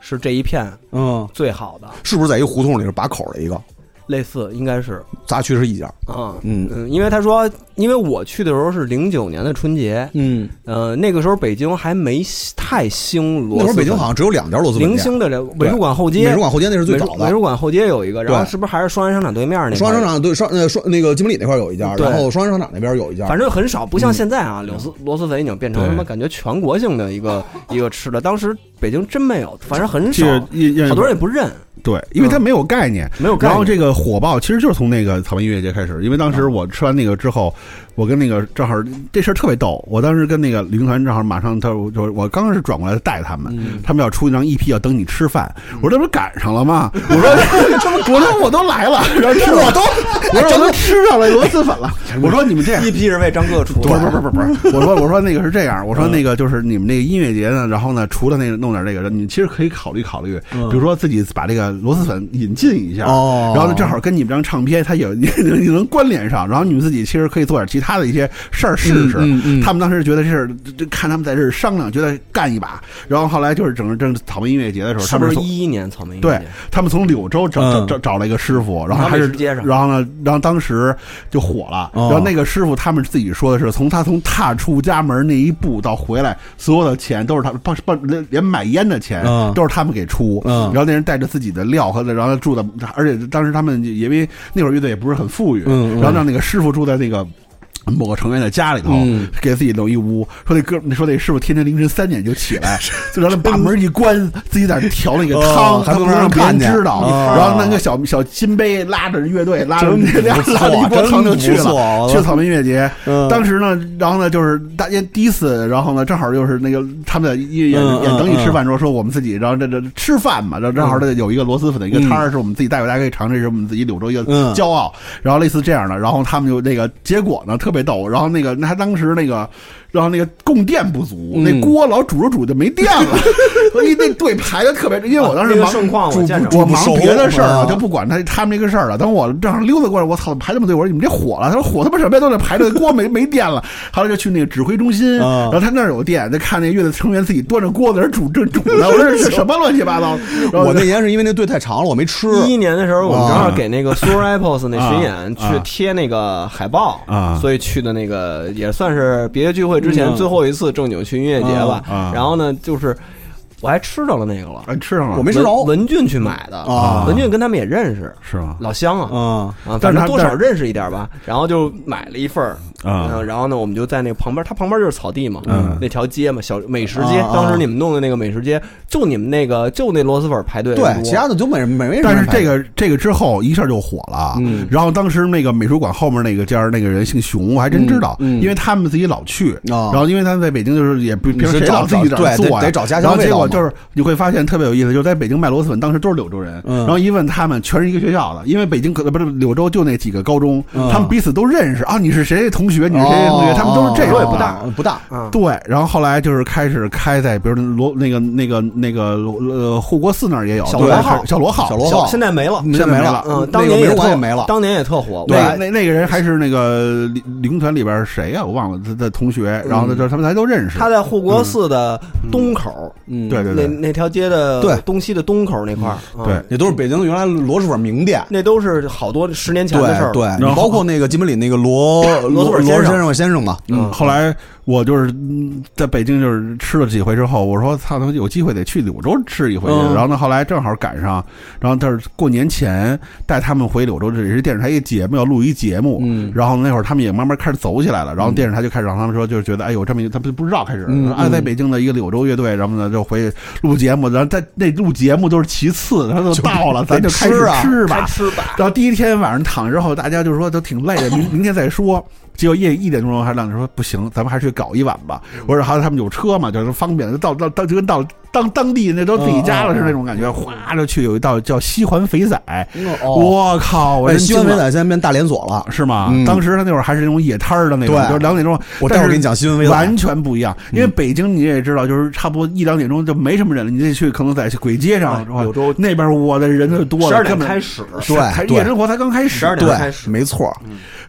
S2: 是这一片
S4: 嗯，
S2: 最好的，
S4: 是不是在一个胡同里是把口的一个？
S2: 类似应该是
S4: 咱去是一家，
S2: 啊，
S4: 嗯
S2: 嗯，因为他说，因为我去的时候是零九年的春节，
S4: 嗯，
S2: 呃，那个时候北京还没太兴螺蛳粉，
S4: 那会儿北京好像只有两家螺蛳粉
S2: 零
S4: 店，
S2: 星的这美术馆后街，
S4: 美术馆后街那是最
S2: 美术
S4: 早
S2: 美
S4: 的。
S2: 术馆后街有一个，然后是不是还是双安商场对面那块儿
S4: 双安商？场对双呃双那个金门里那块儿有一家，
S2: 对
S4: 然后双安商场那边有一家，
S2: 反正很少，不像
S3: 嗯
S2: 现在啊，螺蛳螺蛳粉已经变成
S4: 对
S2: 什么感觉全国性的一个一个吃的。当时北京真没有，反正很
S3: 这
S2: 少，
S3: 个印印
S2: 好多人也不认，
S3: 对，因为他没有概念，啊
S2: 没有概念
S3: 然后这个火爆其实就是从那个草莓音乐节开始，因为当时我吃完那个之后，我跟那个正好这事儿特别逗，我当时跟那个旅行团正好马上他我就我刚开始转过来带他们，他们要出一张 EP 要等你吃饭，我说这不是赶上了吗？我 (laughs) 说这不我说我都来了，然后吃我都我说我都吃上了螺蛳粉了，，E 我说你们这样
S2: 一批是为张哥出
S3: 不是不是不是不是，我说我说那个是这样，我说那个就是你们那个音乐节呢，然后呢，除了那个弄点那个，你其实可以考虑考虑，比如说自己把这个螺蛳粉引进一下，
S4: 嗯哦
S3: 然后呢正好跟你们这张唱片它有你 (laughs) 能关联上，然后你们自己其实可以做点其他的一些事儿试试。
S4: 嗯嗯嗯
S3: 他们当时觉得这是这这看他们在这儿商量，觉得干一把，然后后来就是整个正草莓音乐节的时候，
S2: 是
S3: 他
S2: 不
S3: 们
S2: 是
S3: 从
S2: 一一年草莓音乐
S3: 对
S2: 节？
S3: 他们从柳州找找
S4: 嗯
S3: 找找了一个师傅，然后
S2: 到
S3: 还
S2: 美
S3: 是
S2: 食街上嗯
S3: 然后呢，然后当时就火了。
S4: 哦
S3: 然后那个师傅他们自己说的是，从他从踏出家门那一步到回来，所有的钱都是他们，包包连连买烟的钱
S4: 嗯
S3: 都是他们给出。
S4: 嗯
S3: 然后那人带着自己的料和然后住的，而且当时他们因为那会儿乐队也不是很富裕，
S4: 嗯嗯
S3: 然后让那个师傅住在那个。某个成员的家里头，
S4: 嗯
S3: 给自己弄一屋，说那哥，说那师傅天天凌晨三点就起
S4: (laughs)
S3: 来，就让他把门一关，自己在那调那个汤，
S4: 哦还
S3: 他
S4: 不能
S3: 能让
S4: 让
S3: 别人
S4: 看见
S3: 知道。
S4: 哦
S3: 然后那个小小金杯拉着乐队，拉着
S4: 真不
S3: 拉
S4: 错
S3: 拉着一波汤就去
S4: 真不
S3: 了，
S4: 错
S3: 去草莓音乐节。
S4: 嗯
S3: 当时呢，然后呢就是大家第一次，然后呢正好就是那个他们在演演
S4: 嗯嗯嗯
S3: 演等你吃饭的时候说我们自己，然后这这吃饭嘛，然后正好这有一个螺蛳粉的一个摊儿是我们自己带过来，大家可以尝，这是我们自己柳州一个
S4: 嗯
S3: 骄傲。然后类似这样的，然后他们就那个结果呢特别逗，然后那个那他当时那个。然后那个供电不足，那锅老煮着煮就没电
S4: 嗯
S3: 了，所以那队排的特别，因为我当时
S2: 那个
S3: 忙
S2: 盛况我见着
S3: 我
S4: 不
S3: 忙
S4: 熟
S3: 别的事儿了，
S4: 啊
S3: 就不管他他们这个事儿了。等我正好溜达过来，我操，排这么队，我说你们这火了。他说火他妈什么呀，都得排队，锅没没电了。后来就去那个指挥中心，
S4: 啊
S3: 然后他那儿有电，就看那乐队成员自己端着锅子在那儿煮这煮呢。我说这是什么乱七八糟的？然后
S4: 嗯我那年是因为那队太长了，我没吃。
S2: 一一年的时候，我们正好给那个 Super Apples 那巡演
S3: 啊
S2: 去贴那个海报
S3: 啊
S2: 所以去的那个也算是别的聚会之前
S4: 嗯
S2: 最后一次正经去音乐节吧
S3: 啊啊。
S2: 然后呢，就是我还吃着了那个了，
S3: 哎吃上了，
S4: 我没吃着
S2: 文文俊去买的
S4: 啊
S2: 文俊跟他们也认识，
S3: 是吗？
S2: 老乡啊。
S4: 嗯，
S2: 啊，
S3: 但
S2: 反
S3: 是他
S2: 正多少认识一点吧，然后就买了一份儿
S3: 啊
S2: 嗯然后呢，我们就在那个旁边，它旁边就是草地嘛，
S3: 嗯
S2: 那条街嘛，小美食街
S4: 啊。啊
S2: 当时你们弄的那个美食街，就你们那个就那螺蛳粉排队人
S4: 对，
S2: 多
S4: 其他的就没没没什么
S3: 但
S4: 人
S3: 是
S4: 排队。
S3: 这个这个之后一下就火了，
S4: 嗯
S3: 然后当时那个美术馆后面那个家儿那个人姓熊，我还真知道，
S4: 嗯嗯
S3: 因为他们自己老去，
S4: 哦
S3: 然后因为他们在北京就是也不
S4: 你
S3: 平时
S4: 是
S3: 谁
S4: 找
S3: 老自己在那
S4: 对
S3: 儿
S4: 得
S3: 做呀
S4: 得找家乡
S3: 然后结
S4: 味道
S3: 果
S4: 嘛
S3: 就是你会发现特别有意思，就是在北京卖螺蛳粉，当时都是柳州人，
S4: 嗯
S3: 然后一问他们全是一个学校的，因为北京可不是柳州就那几个高中，
S4: 嗯
S3: 他们彼此都认识啊，你是谁同学，你是谁谁同学，他们都是这
S4: 个
S3: 个不大。
S4: 哦不大，
S2: 啊，
S3: 对，然后后来就是开始开在，比如罗那个那个那个呃护国寺那儿也有
S2: 小
S3: 对
S2: 罗号
S3: 开小罗号，
S4: 小罗号
S2: 小现在没了，
S4: 现在没了
S2: 嗯，
S4: 那
S2: 当
S4: 个
S2: 年也特
S4: 名馆也没了。
S2: 当年也特火，
S4: 对
S3: 那那那个人还是那个李李公团里边谁啊呀、我忘了他的同学，然后他就是他们还都认识。
S2: 他在护国寺的东口，
S4: 嗯，
S3: 对对
S2: 那
S3: 对嗯
S2: 那条街的
S4: 对
S2: 东西的东口那块儿，啊
S3: 对，
S4: 也都是北京原来螺蛳粉名店。
S2: 那都是好多十年前
S4: 对
S2: 的事儿了。
S4: 对，
S3: 然后
S4: 包括那个金门里那
S2: (laughs)
S4: 个罗
S2: 罗
S4: 罗
S2: 斯本先生
S4: 罗先生先生嘛，
S3: 嗯，后来我就是嗯在北京就是吃了几回之后，我说操他妈有机会得去柳州吃一回去。
S4: 嗯
S3: 然后呢，后来正好赶上，然后但是过年前带他们回柳州，这也是电视台一节目要录一节目。
S4: 嗯
S3: 然后那会儿他们也慢慢开始走起来了，然后电视台就开始让他们说，就是觉得哎呦这么一个，他们不知道开始
S4: 嗯
S3: 啊，在北京的一个柳州乐队，然后呢就回去录节目，然后在那录节目都是其次，然后就到了，咱就开始
S4: 吃啊
S3: 吃吧
S2: 该，吃吧，
S3: 然后第一天晚上躺之后，大家就说都挺累的，
S4: (laughs)
S3: 明明天再说。结果夜一点钟还亮着说不行，咱们还是去搞一晚吧。
S4: 嗯
S3: 我说好，他们有车嘛，就是方便，就到到到就跟到当当地那都自己家了是那种感觉，哗就去有一道叫西环肥仔，
S4: 嗯哦，
S3: 我靠，我
S4: 哎，
S3: 真
S4: 西安
S3: 惊
S4: 美仔
S3: 了
S4: 现在变大连锁了。
S3: 是吗
S4: 嗯？
S3: 当时他那会儿还是那种野摊儿的那种，
S4: 对啊
S3: 就是两点钟。
S4: 我待会
S3: 但是
S4: 儿给你讲新闻微览
S3: 完全不一样，
S4: 嗯
S3: 因为北京你也知道，就是差不多一两点钟就没什么人了，你得去可能在鬼街上，
S2: 哎柳州
S3: 那边我的人就多
S2: 十
S3: 了，
S2: 二点
S3: 根本
S2: 开始，
S4: 对
S3: 才
S4: 对
S3: 夜生活才刚开始，
S2: 12点开
S4: 对，
S2: 始嗯
S4: 没错儿，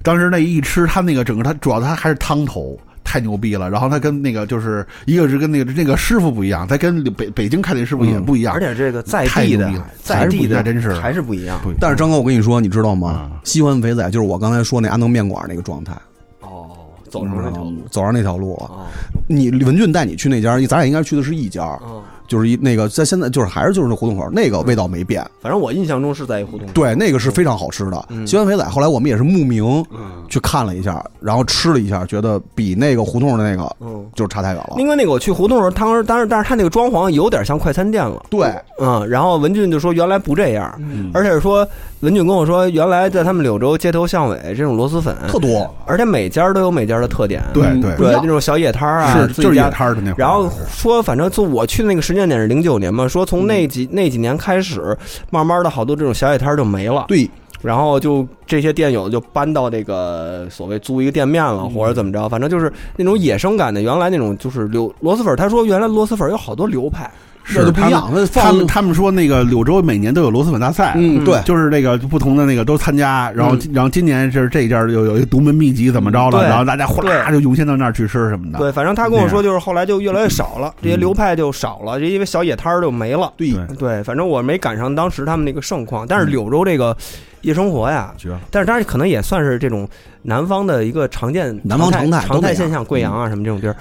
S3: 当时那一吃，他那个整个他主要他还是汤头。太牛逼了！然后他跟那个就是一个是跟那个那个师傅不一样，他跟北北京看那师傅也不一样，
S2: 而且这个在
S3: 太
S2: 地
S3: 牛
S2: 的
S3: 逼了，
S2: 在地的
S3: 还是不一样真是
S2: 还是不一样。
S4: 但是张哥，我跟你说，你知道
S2: 嗯
S4: 吗？西环肥仔就是我刚才说那安能面馆那个状态，
S2: 哦，走上那条路
S4: 嗯走上那条路了。
S2: 啊，
S4: 你李文俊带你去那家，咱俩应该去的是一家，
S2: 嗯，
S4: 就是一那个在现在就是还是就是那胡同口，那个味道没变。
S2: 反正我印象中是在一胡同。
S4: 对，那个是非常好吃的。
S2: 嗯
S4: 西安肥仔后来我们也是慕名去看了一下，然后吃了一下，觉得比那个胡同的那个
S2: 嗯，
S4: 就是差太远了。
S2: 因为那个我去胡同的时候，当时当时但是他那个装潢有点像快餐店了。
S4: 对，
S2: 嗯，然后文俊就说原来不这样，
S3: 嗯
S2: 而且说文俊跟我说，原来在他们柳州街头巷尾这种螺蛳粉
S4: 特多。
S2: 而且每家都有每家的特点，
S3: 对
S4: 嗯
S3: 对
S2: 对，那种小野摊儿啊，
S3: 是
S2: 自己
S3: 就是
S2: 家
S3: 野摊儿的那会儿。
S2: 然后说，反正就我去的那个时间点是零九年嘛，说从那几、
S4: 嗯
S2: 那几年开始，慢慢的好多这种小野摊儿就没了，
S4: 对，
S2: 然后就这些店有的就搬到这个所谓租一个店面
S4: 嗯
S2: 了，或者怎么着，反正就是那种野生感的，原来那种就是流螺蛳粉儿。他说原来螺蛳粉儿有好多流派，
S3: 是
S4: 那就不一样
S3: 他们
S4: 那放
S3: 他们他们说那个柳州每年都有螺蛳粉大赛，
S4: 嗯对
S3: 就是那个不同的那个都参加，然后然后今年是这一家有有一独门秘籍怎么着
S2: 对
S3: 了，然后大家哗啦
S2: 对
S3: 就涌现到那儿去吃什么的。
S2: 对，反正他跟我说就是后来就越来越少了，
S4: 嗯
S2: 这些流派就少了，因为小野摊儿就没了。
S4: 对
S3: 对
S2: 对，反正我没赶上当时他们那个盛况，但是柳州这个夜生活呀，
S3: 嗯绝了。
S2: 但是当然可能也算是这种南方的一个常见
S4: 南方
S2: 常
S4: 常态
S2: 常
S4: 都这
S2: 态
S4: 样
S2: 现象，贵阳啊什么这种地儿，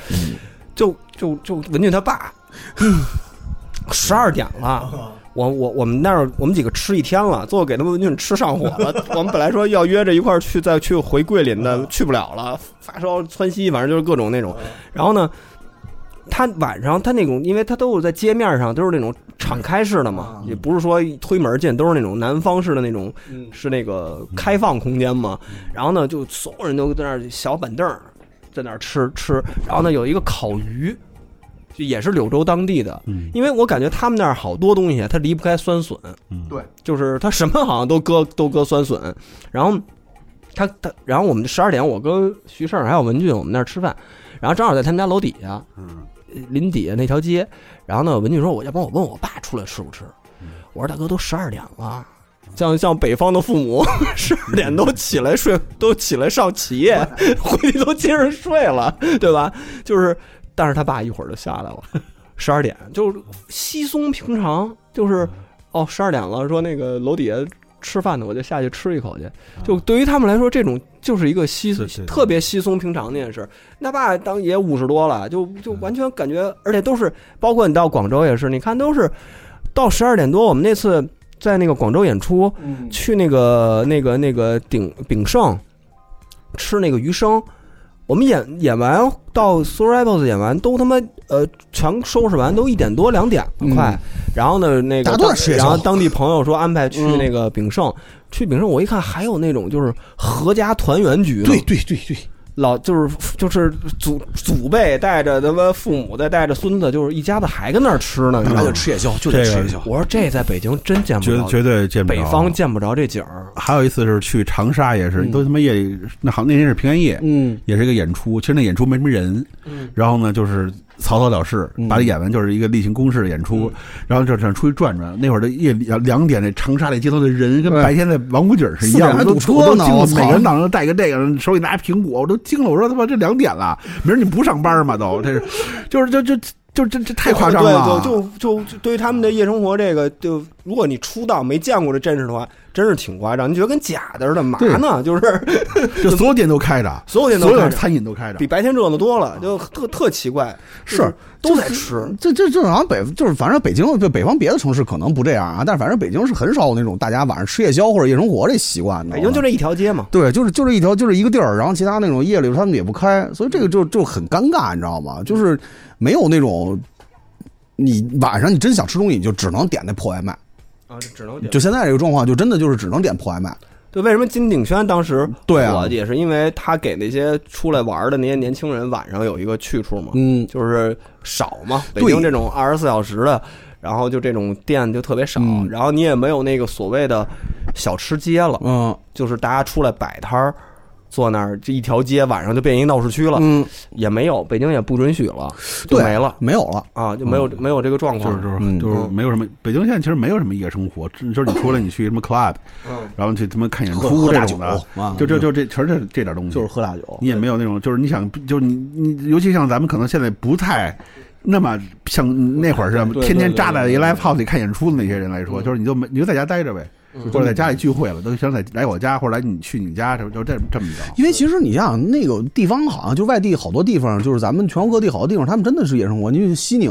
S2: 就就就文俊他爸，十二点了。我我我们那儿我们几个吃一天了，最后给他们文俊吃上火了。我们本来说要约着一块儿去，再去回桂林的，去不了了，发烧窜稀，反正就是各种那种。然后呢，他晚上他那种，因为他都是在街面上，都是那种敞开式的嘛，也不是说推门进，都是那种南方式的那种，是那个开放空间嘛。然后呢，就所有人都在那儿小板凳儿在那儿吃吃，然后呢有一个烤鱼，就也是柳州当地的，
S3: 嗯
S2: 因为我感觉他们那儿好多东西啊它离不开酸笋，
S3: 嗯
S4: 对
S2: 就是他什么好像都搁都搁酸笋，然后他他然后我们十二点，我跟徐胜还有文俊我们那儿吃饭，然后正好在他们家楼底下，
S3: 嗯
S2: 呃林底下那条街，然后呢文俊说，我要不然我问我爸出来吃不吃？
S3: 嗯
S2: 我说大哥都十二点了。像像北方的父母， (laughs) 十二点都起来睡，都起来上起夜，回去都接着睡了，对吧？就是，但是他爸一会儿就下来了，十二点，就是稀松平常，就是哦，十二点了，说那个楼底下吃饭呢，我就下去吃一口去。就对于他们来说，这种就是一个稀
S3: 对对对
S2: 特别稀松平常的一件事。那爸当也五十多了，就就完全感觉，而且都是包括你到广州也是，你看都是到十二点多，我们那次。在那个广州演出，去那个那个那个鼎鼎盛吃那个鱼生，我们演演完到 Survivors 演完都他妈呃全收拾完都一点多两点了快，然后呢那个
S4: 大多数学校
S2: 然后当地朋友说安排去那个炳胜，去炳胜我一看还有那种就是合家团圆局呢，
S4: 对对对，
S2: 老就是就是祖祖辈带着他妈父母再带着孙子，就是一家子嗯还跟那儿吃呢，你知
S4: 还
S2: 道
S4: 得
S2: 吗？
S4: 吃夜宵，就得
S3: 这个
S4: 吃夜宵。
S2: 我说这在北京真见不
S3: 绝
S2: 着，
S3: 绝对见不着。
S2: 北方见不着这景儿。
S3: 还有一次是去长沙，也是
S2: 嗯
S3: 都他妈夜里，那好那天是平安夜，
S2: 嗯
S3: 也是一个演出，其实那演出没什么人，
S2: 嗯
S3: 然后呢就是草草了事，把它演完就是一个例行公事的演
S2: 嗯
S3: 出，然后就想出去转转。那会儿的夜里两点，那长沙那街头的人跟
S4: 对
S3: 白天在王府井是一
S4: 四
S3: 样
S4: 点
S3: 的，
S4: 还
S3: 都
S4: 堵车
S3: 我都
S2: 啊
S4: 呢
S3: 惊了
S4: 我操
S3: 每个人脑上带个这个，手里拿苹果，我都惊了，我说他妈这两点了，明儿你不上班吗？都这是，就是就就就这这太夸张
S2: 对，
S3: 了，
S2: 对就就就对于他们的夜生活这个，就如果你出道没见过这阵势的话，真是挺夸张。你觉得跟假的似的，嘛呢？就是
S3: 就所有店都开着，
S2: 所有店都
S3: 所有
S2: 开
S3: 的
S2: 着
S3: 餐饮都开着
S2: 比。白天热闹多了，就特特奇怪，就是嗯都在吃。
S4: 这这这好像北就是反正北京就北方别的城市可能不这样啊，但是反正北京是很少有那种大家晚上吃夜宵或者夜生活这习惯的。
S2: 北京就这一条街嘛，
S4: 对，就是就这一条，就是一个地儿，然后其他那种夜里他们也不开，所以这个就就很尴尬，你知道吗？就是没有那种，你晚上你真想吃东西，你就只能点那破外卖。
S2: 啊，这只能点
S4: 就现在这个状况，就真的就是只能点破外卖。
S2: 对，为什么金鼎轩当时
S4: 对啊
S2: 火也是因为他给那些出来玩的那些年轻人晚上有一个去处嘛，
S4: 嗯
S2: 就是少嘛，北
S4: 对
S2: 京这种二十四小时的，然后就这种店就特别少，
S4: 嗯
S2: 然后你也没有那个所谓的小吃街了，
S4: 嗯
S2: 就是大家出来摆摊儿。坐那儿，这一条街晚上就变一闹市区了，
S4: 嗯，
S2: 也没有，北京也不允许了，就
S4: 对，嗯
S2: 没了
S4: 没有了。
S2: 啊，就没有、没有这个状
S3: 就
S2: 况，
S3: 是就是
S4: 嗯
S3: 就是没有什么，北京现在其实没有什么夜生活，只就是你出来你去什么 club，
S2: 嗯
S3: 然后去他妈看演
S4: 喝
S3: 出
S4: 喝
S3: 这
S4: 大
S3: 种的
S4: 酒啊，
S3: 就这就这全是这这点东西，
S4: 就是喝大酒。
S3: 你也没有那种，就是你想，就是你你，尤其像咱们可能现在不太那么像那会儿是
S4: 对对
S3: 天天
S4: 对
S3: 扎在一
S4: 对嗯
S3: live house 里看演出的那些人来说，就是你就没你就在家待着呗，或者在家里聚会了，都想在来我家或者来你去你家，就就这这么着。
S4: 因为其实你像那个地方，好像就外地好多地方，就是咱们全国各地好多地方，他们真的是夜生活。你去西宁，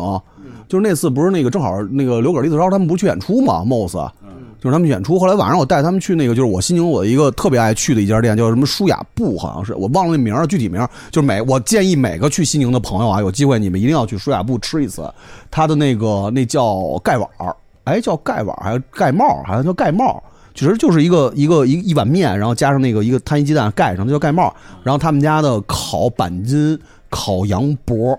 S4: 就是那次不是那个正好那个刘葛利子超他们不是去演出嘛，MOS，就是他们去演出。后来晚上我带他们去那个，就是我西宁我一个特别爱去的一家店，叫什么舒雅布，好像是我忘了那名儿，具体名儿。就是每我建议每个去西宁的朋友啊，有机会你们一定要去舒雅布吃一次，他的那个那叫盖碗儿，哎，叫盖碗儿还是盖帽儿，好像叫盖帽儿。其实就是一个一个一一碗面，然后加上那个一个摊一鸡蛋盖上，它叫盖帽。然后他们家的烤板筋、烤羊脖，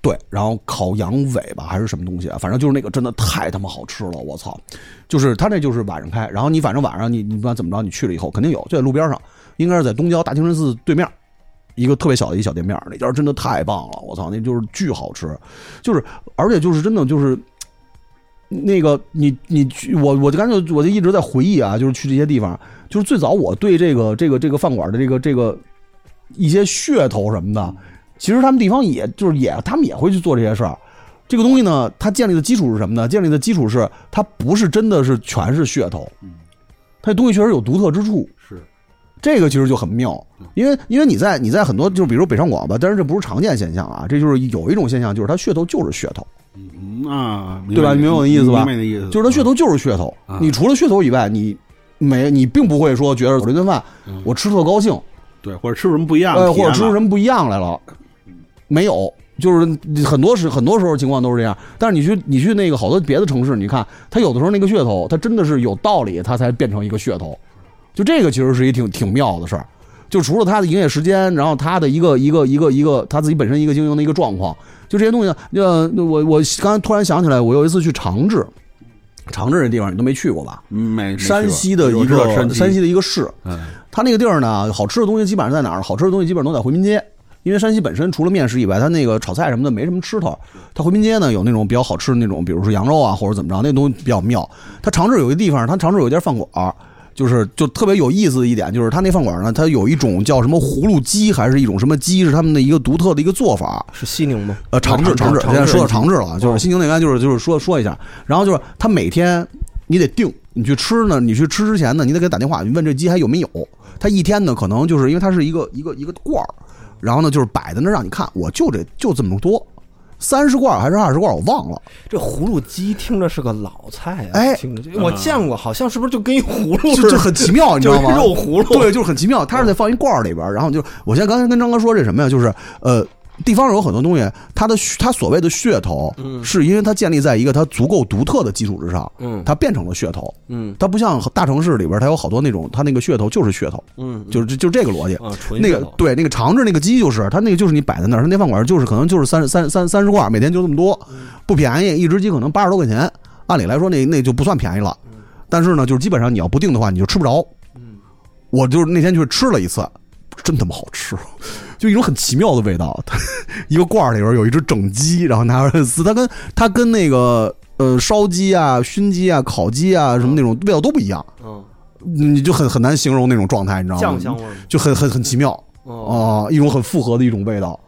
S4: 对，然后烤羊尾巴还是什么东西啊？反正就是那个真的太他妈好吃了，我操！就是他那就是晚上开，然后你反正晚上你你不管怎么着，你去了以后肯定有，就在路边上，应该是在东郊大清真寺对面。一个特别小的一小店面，那家真的太棒了，我操，那就是巨好吃，就是而且就是真的就是那个你你去我我就干脆我就一直在回忆啊，就是去这些地方，就是最早我对这个这个这个饭馆的这个这个一些噱头什么的，其实他们地方也就是也他们也会去做这些事儿。这个东西呢，它建立的基础是什么呢？建立的基础是它不是真的是全是噱头，它这东西确实有独特之处。
S3: 是，
S4: 这个其实就很妙，因为因为你在你在很多就是比如北上广吧，但是这不是常见现象啊，这就是有一种现象，就是它噱头就是噱头，
S3: 嗯啊，
S4: 对吧你明白我的意思吧
S3: 明白你的意思，嗯
S4: 就是它噱头就是噱头。你除了噱头以外，你没你并不会说觉得我这顿饭我吃特高兴，
S3: 对，或者吃出什么不一样的
S4: 呃，
S3: 体
S4: 或
S3: 验
S4: 者
S3: 了，
S4: 吃出什么不一样来了，没有。就是很多时很多时候情况都是这样，但是你去你去那个好多别的城市，你看它有的时候那个噱头，它真的是有道理，它才变成一个噱头。就这个其实是一挺挺妙的事儿。就除了它的营业时间，然后它的一个一个一个一个它自己本身一个经营的一个状况，就这些东西呢。呃，我我刚才突然想起来，我有一次去长治，长治这地方你都没去过吧？
S3: 嗯没没去过
S4: 山西的
S3: 我
S4: 一
S3: 知道
S4: 个
S3: 山
S4: 山西的一个市，
S3: 嗯，
S4: 它那个地儿呢，好吃的东西基本上在哪儿呢？好吃的东西基本上都在回民街，因为山西本身除了面食以外，它那个炒菜什么的没什么吃头。它回民街呢有那种比较好吃的那种，比如说羊肉啊或者怎么着，那东西比较妙。它长治有一个地方，它长治有一家饭馆儿。就是就特别有意思的一点，就是它那饭馆儿呢，它有一种叫什么葫芦鸡，还是一种什么鸡，是他们的一个独特的一个做法。
S2: 是西宁吗？
S4: 呃，长治长治，现在说到长治了啊，就是
S2: 嗯
S4: 西宁那边就是就是说说一下，然后就是他每天你得定，你去吃呢，你去吃之前呢，你得给他打电话，你问这鸡还有没有。他一天呢，可能就是因为它是一个一个一个罐儿，然后呢就是摆在那儿让你看，我就这就这么多，三十罐儿还是二十罐儿我忘了，
S2: 这葫芦鸡听着是个老菜啊，
S4: 哎
S2: 听着就我见过，好像是不是就跟一葫芦似
S4: 就
S2: 的，
S4: 就很
S2: (laughs)
S4: 奇妙，你知
S2: 就是
S4: 道吗？
S2: 肉葫芦，
S4: (laughs) 对，就是很奇妙。它是在放一罐儿里边儿，然后就我现在刚才跟张哥说这什么呀？就是呃，地方上有很多东西，它的噱它所谓的噱头，是因为它建立在一个它足够独特的基础之上，
S2: 嗯
S4: 它变成了噱头。
S2: 嗯
S4: 它不像大城市里边，它有好多那种，它那个噱头就是噱头，
S2: 嗯
S4: 就是就就这个逻辑。
S2: 啊，纯
S4: 那
S2: 噱
S4: 个
S2: 头
S4: 对那个长治那个鸡就是它那个就是你摆在那儿，它那饭馆就是可能就是三三三三十块，每天就这么多，
S2: 嗯
S4: 不便宜，一只鸡可能八十多块钱，按理来说那那就不算便宜了。
S2: 嗯
S4: 但是呢，就是基本上你要不定的话，你就吃不着。我就是那天去吃了一次，真他妈好吃， (laughs) 就一种很奇妙的味道。 (laughs) 它一个罐儿里边有一只整鸡，然后拿出来撕，它跟它跟那个呃烧鸡啊、熏鸡啊、烤鸡啊什么那种味道都不一样，
S2: 嗯
S4: 你就很很难形容那种状态，你知道吗？
S2: 酱香味儿
S4: 就很很很奇妙。
S2: 哦
S4: 啊、一种很复合的一种味道。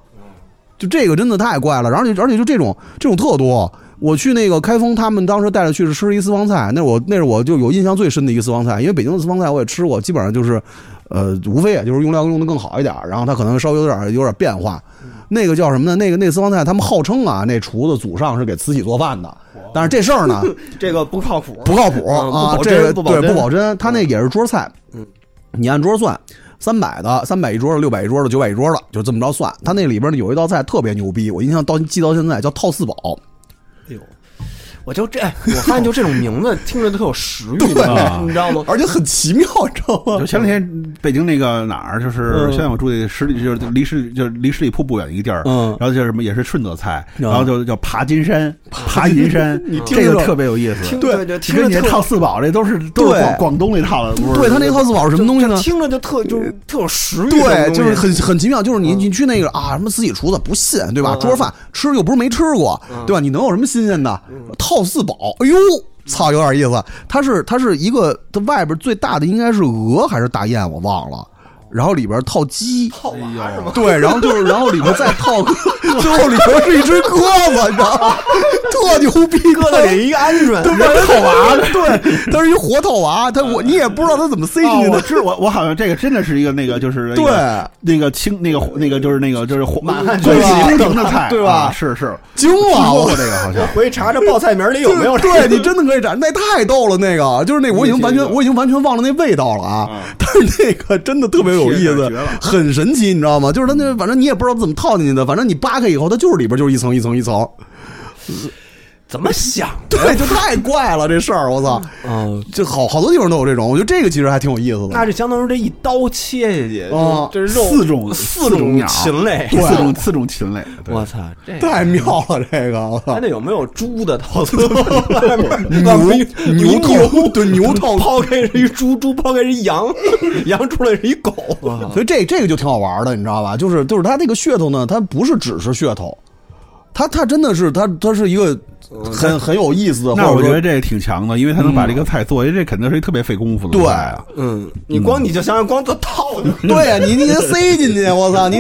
S4: 就这个真的太怪了，然后就而且就这种这种特多。我去那个开封，他们当时带着去吃一私房菜，那是我那是我就有印象最深的一个私房菜，因为北京的私房菜我也吃过，基本上就是，呃，无非也就是用料用的更好一点，然后它可能稍微有点有点变化。那个叫什么呢？那个那个私房菜，他们号称啊，那厨子祖上是给慈禧做饭的，但是这事儿呢
S2: 这个不靠谱
S4: 不靠谱
S2: 嗯不
S4: 啊
S2: 保，
S4: 这
S2: 真
S4: 个
S2: 不保
S4: 对
S2: 真
S4: 不保真，他那也是桌菜，
S2: 嗯，
S4: 你按桌算，三百的、三百一桌的、六百一桌的、九百一桌的，就这么着算。他那里边呢有一道菜特别牛逼，我印象到记到现在叫套四宝，
S2: 哎呦，我就这，哎我发现就这种名字听着都特有食欲，
S3: 啊
S2: 你知道吗？
S4: 而且很奇妙，你知道吗
S3: 就？前两天北京那个哪儿，就是
S4: 嗯
S3: 现在我住的十里，就是离十里就是离十里铺不远一个地儿，
S4: 嗯
S3: 然后叫什么也是顺德菜，
S4: 嗯
S3: 然后就叫爬金山、爬银山，
S4: 听
S3: 这个
S4: 着
S3: 特别有意思
S2: 听。对对，听
S3: 跟
S2: 着
S3: 你那
S2: 特
S3: 套四宝这都是都
S4: 对
S3: 是广广东那套的，不是
S4: 对他那套四宝是什么东西呢？呃
S2: 听着就特就特有食欲，
S4: 对，就是很很奇妙，就是你
S2: 嗯
S4: 你去那个啊什么自己厨子不信对吧？
S2: 嗯
S4: 桌饭吃又不是没吃过
S2: 嗯
S4: 对吧？你能有什么新鲜的？套四宝，哎呦，操，有点意思。它是它是一个它外边最大的应该是鹅还是大雁，我忘了。然后里边套鸡，
S2: 套娃是吗？
S4: 对，然后就是然后里边再套，
S2: (laughs)
S4: 最后里边是一只鸽子，你知道吗？特牛逼，
S2: (laughs) 搁那里一个鹌鹑，
S4: 它是套娃，对，它是一活套娃，它我你也不知道它怎么塞进
S3: 哦
S2: 啊
S4: (laughs) 去，的，
S3: 我知道我我好像这个真的是一个那个就是那个
S4: 对。
S3: 那个清那个那个就是那个就是满汉
S4: 全席
S3: 宫廷的菜
S4: 对吧
S3: 啊是是，
S4: 惊
S3: 听
S4: 了，
S3: 说
S4: 我
S3: 过这个好像。
S2: 回去查查报菜名里有没有这
S4: 对你真的可以展，那太逗了，那个就是那我已经完全我已经完全忘了那味道了啊， (laughs) 但是那个真的特别有意思
S3: 绝了，
S4: (laughs) 很神奇，你知道吗？就是它那反正你也不知道怎么套进去的，反正你扒开以后，它就是里边就是一层一层一层，
S2: 怎么想的？
S4: 对，就太怪了这事儿，我操！ (laughs)
S2: 啊，
S4: 就好好多地方都有这种，我觉得这个其实还挺有意思
S2: 那
S4: 的。
S2: 这相当于这一刀切下去，
S4: 哦
S2: 这肉
S3: 四种
S2: 四
S3: 四种
S2: 种
S3: 鸟
S2: 禽类，
S4: 对
S3: 四种四种禽类，对
S2: (laughs) 我操，这
S4: 太妙了，这个我操
S2: 哎，！那有没有猪的套
S4: (laughs)
S2: 餐？
S4: 啊牛牛头对牛头
S2: (laughs) 抛开是一猪，猪抛开是一羊， (laughs) 羊出来是一狗。
S4: 所以这这个就挺好玩的，你知道吧？就是就是它那个噱头呢，它不是只是噱头，它它真的是它它是一个很很有意思的，
S3: 那
S4: 呃或者
S3: 我觉
S4: 说嗯
S3: 得这挺强的，因为他能把这个菜做，因为这肯定是一特别费功夫的
S4: 对
S3: 菜啊。
S2: 嗯，你光你就想想，光这套的， (laughs)
S4: 对啊，你你给它塞进去，我操，你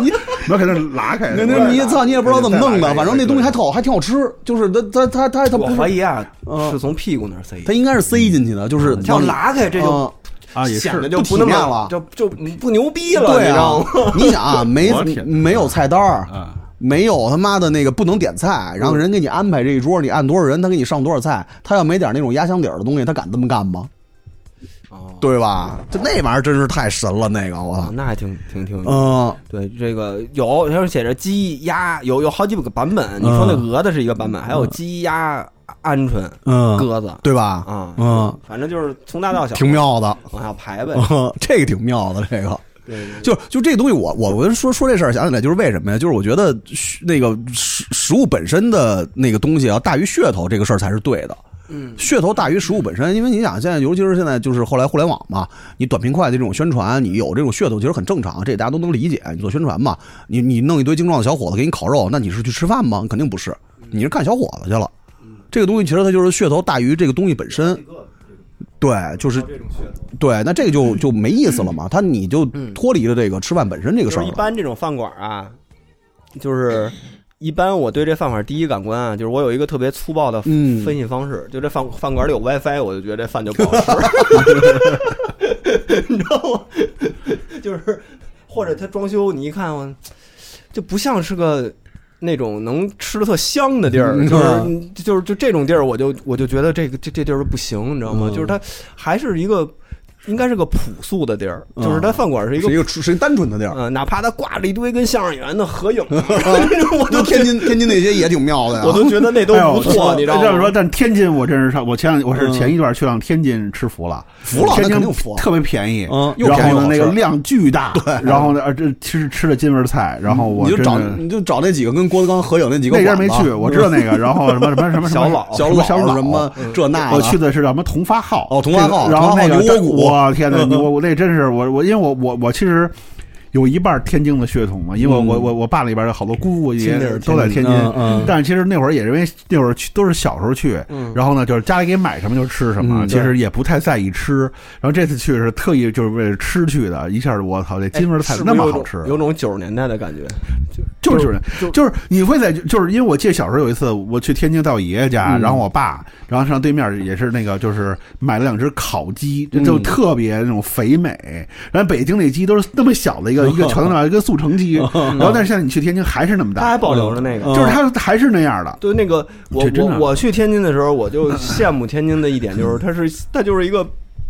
S4: 你
S3: 那肯定是拉开
S4: 那
S3: 的。
S4: 那你操，你也不知道怎么弄的，反正那东西还
S3: 特。
S4: 特好，还挺好吃，就是它它它它它
S2: (laughs) 我
S4: 不
S2: 怀
S4: 是，
S2: 疑啊，
S4: 嗯
S2: 是从屁股那儿塞。
S4: 它应该是塞进去的，就是
S2: 它要
S4: 往里
S2: 拉开这就
S4: 嗯
S3: 啊，也
S2: 显得
S3: 是。
S2: 就
S4: 不
S2: 那
S4: 体
S2: 么
S4: 面了
S2: 就就不牛逼了，
S4: 对
S2: 你知道
S4: 啊
S2: 吗？，
S4: 你
S2: (laughs)
S4: 想啊，没
S3: 我天
S4: 没有菜单儿
S3: 嗯，
S4: 没有他妈的那个不能点菜，然后人给你安排这一桌，你按多少人，他给你上多少菜，他要没点那种压箱底儿的东西，他敢这么干吗？
S2: 哦
S4: 对吧？就那玩意儿真是太神了，那个我
S2: 啊
S4: 操，，
S2: 那还挺挺挺有意思。
S4: 嗯，
S2: 对，这个有，它是写着鸡、鸭，有有好几个版本。你说那鹅的是一个版本，还有鸡、鸭、鹌鹑、
S4: 嗯
S2: 鸽子
S4: 对吧？
S2: 啊，
S4: 嗯，
S2: 反正就是从大到小
S4: 挺妙的，
S2: 往下排呗。
S4: 嗯 (laughs) 这个挺妙的，这个。
S2: 对对
S4: 就就这东西我，我我说说这事儿，想起来就是为什么呀？就是我觉得嘘那个食食物本身的那个东西要大于噱头，这个事儿才是对的。
S2: 嗯，
S4: 噱头大于食物本身，因为你想现在，尤其是现在就是后来互联网嘛，你短平快的这种宣传，你有这种噱头其实很正常，这大家都能理解。你做宣传嘛，你你弄一堆精壮的小伙子给你烤肉，那你是去吃饭吗？肯定不是，你是看小伙子去了。
S2: 嗯
S4: 这个东西其实它就是噱头大于这个东西本身。对，就是对，那这个就就没意思了嘛。他你就脱离了这个吃饭本身这个事
S2: 嗯就
S4: 儿
S2: 是一
S4: 了。
S2: 般这种饭馆啊，就是 (coughs) 一般我对这饭馆第一感官啊，就是我有一个特别粗暴的
S4: 嗯
S2: 分析方式，就这饭饭馆里有 WiFi，我就觉得这饭就不好
S4: (laughs)
S2: 吃，你知道吗？就是或者他装修，你一看，我就不像是个。那种能吃的特香的地儿，
S4: 嗯
S2: 就是
S4: 嗯
S2: 就是就这种地儿，我就我就觉得这个这这地儿不行，你知道吗？就是它还是一个应该是个朴素的地儿，就是他饭馆是一个
S4: 嗯是一。个是一单纯
S3: 啊
S4: 的地儿。
S2: 嗯，哪怕他挂着一堆跟相声演员的合影，
S3: (laughs)
S2: 我
S4: 那
S2: 都
S4: 天津天津那些也挺妙的呀，
S2: 我都觉得那都
S3: 哎呦
S2: 不错，
S3: 我
S2: 你知道
S3: 这么
S2: 吗
S3: 说，？但天津我真是上，我前两我是前一段去趟天津吃服了，
S4: 服嗯了
S3: 天津
S4: 那肯定服
S3: 特别便宜，
S4: 嗯又
S3: 然
S4: 便宜
S3: 后
S4: 又好
S3: 呢那
S4: 吃
S3: 个量巨大，对，然后呢呃这其实吃的京味儿菜，然后我
S4: 嗯你就
S3: 真
S4: 找
S3: 的
S4: 你就找那几个跟郭德纲合影那几个
S3: 那
S4: 馆
S3: 家
S4: 子，
S3: 没去，我知道那个，然后什么什么什么什
S4: 小
S3: 么
S4: 老
S3: 什
S4: 老嗯
S3: 么小老
S4: 什么这那的，
S3: 我去的是叫什么同发号
S4: 哦同发号
S3: 这个然后那个
S4: 同发号牛窝骨
S3: 我天哪，
S4: 嗯
S3: 你我我那真是我我因为我我我其实有一半天津的血统嘛，因为我我我我爸那边的好多姑姑爷
S2: 亲戚是
S3: 都在天津
S4: 嗯嗯，
S3: 但是其实那会儿也是因为那会儿去都是小时候去，然后呢就是家里给买什么就吃什么，
S4: 嗯
S3: 其实也不太在意吃，然后这次去是特意就是为了吃去的，一下儿我操这
S2: 哎
S3: 京味儿菜
S2: 是不
S3: 那
S2: 是
S3: 么
S2: 有
S3: 好
S2: 种
S3: 吃，啊
S2: 有种九十年代的感觉。
S3: 就是就是
S2: 就
S3: 就是你会在就是因为我记得小时候有一次我去天津到我爷爷
S2: 嗯
S3: 家，然后我爸然后上对面也是那个就是买了两只烤鸡，就
S2: 嗯
S3: 就特别那种肥美。然后北京那鸡都是那么小的
S2: (laughs)
S3: 一个一个拳头大一个速成鸡，然后但是现在你去天津还是那么
S2: 他还
S3: 大，
S2: 保留着那个，
S4: 嗯
S3: 就是它还是那样的。
S2: 对那个我
S3: 这真的
S2: 我我去天津的时候，我
S3: (laughs)
S2: 就羡慕天津的一点就是，它是它就是一个。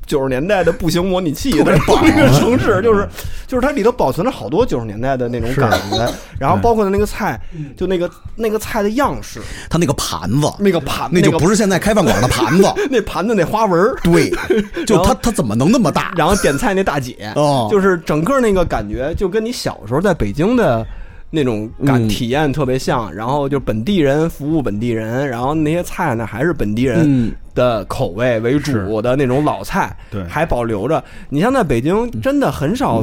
S2: 九十年代的步行模拟器的一个
S3: 啊
S2: 城市，就是就是它里头保存了好多九十年代的那种感
S3: (laughs)
S2: 觉，然后包括那个菜，就那个那个菜的样式，
S4: 他那个盘子，
S2: 那个盘，
S4: 那就不
S2: 是
S4: 是现在开饭馆的盘子，
S2: 那盘子那花纹儿
S4: 对，就
S2: 然
S4: 他
S2: 后
S4: 他怎么能那么大？
S2: 然后点菜那大姐，
S4: (laughs) 哦
S2: 就是整个那个感觉，就跟你小时候在北京的那种感
S4: 嗯
S2: 体验特别像。然后就本地人服务本地人，然后那些菜呢还是本地人
S4: 嗯
S2: 的口味为主的那种老菜，
S3: 对
S2: 还保留着。你像在北京
S4: 嗯
S2: 真的很少，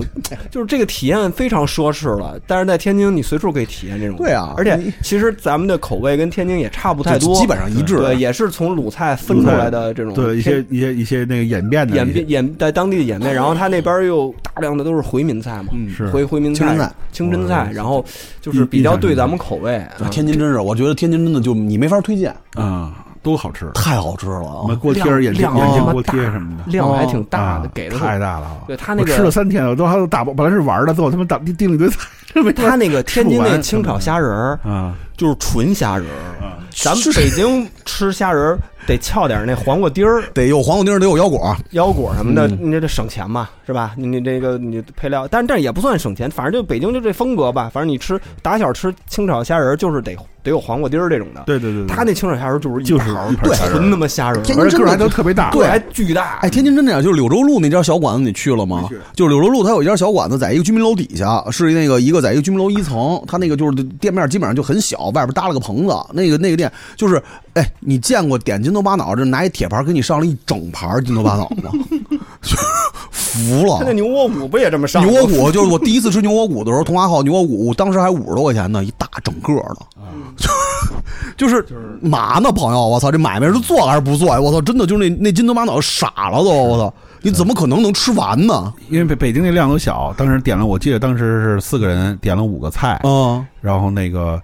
S2: 就是这个体验非常奢侈了。但是在天津，你随处可以体验这种。
S4: 对啊
S2: 而且
S4: 你
S2: 其实咱们的口味跟天津也差不太
S4: 就
S2: 多，
S4: 基本上一致
S2: 对，也是从鲁菜分出来的这种
S3: 对一
S2: 天
S3: 些一些一些那个演变的
S2: 演
S3: 一些
S2: 变演在当地的演变，然后他那边儿又大量的都是回民菜嘛，
S3: 是
S2: 回回民
S4: 清真菜
S2: 菜、清真菜，然后就是
S3: 印
S2: 比较
S3: 印象
S2: 对
S3: 深
S2: 咱
S3: 刻
S2: 们口味。
S4: 啊
S2: 啊
S4: 天津真是，我觉得天津真的就你没法推荐，
S3: 啊，都好
S2: 哦
S3: 吃，
S4: 太好吃了
S3: 什么
S4: 啊！
S3: 锅贴儿、眼
S2: 量
S3: 镜眼
S2: 量
S3: 镜
S2: 他妈
S3: 锅贴
S2: 大
S3: 什么的。
S2: 量还挺大
S3: 啊
S2: 的，给的
S3: 太大了，哦
S2: 对他那个
S3: 我吃了三天，我都还有大包，本来是玩儿的，最后他妈打订订了一堆菜，没法
S2: 他那个天津
S3: 吃不
S2: 那
S3: 完
S2: 清炒虾仁儿
S3: 啊，
S2: 就是纯虾仁儿，咱们北京吃虾仁儿得翘点儿那黄瓜丁儿、
S4: 得有黄瓜丁儿，得有腰果啊儿，
S2: 腰果什么的，
S3: 嗯
S2: 你这得省钱嘛，是吧？你你这个你配料，但是但是也不算省钱，反正就北京就这风格吧。反正你吃打小吃清炒虾仁儿，就是得得有黄瓜丁儿这种的。
S3: 对对对，对
S2: 他那清炒虾仁儿就是
S3: 就是
S2: 盘儿
S3: 一盘儿虾仁儿
S2: 纯他妈虾仁儿，
S4: 天
S3: 而且
S4: 真
S3: 个儿
S4: 的
S3: 还都特别大，
S4: 对
S2: 还巨大。
S4: 哎，天津真这样，就是柳州路那家小馆子，你去了吗
S3: 没去？
S4: 就是柳州路，它有一家小馆子，在一个居民楼底下，是那个一个在一个居民楼一层，它那个就是店面基本上就很小，外边搭了个棚子，那个那个店就是，哎，你见过点筋头巴脑，这拿一铁盘给你上了一整盘筋头巴脑吗？ (laughs) 就是服
S2: 他那
S4: 了。
S2: 牛窝骨不也这么上吗？
S4: 牛窝骨就是我第一次吃牛窝骨的时候，同花号牛窝骨，我当时还五十多块钱呢，一大整个呢，嗯 (laughs) 就是就是嘛呢，朋友，我操，这买卖是做还是不做呀？我操，真的就是那那筋头巴脑傻了都，我操，你怎么可能能吃完呢？
S3: 因为北北京那量都小，当时点了，我记得当时是四个人点了五个菜，
S2: 嗯
S4: 啊，
S3: 然后那个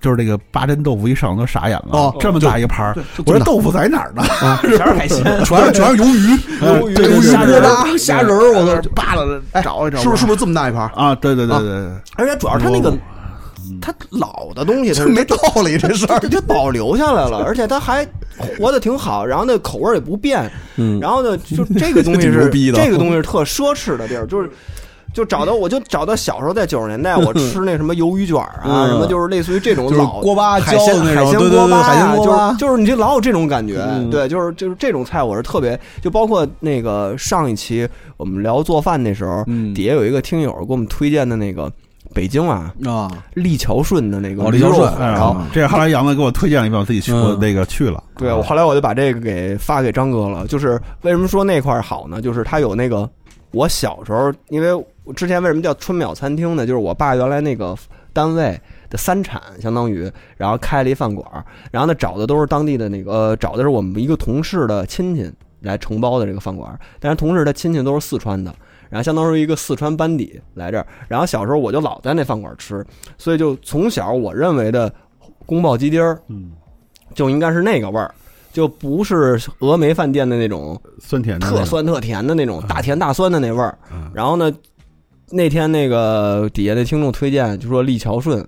S3: 就是那个八珍豆腐一上都傻眼了，
S4: 哦
S3: 这么大一个盘儿，我说豆腐在哪儿呢？
S2: 全啊是海
S4: (laughs)
S2: 鲜，
S4: 啊全是全是鱿鱼，
S3: 哎
S2: 鱿鱼
S3: (laughs) 对对
S4: 鱿
S3: 对
S4: 鱼
S2: 虾
S4: 锅
S2: 仁儿哎
S4: 巴、虾仁儿，我操，
S3: 扒拉着找一找，
S4: 是不是是不是这么大一盘？
S3: 啊？对对对对对，
S2: 而且主要是他那个
S4: 嗯
S2: 他老的东西，他
S4: 这 (laughs) 没道理，这事
S3: (laughs)
S4: 儿
S2: 它它保留下来了，而且它还活得挺好，然后那口味儿也不变，然后呢，就这个东西
S4: 嗯 (laughs) 挺
S2: 是
S4: 牛逼的
S2: 这个东西是特奢侈的地儿，就是。就找到，我就找到小时候在九十年代，我吃那什么鱿鱼卷儿啊，
S4: 嗯
S2: 什么就是类似于这种
S4: 就是
S2: 老
S4: 锅巴
S2: 海
S4: 浇
S2: 鲜
S4: 的那
S2: 海
S4: 种
S2: 鲜
S4: 对对
S2: 锅
S4: 对
S2: 巴
S4: 海鲜
S2: 啊
S4: 锅
S2: 就是
S4: 巴
S2: 就是你这老有这种感觉，
S4: 嗯
S2: 对，就是就是这种菜我是特别就包括那个上一期我们聊做饭那时候，
S4: 嗯
S2: 底下有一个听友给我们推荐的那个北京啊
S4: 啊，
S2: 利桥顺的那个
S4: 哦利桥
S2: 牛肉
S4: 顺
S2: 火
S3: 哎
S2: 烧
S3: 呀，这是后来杨子给我推荐了一遍，我自己去
S4: 嗯
S3: 我那个去了，啊
S2: 对，啊我后来我就把这个给发给张哥了。就是为什么说那块儿好呢？就是它有那个我小时候，因为我之前为什么叫春淼餐厅呢？就是我爸原来那个单位的三产，相当于，然后开了一饭馆儿，然后呢找的都是当地的那个，呃，找的是我们一个同事的亲戚来承包的这个饭馆儿，但是同事他亲戚都是四川的。然后相当于一个四川班底来这儿，然后小时候我就老在那饭馆儿吃，所以就从小我认为的宫保鸡丁儿
S3: 嗯，
S2: 就应该是那个味儿，就不是峨眉饭店的那种
S3: 酸甜的那
S2: 特
S3: 个
S2: 酸特甜的那种大甜大酸的那味儿
S3: 嗯。
S2: 然后呢，那天那个底下那听众推荐就说利桥顺，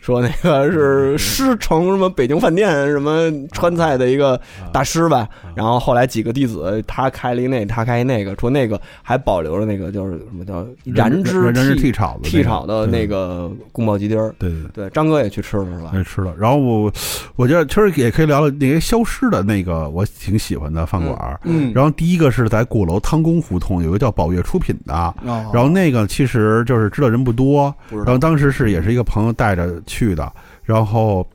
S2: 说那个是师承什么北京饭店什么川菜的一个大师吧，
S3: 嗯
S2: 然后后来几个弟子他开了一那，他开一那个，说那个还保留了那个就是什么叫燃
S3: 燃
S2: 脂
S3: 燃脂嗯剃炒的那个
S2: 剃炒的
S3: 对
S2: 那个宫保鸡丁儿。
S3: 对对对。
S2: 对，张哥也去吃了是吧？
S3: 哎，吃了。然后我，我觉得其实也可以聊聊那些消失的那个我挺喜欢的饭馆儿。
S4: 嗯
S3: 然后第一个是在鼓楼汤宫胡同有一个叫宝悦出品的，
S2: 哦
S4: 然
S3: 然后那个其实就是知道人不多，然后当时是也是一个朋友带着去的，然后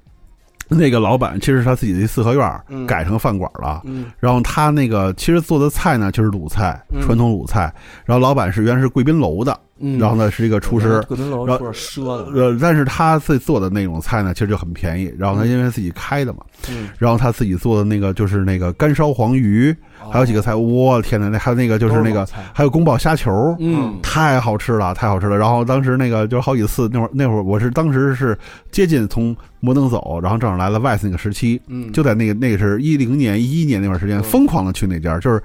S3: 那个老板其实是他自己的四合院儿
S2: 嗯
S3: 改成饭馆了。
S2: 嗯
S3: 然后他那个其实做的菜呢，就是鲁菜，
S2: 嗯
S3: 传统鲁菜。然后老板是原来是贵宾楼的，
S2: 嗯
S3: 然后呢是一个厨师，
S2: 桂林楼
S3: 然
S2: 有
S3: 后
S2: 点奢的，
S3: 呃，但是他自己做的那种菜呢，其实就很便宜。然后他因为自己开的嘛，
S2: 嗯
S3: 然后他自己做的那个就是那个干烧黄鱼，呃
S2: 哦
S3: 还有几个菜，我、天呐，那还有那个就是
S2: 都
S3: 那个
S2: 是老菜
S3: 还有宫保虾球，
S4: 嗯
S3: 太好吃了，太好吃了。然后当时那个就是好几次，那会儿那会儿我是当时是接近从摩登走，然后正好来了 Vice 那个时期，
S2: 嗯
S3: 就在那个那个是一零年一一年那段时间，疯狂的去那家，就是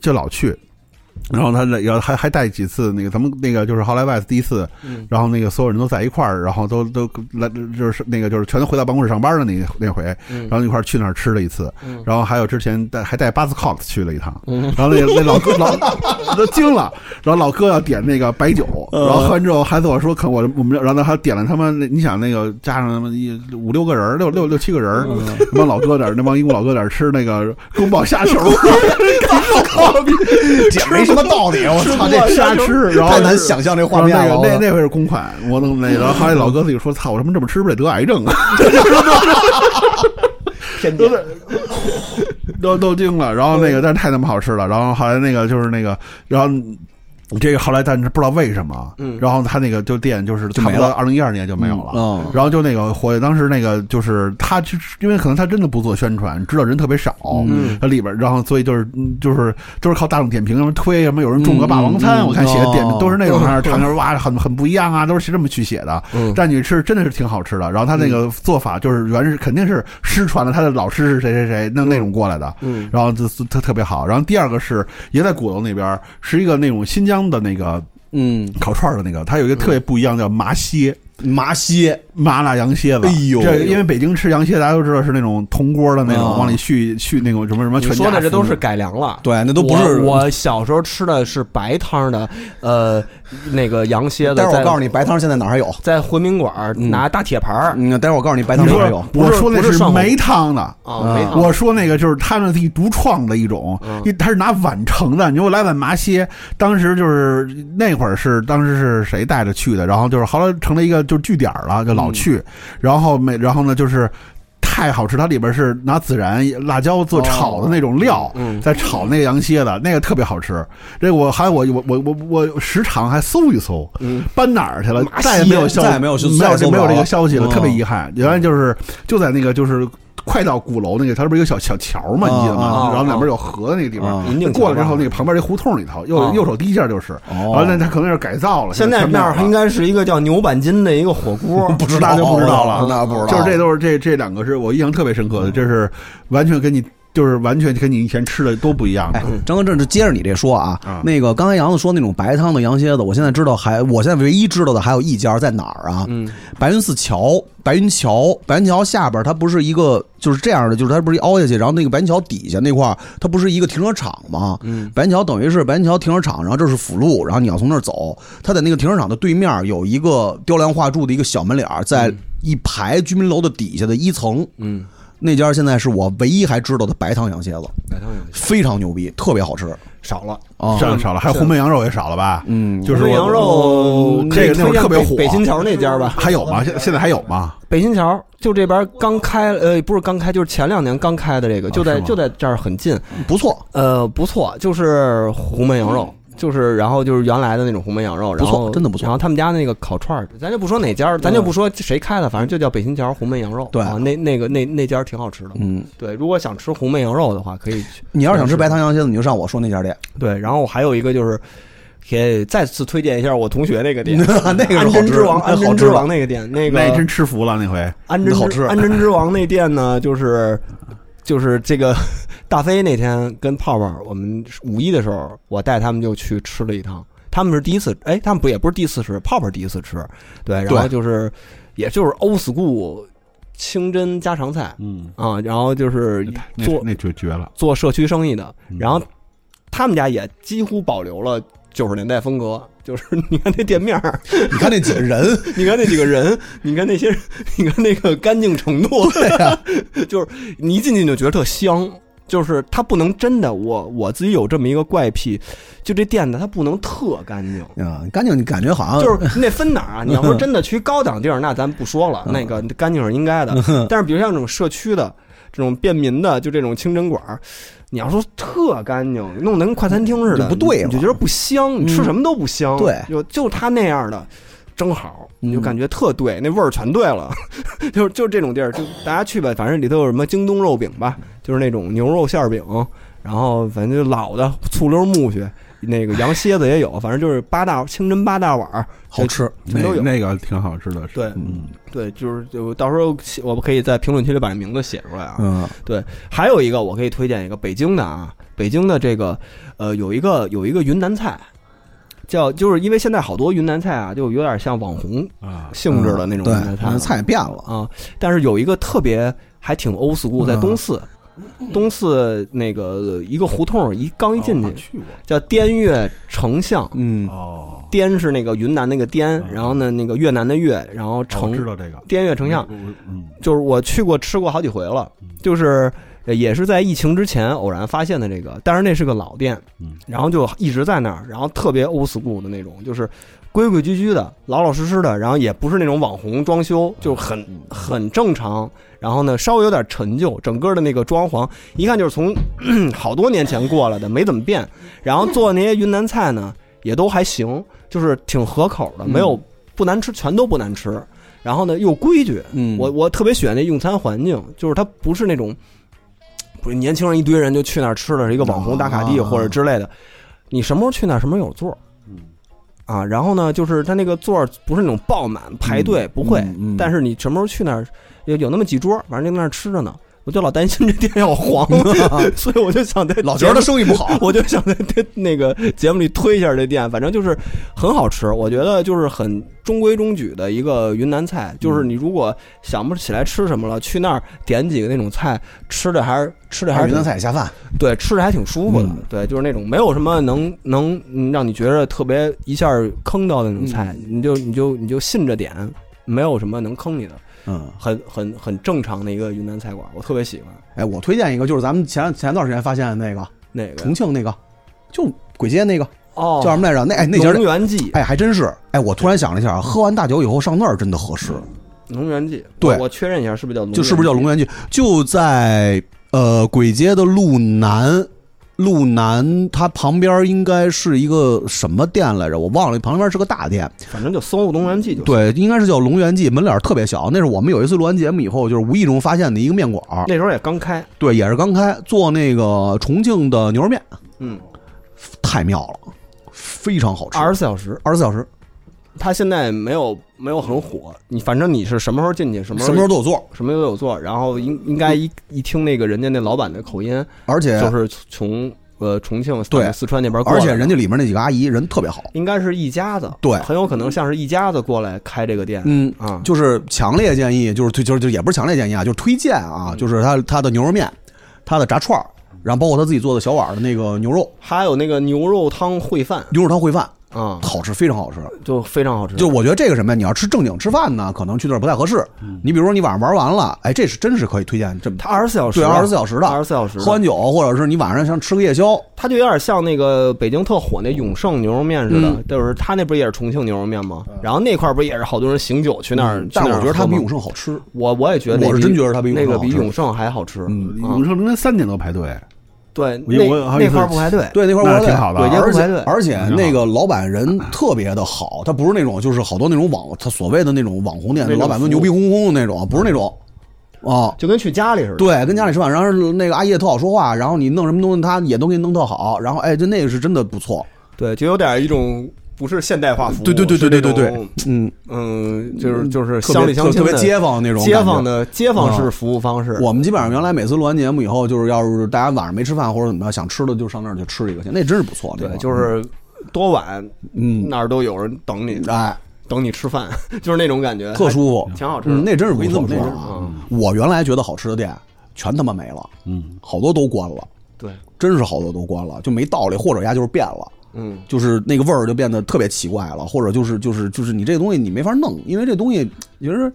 S3: 就老去。然后他那然后还还带几次那个咱们那个就是后来 Vice 第一次，
S2: 嗯
S3: 然后那个所有人都在一块儿，然后都都来就是那个就是全都回到办公室上班的那那回，
S2: 嗯
S3: 然后一块儿去那儿吃了一次
S2: 嗯，
S3: 然后还有之前带还带巴斯考特去了一趟，
S2: 嗯
S3: 然后那个那老哥
S2: (laughs)
S3: 老都惊了，然后老哥要点那个白酒，
S2: 嗯
S3: 然后喝完之后还跟我说，可我我们然后他点了他们那你想那个加上他们一五六个人儿，六六六七个人
S2: 嗯
S3: 儿，那帮老哥在那儿那帮英国老哥在那儿吃那个宫保虾球，
S2: (laughs)
S3: 嗯
S4: 这没什么道理，我操，这
S3: 瞎吃，然后
S4: 太难想象这画面
S3: 然后
S4: 了。
S3: 那个那那回是公款，我弄那，然后后来老哥自己说：“操，我他妈这么吃不得得癌症啊
S4: (laughs) 天津，！”
S3: (laughs) 都都惊了。然后那个，但是太他妈好吃了。然后后来那个就是那个，然后。这个后来，但是不知道为什么，
S2: 嗯
S3: 然后他那个就店就是差不
S4: 没
S3: 多
S4: 了
S3: 二零一二年就没有了，
S4: 嗯
S3: 然后就那个火，当时那个就是他，就是因为可能他真的不做宣传，知道人特别少，
S2: 嗯
S3: 他里边，然后所以就是嗯就是都是靠大众点评什么推什么，有人中个霸王餐，
S4: 嗯嗯
S3: 我看写的点、
S4: 哦
S3: 都是那种上尝尝哇，很很不一样啊，都是这么去写的。
S2: 嗯
S3: 但你吃真的是挺好吃的。然后他那个做法就是原是肯定是失传了，他的老师是谁谁谁那那种过来的，
S2: 嗯
S3: 然后就特特别好。然后第二个是也在鼓楼那边，是一个那种新疆的那个
S4: 嗯，
S3: 烤串儿的那个，它有一个特别不一样叫麻蝎。
S4: 麻蝎，
S3: 麻辣羊蝎子，
S4: 哎呦
S3: 这因为北京吃羊蝎，大家都知道是那种铜锅的那种，
S4: 啊
S3: 往里续续那种什么什么
S2: 你
S3: 全家
S2: 说的这都
S3: 福
S2: 是改良了，
S4: 对，那都不是
S2: 我。我小时候吃的是白汤的，呃，那个羊蝎子。
S4: 待会儿我
S2: 在
S4: 告诉你，白汤现在哪儿还有？
S2: 在回民馆儿
S3: 嗯
S2: 拿大铁盘儿
S4: 嗯，待会儿我告诉你，白
S3: 你
S4: 汤哪儿
S3: 说
S4: 还有？
S2: 不是
S3: 我说那
S2: 不是
S3: 是
S2: 上火
S3: 没汤的。
S2: 啊，没糖
S3: 我说那个就是他们自己独创的一种，因他是拿碗盛的。你给我来碗麻蝎，当时就是那会儿是当时是谁带着去的，然后就是后来成了一个就是据点儿了，就老去。然后每然后呢就是太好吃，它里边是拿孜然、辣椒做炒的那种料，在炒那个羊蝎子，那个特别好吃。这个我还我我我我我时常还搜一搜，搬哪儿去了
S4: 麻，
S3: 再也没有
S4: 蝎
S3: 消息，
S4: 再也没有消息
S3: 没
S4: 再也
S3: 有
S4: 搜
S3: 这
S4: 不
S3: 没有
S4: 着
S3: 这个
S4: 了
S3: 消息了，
S4: 嗯
S3: 特别遗憾。原来就是就在那个就是快到鼓楼那个，它不是有个小小桥嘛，
S4: 啊
S3: 你记得
S2: 啊
S3: 吗
S2: 啊？
S3: 然后两边有河的那个地方
S4: 啊，
S2: 银锭
S3: 过来之
S2: 桥
S3: 后，
S2: 吧
S3: 那个旁边这胡同里头，右
S2: 啊
S3: 右手第一家就是，
S4: 哦
S3: 然后那它可能是改造了，
S2: 现在
S3: 全没
S2: 那
S3: 有
S2: 儿
S3: 了
S2: 应该是一个叫牛板筋的一个火锅，
S4: 不知
S3: 那
S4: 道，
S3: 就 (laughs) 不知道
S4: 了
S3: 了，
S4: 那不知道。
S3: 哦就是这都是这这两个是我印象特别深刻的，这是完全跟你就是完全跟你以前吃的都不一样的
S4: 哎，张哥，这就接着你这说啊，
S3: 啊
S4: 那个刚才杨子说那种白汤的羊蝎子，我现在知道还，我现在唯一知道的还有一家在哪儿啊？
S2: 嗯，
S4: 白云寺桥，白云桥，白云桥下边它不是一个就是这样的，就是它不是一凹下去，然后那个白云桥底下那块儿它不是一个停车场吗？嗯，白云桥等于是白云桥停车场，然后这是辅路，然后你要从那儿走，它在那个停车场的对面有一个雕梁画柱的一个小门脸儿，在一排居民楼的底下的一层，嗯。那家现在是我唯一还知道的白汤羊蝎子，非常牛逼，特别好吃。
S2: 少了。
S4: 啊
S3: 少了少了，嗯还有红焖羊肉也少了吧？嗯，就是
S2: 红焖
S3: 我
S2: 羊肉可
S3: 这
S2: 以
S3: 个
S2: 推
S3: 那会儿
S2: 荐
S3: 特别
S2: 北
S3: 火，嗯
S2: 北新桥那家吧。
S3: 还有吗？现现在还有吗？
S2: 北新桥就这边刚开，呃，不是刚开，就是前两年刚开的这个，就在
S3: 啊是吗
S2: 就在这儿很近。
S4: 不错，
S2: 呃，不错，就是红焖羊肉，就是然后就是原来的那种红焖羊肉，然
S4: 错
S2: 后
S4: 嗯真的不错嗯
S2: 然后他们家那个烤串儿，咱就不说哪家儿，咱就不说谁开的，反正就叫北新桥红焖羊肉。
S4: 对
S2: 啊，那那个那那家儿挺好吃的。
S4: 嗯，
S2: 对，如果想吃红焖羊肉的话，可以去。
S4: 你要是想吃白糖羊蝎子，你就上我说那家店，
S2: 对，然后我还有一个就是，给再次推荐一下我同学那个店，
S4: (laughs) 那个是
S2: 安
S4: 好
S2: 贞
S4: 吃
S2: 之
S4: 的，
S2: 王，
S4: 哎
S2: 安
S4: 好
S2: 贞
S4: 吃
S2: 之
S4: 的
S2: 王那个店，那个
S3: 那真吃服了那回。
S2: 安贞
S4: 好
S2: 之
S4: 吃
S2: 安贞之王那店呢，就是就是这个大飞那天跟泡泡，我们五一的时候，我带他们就去吃了一趟。他们是第一次，哎，他们不也不是第一次吃，泡泡第一次吃，对，然后
S3: 对
S2: 就是也就是 old school 清真家常菜
S3: 嗯，
S2: 啊，然后就是
S3: 那
S2: 做
S3: 那绝绝了，
S2: 做社区生意的，
S3: 嗯
S2: 然后他们家也几乎保留了九十年代风格，就是你看那店面儿，
S4: 你看那几个人，
S2: (laughs) 你看那几个人，你看那些，你看那个干净程度，对呀、 (laughs) 就是你一进去就觉得特香。就是它不能真的，我我自己有这么一个怪癖，就这店呢，它不能特干净。
S4: 嗯，干净，你感觉好像
S2: 就是那分哪儿
S4: (laughs)
S2: 啊？你要说真的去高档地儿，那咱不说了，
S4: 嗯
S2: 那个干净是应该的。但是比如像这种社区的、这种便民的，就这种清真馆儿，你要说特干净，弄得跟快餐厅似的，
S4: 就不对了嗯
S2: 你就觉得不香，你吃什么都不香。
S4: 对
S2: 就就他那样的。正好，你就
S4: 嗯
S2: 感觉特对，那味儿全对了， (laughs) 就是就是这种地儿，就大家去吧，反正里头有什么京东肉饼吧，就是那种牛肉馅儿饼，然后反正就老的醋溜木须，那个羊蝎子也有，反正就是八大清真八大碗儿，
S4: 好吃。
S2: 全
S3: 那
S2: 都有。
S3: 那个挺好吃的，是
S2: 对
S3: 嗯，
S2: 对，就是就到时候写我们可以在评论区里把这名字写出来啊。
S4: 嗯，
S2: 还有一个我可以推荐一个北京的啊，北京的这个呃有一个有一个云南菜。叫就是因为现在好多云南菜啊，就有点像网红
S3: 啊，
S2: 性质的那种云南
S4: 对，
S2: 菜了、
S4: 那菜也变了。
S2: 啊，但是有一个特别还挺 old school，在
S3: 嗯
S2: 东四，东四那个一个胡同一刚一进
S3: 哦
S2: 去
S3: 去过
S2: 叫滇越丞相，
S4: 嗯，
S3: 哦，
S2: 滇是那个云南那个滇
S3: 嗯，哦
S2: 然后呢那个越南的越，然后
S3: 我知
S2: 丞
S3: 道这个
S2: 滇越丞相，
S3: 我，我嗯，
S2: 就是我去过吃过好几回了
S3: 嗯，
S2: 就是呃也是在疫情之前偶然发现的这个，但是那是个老店
S3: 嗯，
S2: 然后就一直在那儿，然后特别 old school 的那种，就是规规矩矩的、老老实实的，然后也不是那种网红装
S3: 嗯
S2: 修，就是很很正常。然后呢，稍微有点陈旧，整个的那个装潢一看就是从 (clears throat) 好多年前过来的，没怎么
S3: (laughs)
S2: 变。然后做那些云南菜呢，也都还行，就是挺合口的，没有
S3: 嗯
S2: 不难吃，全都不难吃。然后呢，又规矩，
S4: 嗯
S2: 我我特别喜欢那用餐环境，就是它不是那种，不是年轻人一堆人就去那儿吃的是一个网红打卡地
S4: 啊
S2: 或者之类的，你什么时候去那儿什么时候有座儿
S3: 嗯
S2: 啊。然后呢，就是它那个座儿不是那种爆满排队，不会，
S4: 嗯嗯
S2: 但是你什么时候去那儿有有那么几桌，反正就在那儿吃着呢。我就老担心这店要黄，
S4: (laughs)
S2: 所以我就想在
S4: 老
S2: 节
S4: 觉
S2: 目。
S4: 得生意不好 (laughs)
S2: 我就想在这那个节目里推一下这店，反正就是很好吃，我觉得就是很中规中矩的一个云南菜。就是你如果想不起来吃什么了，去那儿点几个那种菜，吃的还是吃的还是
S4: 啊云
S2: 挺
S4: 南菜也下饭，
S2: 对，吃着还挺舒服的。
S4: 嗯
S2: 对，就是那种没有什么能能嗯让你觉得特别一下坑到的那种菜，你就你就你就信着点，没有什么能坑你的，
S4: 嗯，
S2: 很很很正常的一个云南菜馆，我特别喜欢。
S4: 哎，我推荐一个，就是咱们前前段时间发现的那个
S2: 那个
S4: 重庆那个，就是簋街那个
S2: 哦，
S4: 叫什么来着？那哎那家
S2: 农园记，
S4: 哎还真是，哎我突然想了一下，喝完大酒以后上那儿真的合适，
S2: 农园记，
S4: 对
S2: 我我确认一下是不是叫农园记，
S4: 就是不是叫龙源记？就在呃簋街的路南。路南，它旁边应该是一个什么店来着？我忘了，旁边是个大店，
S2: 反正就搜《龙源记》就行。
S4: 对，应该是叫龙源记，门脸儿特别小。那是我们有一次录完节目以后，就是无意中发现的一个面馆儿，
S2: 那时候也刚开，
S4: 对，也是刚开，做那个重庆的牛肉面，
S2: 嗯，
S4: 太妙了，非常好吃，
S2: 二十四小时。
S4: 二十四小时，
S2: 他现在没有没有很火，你反正你是什么时候进去，什么
S4: 什么时候
S2: 候
S4: 都有座，
S2: 什么时候都有座，然后应应该一一听那个人家那老板的口音，
S4: 而且
S2: 就是从呃重庆
S4: 对
S2: 四川那边过来
S4: 而
S2: 的，
S4: 且人家里面那几个阿姨人特别好，
S2: 应该是一家子，
S4: 对
S2: 很有可能像是一家子过来开这个店，
S4: 嗯
S2: 啊
S4: 就是强烈建议，就是推，就是就也不是强烈建议啊，就是推荐
S2: 嗯
S4: 啊，就是他他的牛肉面，他的炸串儿，然后包括他自己做的小碗儿的那个牛肉
S2: 还有那个牛肉汤烩饭
S4: 牛肉汤烩饭，
S2: 啊，
S4: 好吃，非常好吃。
S2: 就非常好吃，
S4: 就我觉得这个什么呀，你要吃正经吃饭呢，可能去那儿不太合适。
S2: 嗯
S4: 你比如说你晚上玩完了，哎，这是真是可以推荐这么
S2: 他二十四小时
S4: 对
S2: 的，
S4: 二十四小时的，
S2: 二十四小时的
S4: 喝完酒，或者是你晚上想吃个夜宵，
S2: 它就有点像那个北京特火那永盛牛肉面似的，
S4: 嗯
S2: 就是它那不是也是重庆牛肉面吗？然后那块儿不也是好多人醒酒去那儿？
S4: 但我觉得它比永
S2: 盛，
S4: 盛好吃。
S2: 我我也觉得那比，
S4: 我是真觉得它比永
S2: 那
S4: 盛
S2: 个比
S4: 好吃
S2: 永盛还好吃。
S4: 嗯
S2: 啊
S3: 永盛凌晨三点多排队，
S2: 对，
S3: 我
S2: 那
S3: 我好像
S2: 那块儿不排队，
S4: 对，那块
S3: 那
S4: 儿我
S3: 挺好的
S4: 对，
S3: 啊
S2: 对
S4: 而
S2: 那块儿
S4: 且
S2: 排队
S4: 而且那个老板人特别的好，他不是那种就是好多那种网，他所谓的那种网红店，
S2: 那种
S4: 老板
S2: 服务
S4: 们牛逼哄哄的那种，不是那种，啊，
S2: 就跟去家里似的。
S4: 对，跟家里吃饭，然后那个阿姨也特好说话，然后你弄什么东西，他也都给你弄特好，然后哎，这那个是真的不错，
S2: 对，就有点一种不是现代化服务，
S4: 对对对
S2: 是
S4: 对
S2: 那
S4: 对对
S2: 种，
S4: 嗯，
S2: 嗯，就是就是
S4: 特别
S2: 乡里乡亲
S4: 特别
S2: 的
S4: 街坊那种
S2: 街
S4: 感觉嗯
S2: 坊的街坊式服务方式。
S4: 我们基本上原来每次录完节目以后，就是要是大家晚上没吃饭或者怎么着，想吃的就上那儿去吃一个去，那真是不错。那
S2: 对
S4: 个
S2: 就是多晚
S4: 嗯，
S2: 哪儿都有人等你，
S4: 哎，
S2: 等你吃饭， (laughs) 就是那种感觉，
S4: 特舒服
S2: 还，挺好吃的。
S4: 嗯，那真是
S2: 我
S4: 不
S2: 跟你这
S4: 错
S2: 么
S4: 不错
S2: 说
S4: 啊
S2: 啊，！
S4: 我原来觉得好吃的店全他妈没了，
S3: 嗯，
S4: 好多都关了，
S2: 对，
S4: 真是好多都关了，就没道理，或者呀就是变了。
S2: 嗯，
S4: 就是那个味儿就变得特别奇怪了，或者就是就是就是你这个东西你没法弄，因为这东西其实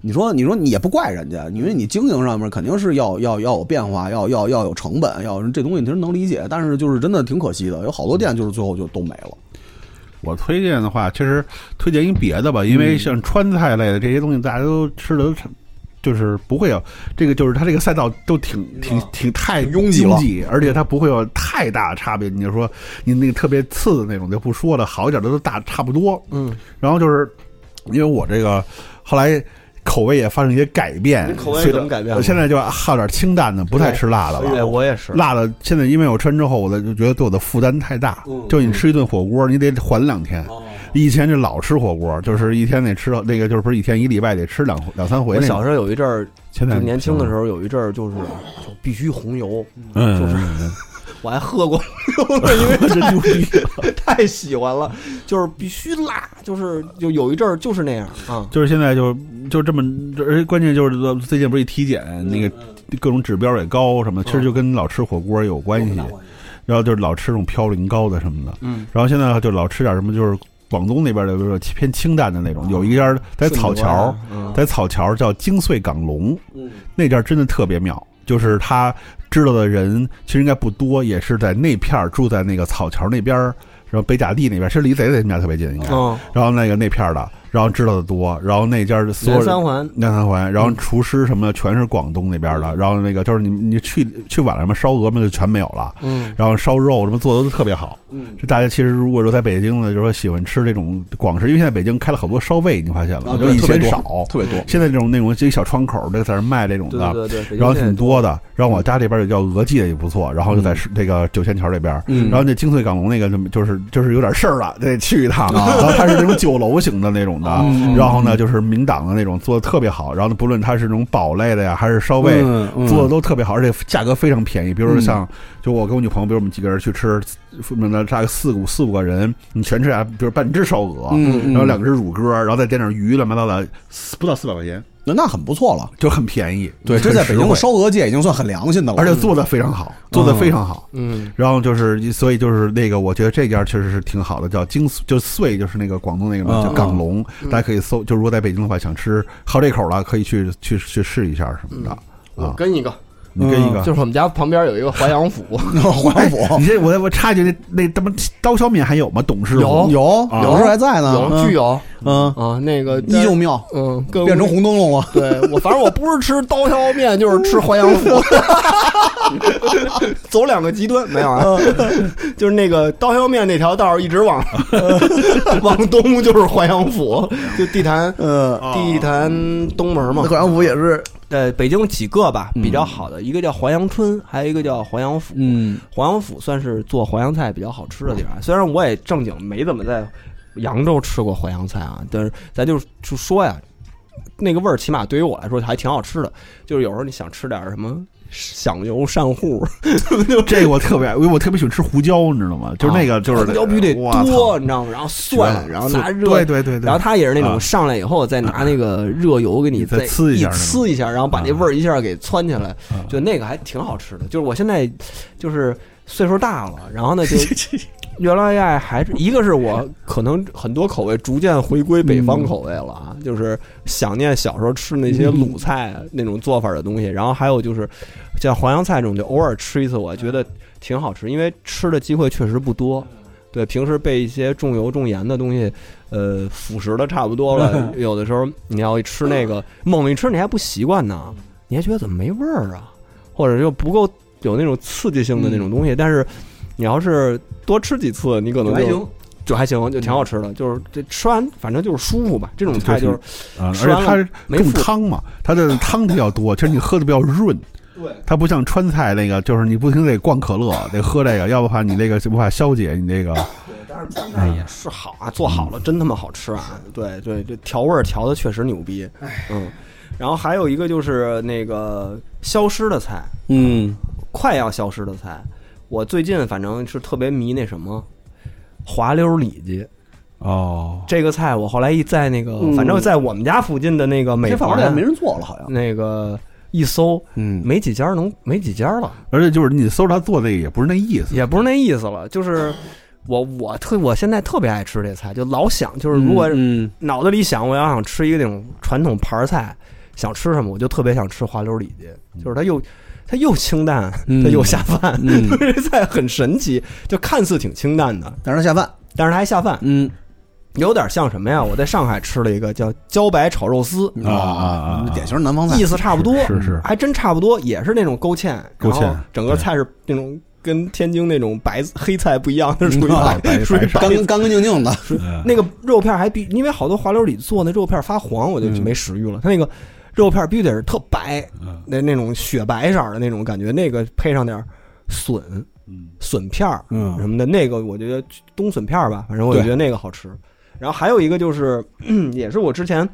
S4: 你说你说你也不怪人家，因为你经营上面肯定是要要要有变化，要要要有成本，要这东西其实能理解，但是就是真的挺可惜的，有好多店就是最后就都没了。
S3: 我推荐的话，其实推荐一别的吧，因
S2: 嗯
S3: 为像川菜类的这些东西，大家都吃的都差就是不会有这个，就是它这个赛道都挺
S2: 嗯
S3: 挺
S2: 啊
S3: 挺太拥
S4: 挤了
S3: 挤，而且它不会有太大差别。你就说你那个特别次的那种就不说了，好一点的都大差不多。
S2: 嗯，
S3: 然后就是因为我这个后来口味也发生一些改变
S2: 你，口味
S3: 所以
S2: 怎么改变了
S3: 我现在就好点清淡的，不太吃辣的了。
S2: 哎，我也是，
S3: 辣的，现在因为我吃完之后，我的就觉得对我的负担太大。
S2: 嗯
S3: 就你吃一顿火锅，你得缓两天。
S2: 哦
S3: 以前就老吃火锅，就是一天得吃到那个，就是不是一天一礼拜得吃两两三回
S2: 我
S3: 那
S2: 小
S3: 种。
S2: 时候有一阵儿，
S3: 前
S2: 就
S3: 两
S2: 年轻的时
S3: 候，
S2: 候有一阵儿，就是就必须红油，
S3: 嗯，
S2: 就是
S3: 嗯
S2: 我还喝过红油 (laughs) 了，因为太太喜欢了，就是必须辣，就是就有一阵儿就是那样啊。
S3: 就是现在就就这么，而且关键就是最近不是一体检，
S2: 嗯
S3: 那个各种指标也高什么的，其实就跟老吃火锅有关系。然后就是老吃这种嘌呤高的什么的，
S2: 嗯，
S3: 然后现在就老吃点什么，就是广东那边的，比如说偏清淡的那
S2: 哦
S3: 种。有一家在草桥，
S2: 嗯，
S3: 在草桥叫京穗港龙，
S2: 嗯
S3: 那地儿真的特别妙，就是他知道的人其实应该不多，也是在那片儿住在那个草桥那边儿，然后北甲地那边儿，其实离贼贼们家特别近，应该。
S2: 嗯，
S3: 然后那个那片儿的，然后知道的多，然后那家的所有
S2: 南
S3: 人
S2: 三环，嗯
S3: 南三环，然后厨师什么的全是广东那边的，然后那个就是你你去去晚了什么烧鹅们就全没有了。
S2: 嗯
S3: 然后烧肉什么做的都特别好，
S2: 嗯，
S3: 这大家其实如果说在北京呢，就说喜欢吃这种广式，因为现在北京开了好多烧味，你发现了
S2: 哦
S4: 啊
S3: 吗，就
S4: 对
S3: 以
S4: 特别
S3: 前
S4: 多
S3: 少，
S4: 特别
S2: 嗯
S4: 多
S3: 现在这种那种这个小窗口的在那儿卖这种
S2: 对
S3: 的，
S2: 嗯对对，北京
S3: 啊然后
S2: 现在
S3: 挺多的。然后我家这边有叫鹅记的也不错，然后就在是那个九仙桥这边。
S4: 嗯
S3: 然后那京穗港龙那个就就是就是有点事儿了，得去一趟。然后它是那种酒楼型的那种的，
S4: 嗯
S3: 然后呢就是明档的那种做的特别好。然后不论它是那种煲类的呀，还是烧味，
S4: 嗯嗯
S3: 做的都特别好，而且价格非常便宜。比如说像，就我跟我女朋友，比如我们几个人去吃，那大概四五四五个人，你全吃啊，比如半只烧鹅，
S4: 嗯嗯
S3: 然后两只乳鸽，然后再点点鱼，乱七八糟的，四不到四百块钱
S4: 那那很不错了，
S3: 就很便宜。
S4: 对，这
S3: 很
S4: 在
S3: 实
S4: 北京的
S3: 惠
S4: 烧鹅界已经算很良心的了， (laughs)
S3: 而且做的非常好，做的非常好。
S2: 嗯
S3: 然后就是，所以就是那个，我觉得这家确实是挺好的，叫京穗，就是穗，就是那个广东那个嘛，
S4: 嗯
S3: 叫港龙，大家可以搜。就如果在北京的话，想吃好这口了，可以去去去试一下什么的。
S2: 嗯我
S3: 啊，
S2: 跟一个，
S3: 你跟一
S2: 嗯就
S3: 个，
S2: 是我们家旁边有一个淮扬府，
S4: 淮安
S2: 哎
S4: 府
S2: 哦
S3: 你这我我插一句，那那他妈刀削面还有吗？董事
S2: 有
S3: 傅
S4: 有
S3: 啊
S4: 有时候还在呢，
S2: 有
S4: 嗯
S2: 巨有
S4: 嗯，
S2: 啊，那个
S4: 依旧妙，
S2: 嗯，跟
S4: 变成红灯笼了，
S2: 对我，反正我不是吃刀削面，就是吃淮扬府， (laughs) 走两个极端没有啊， (laughs) 就是那个刀削面那条道儿一直 (laughs) 往往东就是淮扬府，就地坛
S4: 呃，
S2: 地坛东门嘛
S4: 淮。安府也是，
S2: 对，哦北京几个吧比较好的，一个叫淮扬春，还有一个叫淮扬府。
S4: 嗯，
S2: 淮扬府算是做淮扬菜比较好吃的地方，虽然我也正经没怎么在扬州吃过淮扬菜啊，但是咱就就说呀，那个味儿起码对于我来说还挺好吃的。就是有时候你想吃点什么响油鳝糊，
S3: 这个我特别爱，因为我特别喜欢吃胡椒，你知道吗？就是那个就是
S2: 啊 (laughs) 胡椒必须得
S3: 哇操
S2: 多，你知道吗？然后蒜，然后拿热，
S3: 对对对对，
S2: 然后它也是那种
S3: 啊
S2: 上来以后再拿那个热油给你
S3: 你再
S2: 再
S3: 呲一
S2: 一
S3: 下
S2: 呲一下，然后把那味儿一下给窜起来
S3: 啊，
S2: 就那个还挺好吃的。就是我现在就是岁数大了，然后呢就
S3: (laughs)
S2: 原来爱还是一个是我可能很多口味逐渐回归北方口味了啊，就是想念小时候吃那些
S3: 嗯
S2: 鲁菜那种做法的东西，然后还有就是像淮扬菜这种，就偶尔吃一次，我觉得挺好吃，因为吃的机会确实不多。对，平时被一些重油重盐的东西，呃，腐蚀的差不多 (laughs) 了。有的时候你要一吃那个，猛一吃你还不习惯呢，你还觉得怎么没味儿啊，或者就不够有那种刺激性的那种东西。但是你要是多吃几次，
S4: 嗯
S2: 你可能嗯就就还行，就挺好吃的。就是这吃完反正就是舒服吧，这种菜就是
S3: 啊，而
S2: 吃
S3: 且
S2: 完了
S3: 它是
S2: 没
S3: 更
S2: 负
S3: 汤嘛，它的汤比较多，其实你喝的比较润。对，它不像川菜那个，就是你不停得灌可乐，得喝这个，要不然你那个无法消解你这
S2: (laughs)
S3: 个。
S4: 哎
S2: 也是好啊，做好
S4: 嗯
S2: 了真他妈好吃啊！对对，这调味儿调的确实牛逼。
S4: 哎
S2: 嗯，然后还有一个就是那个消失的菜，
S4: 嗯，
S2: 快要消失的菜，我最近反正是特别迷那什么滑溜里脊。
S3: 哦，
S2: 这个菜我后来一在那个，反正在我们家附近的那个美
S4: 嗯这饭馆
S2: 团
S4: 店没人做了，好像。
S2: 那个一搜，
S4: 嗯
S2: 没几家能没几家了，
S3: 而且就是你搜他做那个也不是那意思，
S2: 也不是那意思了。就是我我特我现在特别爱吃这菜，就老想就是如果
S3: 嗯
S2: 脑子里想我要想吃一个那种传统盘儿菜，想吃什么我就特别想吃滑溜里脊，就是它又它又清淡，
S3: 嗯
S2: 它又下饭， (laughs)
S3: 嗯
S2: 这菜很神奇，就看似挺清淡的，
S4: 但是下饭，
S2: 但是它还下饭，
S3: 嗯
S2: 有点像什么呀？我在上海吃了一个叫茭白炒肉丝，
S3: 啊啊啊啊
S4: 嗯典型南方菜
S2: 意。思差不多，
S3: 是是
S2: 还真差不多，也是那种勾芡，
S3: 勾芡
S2: 然后整个菜是那种跟天津那种白黑菜不一样，是属
S3: 嗯
S2: 于
S4: 啊 (laughs)
S2: 白，属于白
S4: 干干干净净的，
S2: 那个肉片还必，因为好多滑溜里做那肉片发黄，我就
S4: 嗯
S2: 没食欲了。它那个肉片必须得是特白，
S3: 嗯
S2: 那那种雪白色儿的那种感觉，那个配上点儿笋，笋片儿，
S4: 嗯
S2: 什么的，那个我觉得冬笋片儿吧，反正我就
S4: 对
S2: 觉得那个好吃。然后还有一个就是， (clears throat) 嗯也是我之前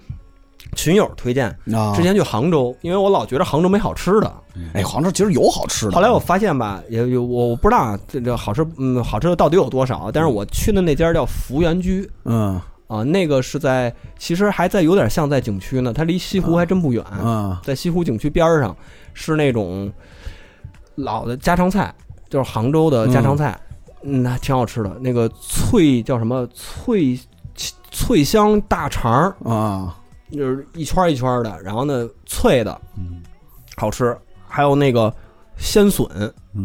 S2: 群友推荐，
S4: 啊
S2: 之前去杭州，因为我老觉得杭州没好吃的。
S4: 哎，杭州其实有好吃的。
S2: 后来我发现吧，也有我我不知道啊这这好吃，嗯，好吃的到底有多少？但是我去的那家叫福源居，
S4: 嗯
S2: 啊，那个是在，其实还在有点像在景区呢，它离西湖还真不远，
S4: 嗯
S2: 在西湖景区边儿上，是那种老的家常菜，就是杭州的家常菜，嗯，那挺好吃的。那个脆叫什么脆脆香大肠儿，
S4: 啊
S2: 就是一圈儿一圈儿的，然后呢脆的，好吃。还有那个鲜笋，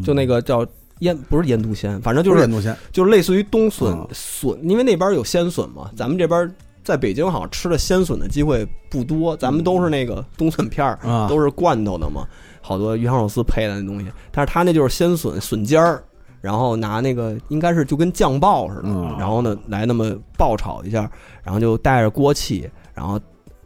S2: 就那个叫腌，不是腌笃鲜，反正就
S4: 不
S2: 是
S4: 印度鲜
S2: 就是类似于冬笋
S4: 嗯
S2: 笋，因为那边有鲜笋嘛，咱们这边在北京好像吃的鲜笋的机会不多，咱们都是那个冬笋片儿，
S4: 啊
S2: 都是罐头的嘛，好多鱼香肉丝配的那东西，但是他那就是鲜笋笋尖儿，然后拿那个应该是就跟酱爆似的，
S4: 嗯
S2: 然后呢来那么爆炒一下，然后就带着锅气，然后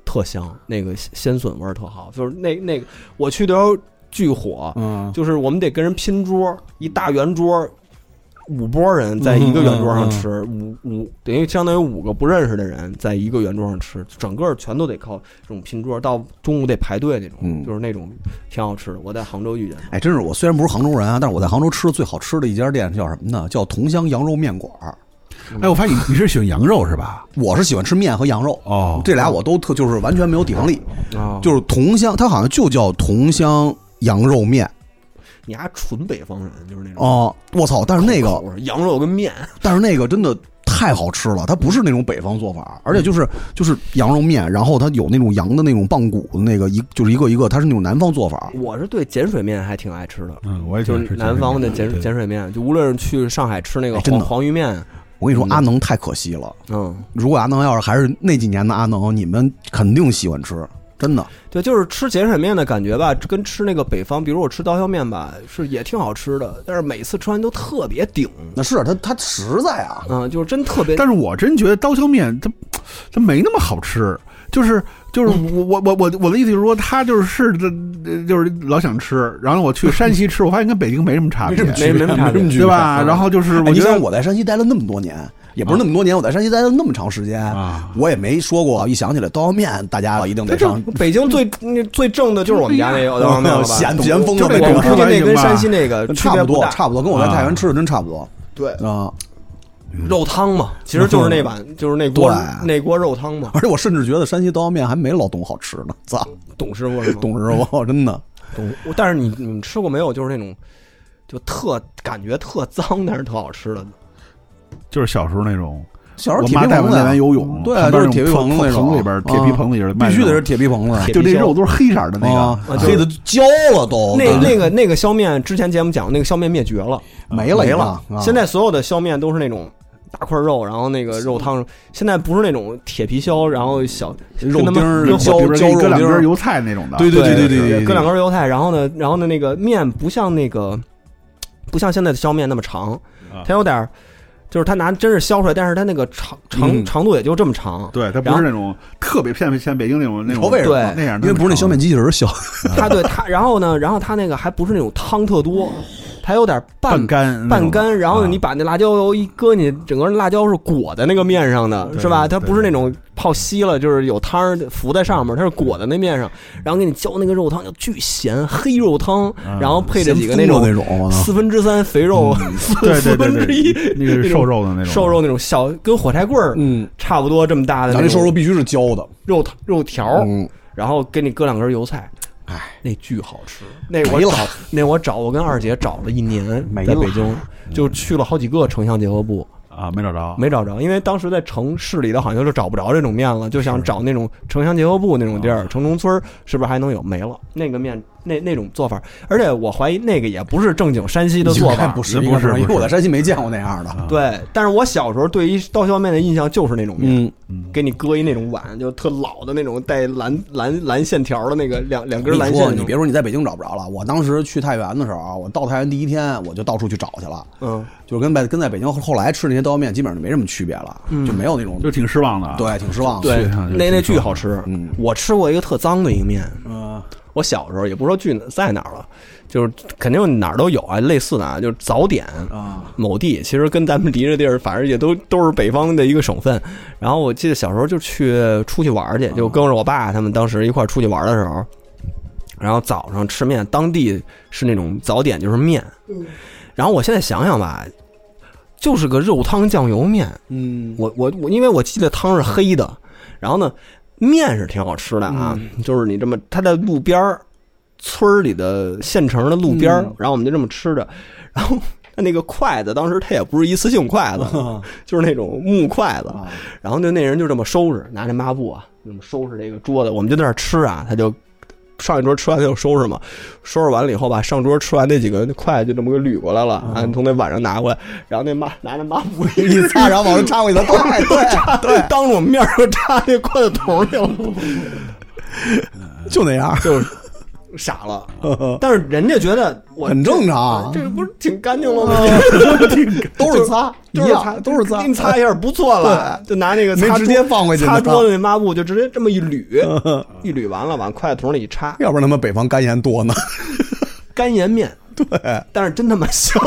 S2: 特香，那个鲜笋味儿特好，就是那那个我去的时候巨火，
S4: 嗯
S2: 就是我们得跟人拼桌，一大圆桌，五拨人在一个圆桌上吃，五五等于相当于五个不认识的人在一个圆桌上吃，整个全都得靠这种拼桌，到中午得排队那种，
S4: 嗯
S2: 就是那种挺好吃的。我在杭州遇见的，
S4: 哎，真是我虽然不是杭州人啊，但是我在杭州吃的最好吃的一家店叫什么呢？叫同乡羊肉面馆儿。
S3: 哎，我发现你你是喜欢羊肉是吧？
S4: 我是喜欢吃面和羊肉，
S3: 哦
S4: 这俩我都特就是完全没有抵抗力。
S2: 啊
S4: 就是同乡，它好像就叫同乡羊肉面
S2: 你还纯北方人，就是那种
S4: 哦。我操！但是那个
S2: 口味羊肉跟面，
S4: 但是那个真的太好吃了，它不是那种北方做法，而且就是就是羊肉面，然后它有那种羊的那种棒骨的那个一就是一个一个，它是那种南方做法。
S2: 我是对碱水面还挺爱吃的。
S3: 嗯，我也喜
S2: 就
S3: 欢
S2: 是
S3: 吃
S2: 南方的碱
S3: 对
S2: 碱水面，就无论是去上海吃那个
S4: 哎真
S2: 黄
S4: 的
S2: 黄鱼面，
S4: 我跟你说，阿能太可惜了，
S2: 嗯，
S4: 如果阿能要是还是那几年的阿能，你们肯定喜欢吃，真的。
S2: 对，就是吃碱水面的感觉吧，跟吃那个北方，比如我吃刀削面吧，是也挺好吃的，但是每次吃完都特别顶，
S4: 那是啊它它实在啊，
S2: 嗯，就是真特别。
S3: 但是我真觉得刀削面它它没那么好吃，就是就是我我我我我的意思就是说，它就是这这就是老想吃，然后我去山西吃，我发现跟北京没什么差别，
S2: 没没没差别
S3: 对吧？然后就是
S4: 哎
S3: 我
S4: 你
S3: 觉得
S4: 想我在山西待了那么多年，也不是那么多年，我在山西待了那么长时间，
S3: 啊
S4: 我也没说过。一想起来刀削面，大家一定
S2: 这
S4: 得
S2: 正
S4: 上
S2: 北京最那最正的就是我们家那个刀削面了吧？
S4: (laughs) 咸咸疯
S2: 就
S4: 了
S2: 这
S4: 那
S2: 我
S4: 种
S2: 们附
S3: 是
S2: 近
S3: 吧
S2: 那跟
S3: 吧
S2: 山西那个
S4: 呃差不多，差
S2: 不
S4: 不多，跟我在
S3: 啊
S4: 太原吃的真差不多。
S2: 对
S4: 啊，
S2: 肉汤嘛，其实就是那碗，就是那锅
S4: 嗯对
S2: 那锅肉汤嘛。
S4: 而且我甚至觉得山西刀削面还没老董好吃呢。操，
S2: 董师傅是吗？
S4: 董师傅 (laughs) 真的，
S2: 懂。但是你你们吃过没有？就是那种就特感觉特脏，但是特好吃的。
S3: 就是小时候那种。
S4: 小时候
S3: 我
S4: 铁
S3: 妈
S4: 皮
S3: 带我
S4: 棚子
S3: 那
S4: 呀
S3: 边游泳，
S4: 对
S3: 旁
S4: 啊，
S3: 边
S4: 就是铁皮
S3: 那种
S4: 棚子那种
S3: 棚里边，铁皮棚里边
S4: 啊必须得是，铁皮棚子，
S2: 铁
S3: 就
S2: 皮
S3: 那
S2: 箱
S3: 肉都是黑色的那
S4: 啊
S3: 个，，
S4: 黑的焦了都，
S2: 那那个那个削面，之前节目讲过那个削面灭绝了，
S4: 没了
S2: 没
S4: 已经
S2: 了。
S4: 啊
S2: 现在所有的削面都是那种大块肉，然后那个肉汤，现在不是那种铁皮削，然后小
S4: 肉
S2: 跟他们
S4: 丁儿
S2: 跟
S4: 焦
S3: 比如
S4: 焦
S3: 说搁
S4: 肉
S3: 两
S4: 丁
S3: 根
S4: 儿
S3: 油菜那种的，
S4: 对对对对对对
S2: 搁两根犹太，然后呢，然后呢，那个面不像那个，不像现在的削面那么长，它有点儿，就是它拿真是削出来，但是它那个长长
S4: 嗯
S2: 长度也就这么长，
S3: 对，它不是那种特别像像北京那种那种
S4: 说为什么
S2: 对
S3: 那样，
S4: 因为不是那削面机器人削，
S2: 它对它，然后呢，然后它那个还不是那种汤特多，它有点半
S3: 半干
S2: 半干，然后你
S3: 你
S2: 把那辣椒油一搁你，整个辣椒是裹在那个面上的，
S3: 对
S2: 是吧？它
S3: 嗯对
S2: 不是那种泡稀了，就是有汤儿浮在上面，它是裹在那面上，然后给你浇那个肉汤，就巨咸，黑肉汤，
S3: 嗯
S2: 然后配着几个那
S4: 咸
S2: 种
S4: 猪肉那种我啊操
S2: 四分之三肥肉，四
S3: 对
S2: (laughs)
S3: 对
S2: 四分
S3: 对
S2: 之
S3: 啊嗯对
S2: 一，
S3: 那个是瘦肉的那种
S2: 瘦肉那种小跟火柴棍儿
S4: 嗯，
S2: 差不多这么大的
S4: 咱
S2: 那
S4: 这
S2: 种
S4: 瘦肉必须是焦的，
S2: 肉汤肉条儿，
S4: 嗯，
S2: 然后给你搁两根油菜，
S4: 哎，
S2: 那巨好吃。那我
S4: 没了
S2: 找那我找我跟二姐找了一年，
S4: 没
S2: 在
S4: 了
S2: 北京就去了好几个城乡结合部，
S3: 啊，没找着，
S2: 没找着，因为当时在城市里的好像就找不着这种面了，就想找那种城乡结合部那种地
S4: 啊
S2: 儿，城中村儿是不是还能有？没了，那个面那那种做法，而且我怀疑那个也不是正经山西的做
S4: 应该
S2: 法，
S4: 不是，
S3: 不
S4: 应该
S3: 是
S4: 因
S3: 不
S4: 为
S3: 是
S4: 我在山西没见过那样的。
S2: 对，但是我小时候对于刀削面的印象就是那种面，
S4: 嗯，
S2: 给你搁一那种碗，就特老的那种带蓝蓝蓝线条的那个两两根
S4: 你
S2: 蓝
S4: 说
S2: 线。
S4: 你别，说你在北京找不着了，我当时去太原的时候啊，我到太原第一天我就到处去找去了，
S2: 嗯，
S4: 就是跟在跟在北京后来吃那些刀削面基本上就没什么区别了，就没有那种
S3: 就挺失望的啊。
S4: 对挺失望的。
S2: 对
S3: 去趟，就
S2: 那那
S3: 挺
S2: 巨
S3: 爽
S2: 好吃。嗯啊我吃过一个特脏的一个面，
S4: 嗯，
S2: 我小时候也不说具在哪儿了，就是肯定哪儿都有啊，类似的啊，就是早点
S4: 啊，
S2: 某地其实跟咱们离着地儿，反正也都都是北方的一个省份。然后我记得小时候就去出去玩儿去，就跟着我爸他们当时一块儿出去玩儿的时候，然后早上吃面，当地是那种早点就是面，然后我现在想想吧，就是个肉汤酱油面，
S4: 嗯，
S2: 我我我，因为我记得汤是黑的，然后呢，面是挺好吃的啊，就是你这么，它在路边儿，村儿里的县城的路边儿，然后我们就这么吃着，然后它那个筷子当时它也不是一次性筷子， (laughs) 就是那种木筷子，然后就那人就这么收拾，拿那抹布啊，那么收拾这个桌子，我们就在那儿吃啊，他就。上一桌吃完他就收拾嘛，收拾完了以后吧，上桌吃完那几个那筷子就这么给捋过来了，
S4: 嗯
S2: 啊，从那碗上拿过来，然后那抹拿着抹布 (laughs) 一
S4: 一擦，然后往上插过去的，对对
S2: 对，当 (laughs) 着我们面儿就插那筷子头
S4: (laughs)
S2: 去了，
S4: 对，就那样，
S2: (laughs) 就是傻了。但是人家觉得我
S4: 很正常啊
S2: 这，这不是挺干净了吗？
S4: (laughs) 都是擦，一
S2: (laughs) 就是擦，
S4: 样都是擦
S2: 给你。擦一下不错了，就拿那个
S4: 没
S2: 擦
S4: 直
S2: 桌
S4: 接放回去
S2: 擦
S4: 呢
S2: 桌子那抹布就直接这么一
S4: (laughs)
S2: 捋，一捋完了往筷子头里一插，
S4: 要不然他妈北方肝炎多呢，
S2: 干盐面，对，但是真他妈
S3: (laughs)
S2: 香。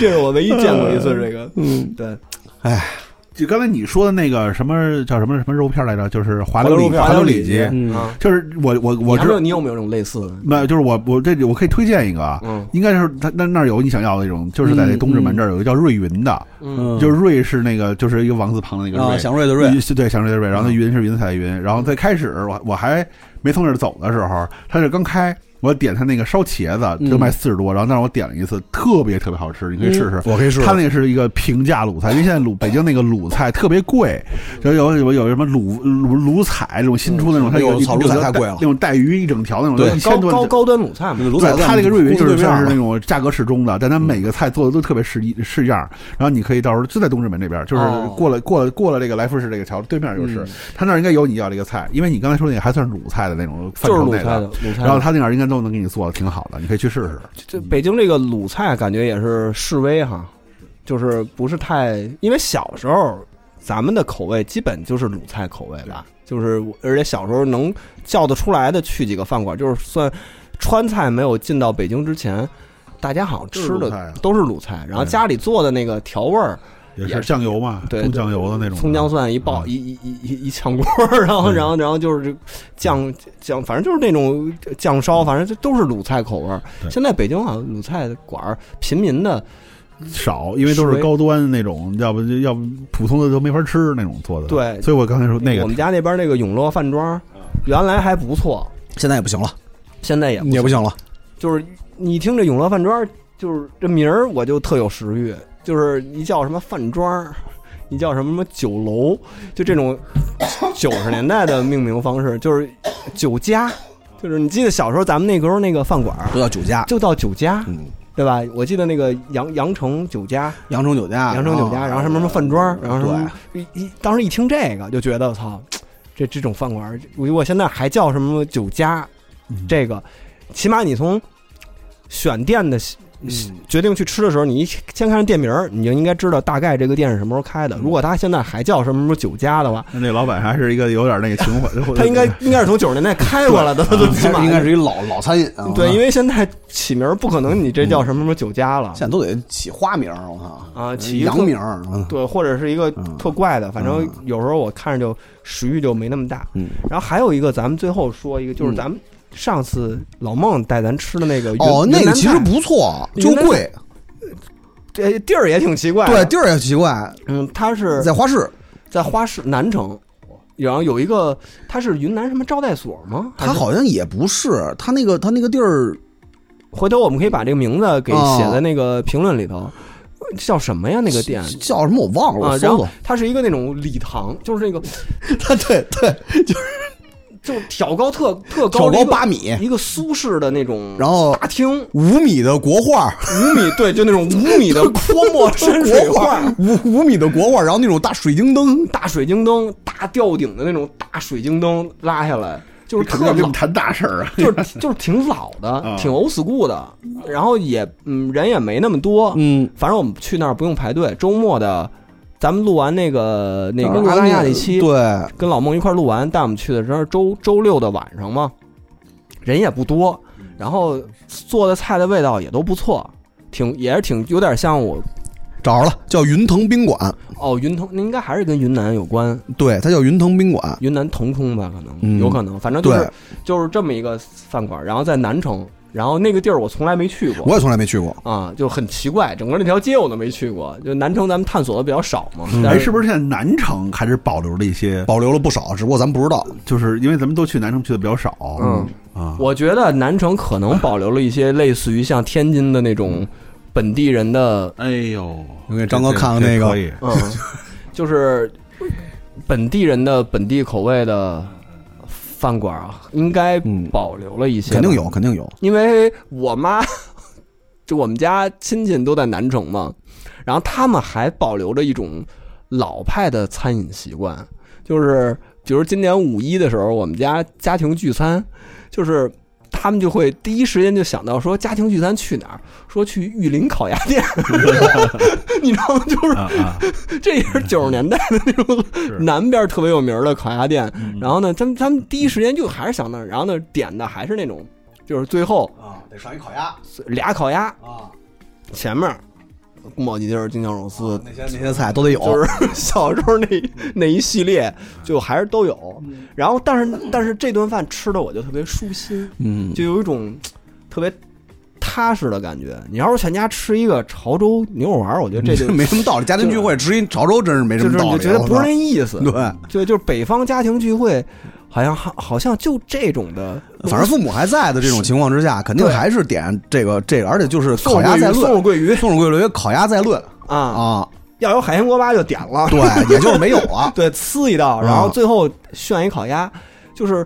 S2: 这是我唯一见过一次这个，嗯，对，
S3: 就刚才你说的那个什么叫什么什么肉片来着？就是滑
S4: 滑溜
S3: 溜里
S4: 肉片
S3: 滑
S4: 滑
S3: 溜
S4: 溜
S3: 里
S4: 里
S3: 脊，
S2: 嗯啊，
S3: 就是我我
S2: 你
S3: 我
S2: 还
S3: 知
S2: 没有你有没有这种类似的？
S3: 没有，就是我我这我可以推荐一个啊，
S2: 嗯
S3: 应该是他那那儿有你想要的那种，就是在那东直门这儿有一个叫瑞云的，
S4: 嗯
S3: 就是瑞是那个就是一个王字旁的那个瑞，
S4: 啊，祥瑞的瑞，嗯
S3: 对，祥瑞的瑞，然后那云是云彩的云，然后在开始我我还没从这儿走的时候，他是刚开。我点他那个烧
S4: 嗯
S3: 茄子，就卖四十多，然后但是我点了一次，特别特别好吃，你可以试试。
S4: 我可以试试
S3: 他那个是一个平价鲁菜，因为现在鲁北京那个鲁菜特别贵，就有有有什么鲁鲁鲁菜这种新出的那种，它
S4: 嗯有
S3: 有
S4: 草鲁菜太贵了
S3: 那种带鱼一整条那种，
S4: 对
S3: 一
S2: 高
S3: 千多
S2: 高高端鲁菜嘛，
S4: 鲁
S3: 对
S4: 菜，
S3: 它这个瑞云就是算
S4: 算
S3: 是那种价格适中的，但它每个菜做的都特别式一式样儿。然后你可以到时候就在东直门这边，就是
S4: 哦
S3: 过了过了过了这个来福士这个桥对面就是，
S2: 嗯
S3: 它那儿应该有你要这个菜，因为你刚才说那个还算是鲁菜的那种范
S2: 就是
S3: 畴
S2: 鲁
S3: 内
S2: 菜的
S3: 的。
S2: 鲁菜的。
S3: 然后他那儿应该都能给你做的挺好的，你可以去试试。
S2: 这北京这个鲁菜感觉也是示威哈，就是不是太，因为小时候咱们的口味基本就是鲁菜口味吧，就是我而且小时候能叫得出来的去几个饭馆，就是算川菜没有进到北京之前。大家好像吃
S3: 就是鲁菜
S2: 的
S3: 啊
S2: 都是鲁菜，然后家里做的那个调味儿，
S3: 也
S2: 也
S3: 是酱油嘛，
S2: 对
S3: 重酱油的那种的，嗯
S2: 葱姜蒜一爆一一一一一炝锅儿，然后然后然后就是酱酱，反正就是那种酱烧，反正这都是鲁菜口味儿。
S3: 对
S2: 现在北京好像鲁菜馆儿平民的
S3: 少，因为都是高端那种，要不就要不普通的都没法吃那种做的。
S2: 对
S3: 所以我刚才说那
S2: 我
S3: 个嗯
S2: 们家那边那个永乐饭庄，原来还不错，
S4: 现在也不行了，
S2: 现在也不
S4: 也不行了，
S2: 就是你听这永乐饭庄，就是这名儿我就特有食欲，就是一叫什么饭庄，你叫什么什么酒楼，就这种九十年代的命名方式，就是酒家，就是你记得小时候咱们那时候那个饭馆儿
S4: 都叫酒家，
S2: 就到酒家，
S4: 嗯，
S2: 对吧？我记得那个杨杨城酒家，
S4: 阳城酒家，
S2: 阳城酒家，然后什么什么饭庄，然后什么一一当时一听这个就觉得操，这这种饭馆儿，如果现在还
S4: 嗯
S2: 叫什么酒家，这个起码你从选店的
S4: 嗯
S2: 决定去吃的时候，你一先看店名儿，你就应该知道大概这个店是什么时候开的。
S4: 嗯
S2: 如果他现在还叫什么什么酒家的话，
S3: 那那老板还是一个有点那个情怀，
S2: (laughs) 他应该应该是从九十年代开过来的，他 (laughs) 最起码
S4: 应该是一老老餐饮啊。 (laughs)
S2: 对，因为现在起名儿不可能你这叫什么什么酒家了
S4: 现，在都得起花名儿，我操
S2: 啊起一个
S4: 洋名儿，嗯
S2: 对，或者是一个特怪的，反正有时候我看着就食欲就没那么大。
S4: 嗯，
S2: 然后还有一个，咱们最后说一个，就是咱们上次老孟带咱吃的那个云
S4: 哦，那个其实，
S2: 云南
S4: 不错，
S2: 云
S4: 就
S2: 南菜
S4: 贵，
S2: 菜呃地儿也挺奇怪
S4: 对
S2: 的。
S4: 地儿也奇怪，
S2: 嗯，它是
S4: 在花市，
S2: 在花市南城，然后有一个，它是云南什么招待所吗？还
S4: 它
S2: 是，
S4: 好像也不是，它那个它那个地儿
S2: 回头我们可以把这个名字给
S4: 哦
S2: 写在那个评论里头，叫什么呀？那个店。
S4: 叫什么我忘
S2: 嗯啊
S4: 了，我，
S2: 然
S4: 搜
S2: 后
S4: 搜。
S2: 它是一个那种礼堂，就是那个
S4: 它对对，
S2: 就挑高特特
S4: 挑
S2: 高的
S4: 高
S2: 一个
S4: 八米，
S2: 一个苏式的那种，
S4: 然后
S2: 大厅
S4: 五米的国画，
S2: 五米，对，就那种五米的泼墨山水
S4: 国
S2: (laughs) 画，
S4: 画五五米的国画，然后那种大水晶灯，
S2: 大水晶灯、大吊顶的那种大水晶灯拉下来，就是
S3: 肯
S2: 特
S3: 定跟你
S2: 老，
S3: 谈大事儿啊。
S2: 就是 (laughs) 就是挺老的
S3: 啊，
S2: 挺 old school 的，然后也嗯人也没那么多，
S4: 嗯，
S2: 反正我们去那儿不用排队。周末的，咱们录完那个那个阿拉亚那期，
S4: 对，
S2: 跟老孟一块儿录完，带我们去的时候周周六的晚上嘛，人也不多，然后做的菜的味道也都不错，挺也是挺有点像我
S4: 找着了，叫云腾宾馆，
S2: 哦云腾，那应该还是跟云南有关，
S4: 对，它叫云腾宾馆，
S2: 云南腾冲吧，可能、
S4: 嗯
S2: 有可能，反正就
S4: 对
S2: 是就是这么一个饭馆，然后在南城，然后那个地儿我从来没去过。
S4: 我也从来没去过，
S2: 啊、就很奇怪，整个那条街我都没去过。就南城咱们探索的比较少嘛，
S4: 嗯
S2: 但
S3: 哎，是不是现在南城还是保留了一些？
S4: 保留了不少，只不过咱不知道，
S3: 就是因为咱们都去南城去的比较少，
S2: 嗯
S3: 啊，
S2: 我觉得南城可能保留了一些类似于像天津的那种本地人的，
S3: 哎呦，
S4: 我给张哥
S3: 这这
S4: 看看那
S3: 这
S4: 个
S3: 可以
S2: 嗯，就是本地人的本地口味的饭馆啊，应该
S4: 嗯
S2: 保留了一些，
S4: 肯定有，肯定有，
S2: 因为我妈就我们家亲戚都在南城嘛，然后他们还保留着一种老派的餐饮习惯，就是比如今年五一的时候，我们家家庭聚餐，就是。他们就会第一时间就想到说家庭聚餐去哪儿，说去玉林烤鸭店， (laughs)
S4: (laughs)
S2: 你知道吗？就是
S3: 啊啊，
S2: 这也是九十年代的那种南边特别有名的烤鸭店。然后呢，他们他们第一时间就还是想那儿，然后呢点的还是那种，就是最后
S4: 啊，得上一烤鸭
S2: 俩烤鸭，
S4: 啊，
S2: 前面宫保鸡丁、京酱肉丝，
S4: 那些那些菜都得有，
S2: (laughs) 就是小时候那
S4: 嗯
S2: 那一系列就还是都有。然后，但是但是这顿饭吃的我就特别舒心，
S4: 嗯，
S2: 就有一种特别踏实的感觉。你要是全家吃一个潮州牛肉丸儿，我觉得这就
S4: 没什么道理，家庭聚会吃一潮州真是没什
S2: 就是
S4: 么道
S2: 你
S4: 理，
S2: 觉得
S4: 我
S2: 不是
S4: 操
S2: 那意思。
S4: 对。
S2: 对，就是北方家庭聚会，好像好好像就这种的，
S4: 反正父母还在的这种情况之下，肯定
S2: 嗯对
S4: 还是点这个这个，而且就是
S2: 宋
S4: 烤鸭
S2: 桂
S4: 再
S2: 鱼宋
S4: 论，
S2: 肉桂鱼
S4: 宋桂鱼烤鸭再论
S2: 啊，
S4: 啊，
S2: 要有海鲜锅巴就点了，。
S4: 对，也就是没有啊了
S2: (laughs) 对，呲一道，然后
S4: 啊
S2: 最后炫一烤鸭，就是，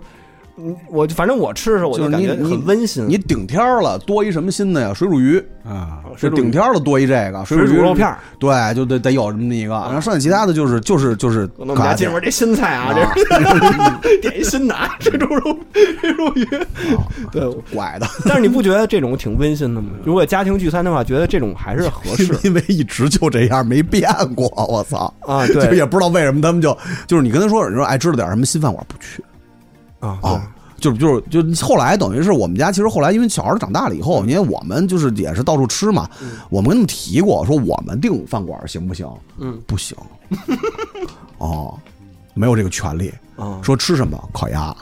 S2: 嗯，我反正我吃的时候我
S4: 就是
S2: 感
S4: 你
S2: 觉
S4: 你
S2: 很温馨。
S4: 你顶天儿了，多一什么新的呀？水煮鱼，
S3: 啊，
S4: 是顶天儿了，多一这个水
S2: 水煮
S4: 鱼
S2: 肉片，儿，
S4: 对，就得得有这么一个。然后剩下其他的就是就是就是
S2: 可能我们家
S4: 烤
S2: 进
S4: 鸭
S2: 门这新菜啊，这点一新的啊水煮肉水煮鱼，
S4: 啊
S2: 对。我
S4: (laughs) 拐的，
S2: 但是你不觉得这种挺温馨的吗？如果家庭聚餐的话，觉得这种还是合适
S4: 因为一直就这样没变过，我操！
S2: (laughs) 啊。
S4: (laughs) 就
S2: 对
S4: 也不知道为什么他们就就是你跟他说，你说哎，知道点什么新饭馆不去，
S2: 啊，对
S4: 啊。就是就是就后来等于是我们家，其实后来因为小孩儿长大了以后，因为我们就是也是到处吃嘛，
S3: 嗯
S4: 我们跟他们提过说我们订饭馆行不行？
S2: 嗯，
S4: 不行， (laughs) 哦，没有这个权利。
S2: 啊，
S3: 嗯
S4: 说吃什么烤鸭？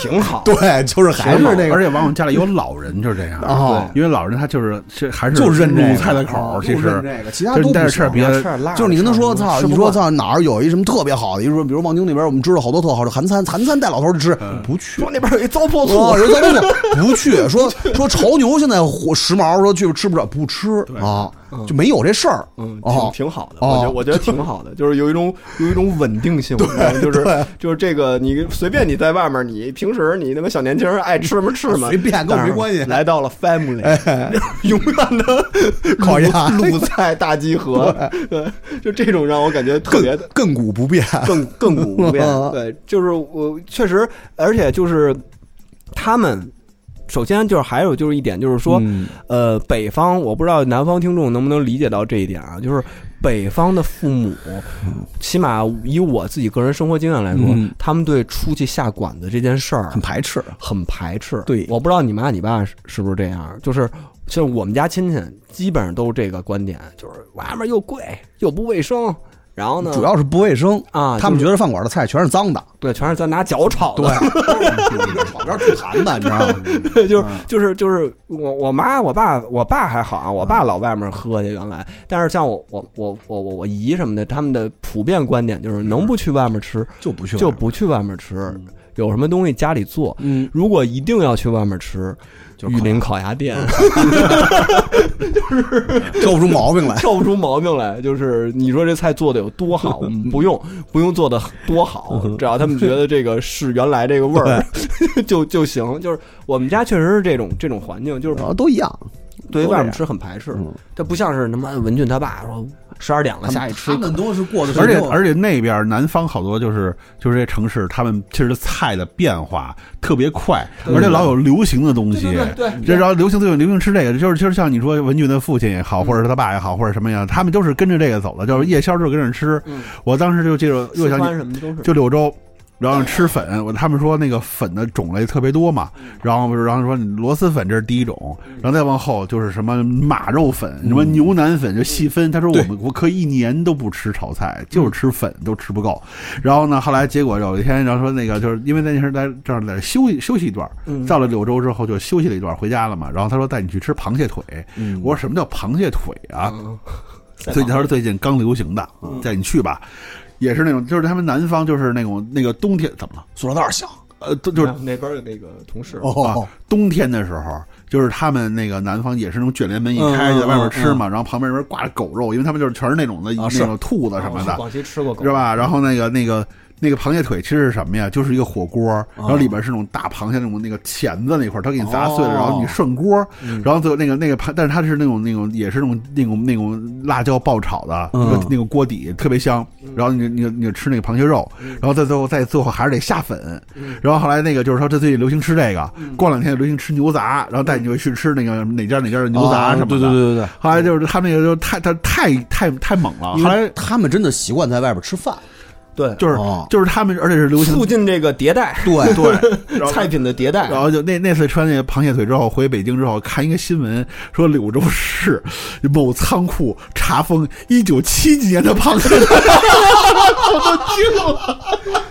S2: 挺好。
S4: 对，就是还是那
S3: 而
S4: 个
S3: 且往往家里有老人就是这样
S4: 哦，
S3: 因为老人他就是是还是
S4: 就认这
S3: 鲁
S4: 个嗯
S3: 菜的口儿，其
S4: 就认
S3: 实
S4: 这个，其他
S3: 就是
S4: 都
S3: 你带
S4: 不
S3: 着吃
S4: 行
S3: 点。别的，
S4: 就是你跟他说，操，你说
S2: 操，
S4: 操哪儿有一什么特别好的，比如说比如望京那边，我们知道好多特好的韩餐，韩餐带老头儿去吃，
S3: 嗯
S4: 不去。
S2: 说那边有一糟 (laughs) 粕醋，
S4: 哦，人咱们不去，说说潮牛现在火时髦，说去吃不了，不吃啊，就没有这事儿。
S2: 嗯，挺
S4: 哦，
S2: 挺好的，
S4: 哦
S2: 我觉得我觉得挺好的，就是有一种有一种稳定
S4: (laughs)
S2: 性，就是就是这个你随便你在外面，你平时你他妈小年轻人爱吃什么吃什么，
S4: 随便跟我没
S2: 但是
S4: 关系哎
S2: 来到了 family，永远的
S4: 烤鸭
S2: 鲁鲁菜大集合，对，就这种让我感觉特别
S4: 亘
S2: 的
S4: 亘古不变。。
S2: 更更古不变对，就是我确实，而且就是他们首先就是还有就是一点就是说，
S4: 嗯
S2: 呃，北方我不知道南方听众能不能理解到这一点啊，就是北方的父母，起码以我自己个人生活经验来说，
S4: 嗯
S2: 他们对出去下馆子这件事儿
S4: 很排斥，
S2: 很排斥。
S4: 对
S2: 我不知道你妈你爸是是不是这样，就是像我们家亲戚基本上都是这个观点，就是外面又贵又不卫生，然后呢，
S4: 主要是不卫生
S2: 嗯啊
S4: 他们
S2: 就
S4: 觉得饭馆的菜全是脏的，啊
S2: 对全是咱拿脚炒的， (laughs)
S4: 一边炒边吐痰的，你知道吗？
S2: 就是就是就是我我妈我爸我爸还好啊，我爸老外面喝去原来，但是像我我我我我我姨什么的，他们的普遍观点就是能不去外面吃
S4: 就不去
S2: 就不去外面吃，有什么东西家里做。
S4: 嗯，
S2: 如果一定要去外面吃，
S4: 就
S2: 玉林烤鸭店 (laughs)
S4: 挑不出毛
S2: (laughs)
S4: 病来。
S2: 挑不出毛病来，就是你说这菜做的有多好，我们不用不用做的多好，只要他们觉得这个是原来这个味儿 (laughs) 就就行。就是我们家确实是这种这种环境，就是
S4: 然后啊都一样，
S2: 对于
S4: 都
S2: 外
S4: 这
S2: 面
S4: 样
S2: 吃很排斥
S4: 嗯，
S2: 这不像是他妈文俊他爸说十二点了下去吃，
S4: 们都是过的
S3: 而且而且那边南方好多就是就是这些城市，他们其实菜的变化特别快，
S2: 对
S3: 而且老有流行的东西。
S2: 对
S3: 这然后流行最有流行吃这个，就是就是像你说文俊的父亲也好，或者是他爸也好，或者什么样，他们都是跟着这个走的，就是夜宵就跟着吃。
S2: 嗯
S3: 我当时就记着又想起
S2: 川什么都是
S3: 就柳州，然后吃粉，我他们说那个粉的种类特别多嘛，然后然后说你螺蛳粉这是第一种，然后再往后就是什么马肉粉、什么牛腩粉，就细分。他说我们我可以一年都不吃炒菜，就是吃粉都吃不够。然后呢，后来结果有一天，然后说那个就是因为那时候在这儿在休息休息一段，到了柳州之后就休息了一段，回家了嘛。然后他说带你去吃螃蟹腿，我说什么叫螃蟹腿啊？ (laughs) 最近他说最近刚流行的，带你去吧。也是那种，就是他们南方就是那种那个冬天怎么了？
S4: 塑料袋儿响
S3: 呃，都就是
S2: 那边的那个同事
S4: 哦
S3: 啊，冬天的时候，就是他们那个南方也是那种卷帘门一开
S4: 嗯
S3: 就在外面吃嘛，然后旁边人挂着狗肉，因为他们就是全是那种的、
S4: 啊是
S3: 那种兔子什么的，
S2: 广西吃过狗
S3: 是？吧？然后那个那个那个螃蟹腿其实是什么呀？就是一个火锅，
S4: 啊
S3: 然后里边是那种大螃蟹那种那个钳子那块儿，它给你砸碎了，
S4: 哦嗯
S3: 然后你涮锅，然后最后那个那个螃，但是它是那种那种也是那种那种那种辣椒爆炒的，
S4: 嗯
S3: 那个那个锅底特别香，然后你你你吃那个螃蟹肉，
S4: 嗯
S3: 然后再最后再最后还是得下粉，然后后来那个就是说这最近流行吃这个，
S4: 嗯
S3: 过两天流行吃牛杂，然后带你就去吃那个哪家哪家的牛
S2: 啊
S3: 杂什
S4: 啊对
S3: 么的，
S4: 对对对对。
S3: 后来就是他们那个就太他太太太猛
S2: 啊
S3: 了，后
S4: 后
S3: 来
S4: 来他们真的习惯在外边吃饭，
S2: 对，
S3: 就是、
S4: 哦
S3: 就是他们，而且是流行
S2: 促进这个迭代， (laughs)
S4: 对
S3: 对
S2: 菜品的迭代
S3: 然。后就那那次穿那个螃蟹腿之后，回北京之后看一个新闻，说柳州市 (laughs) 某仓库查封一九七几年的螃蟹腿， (laughs) 我都惊了。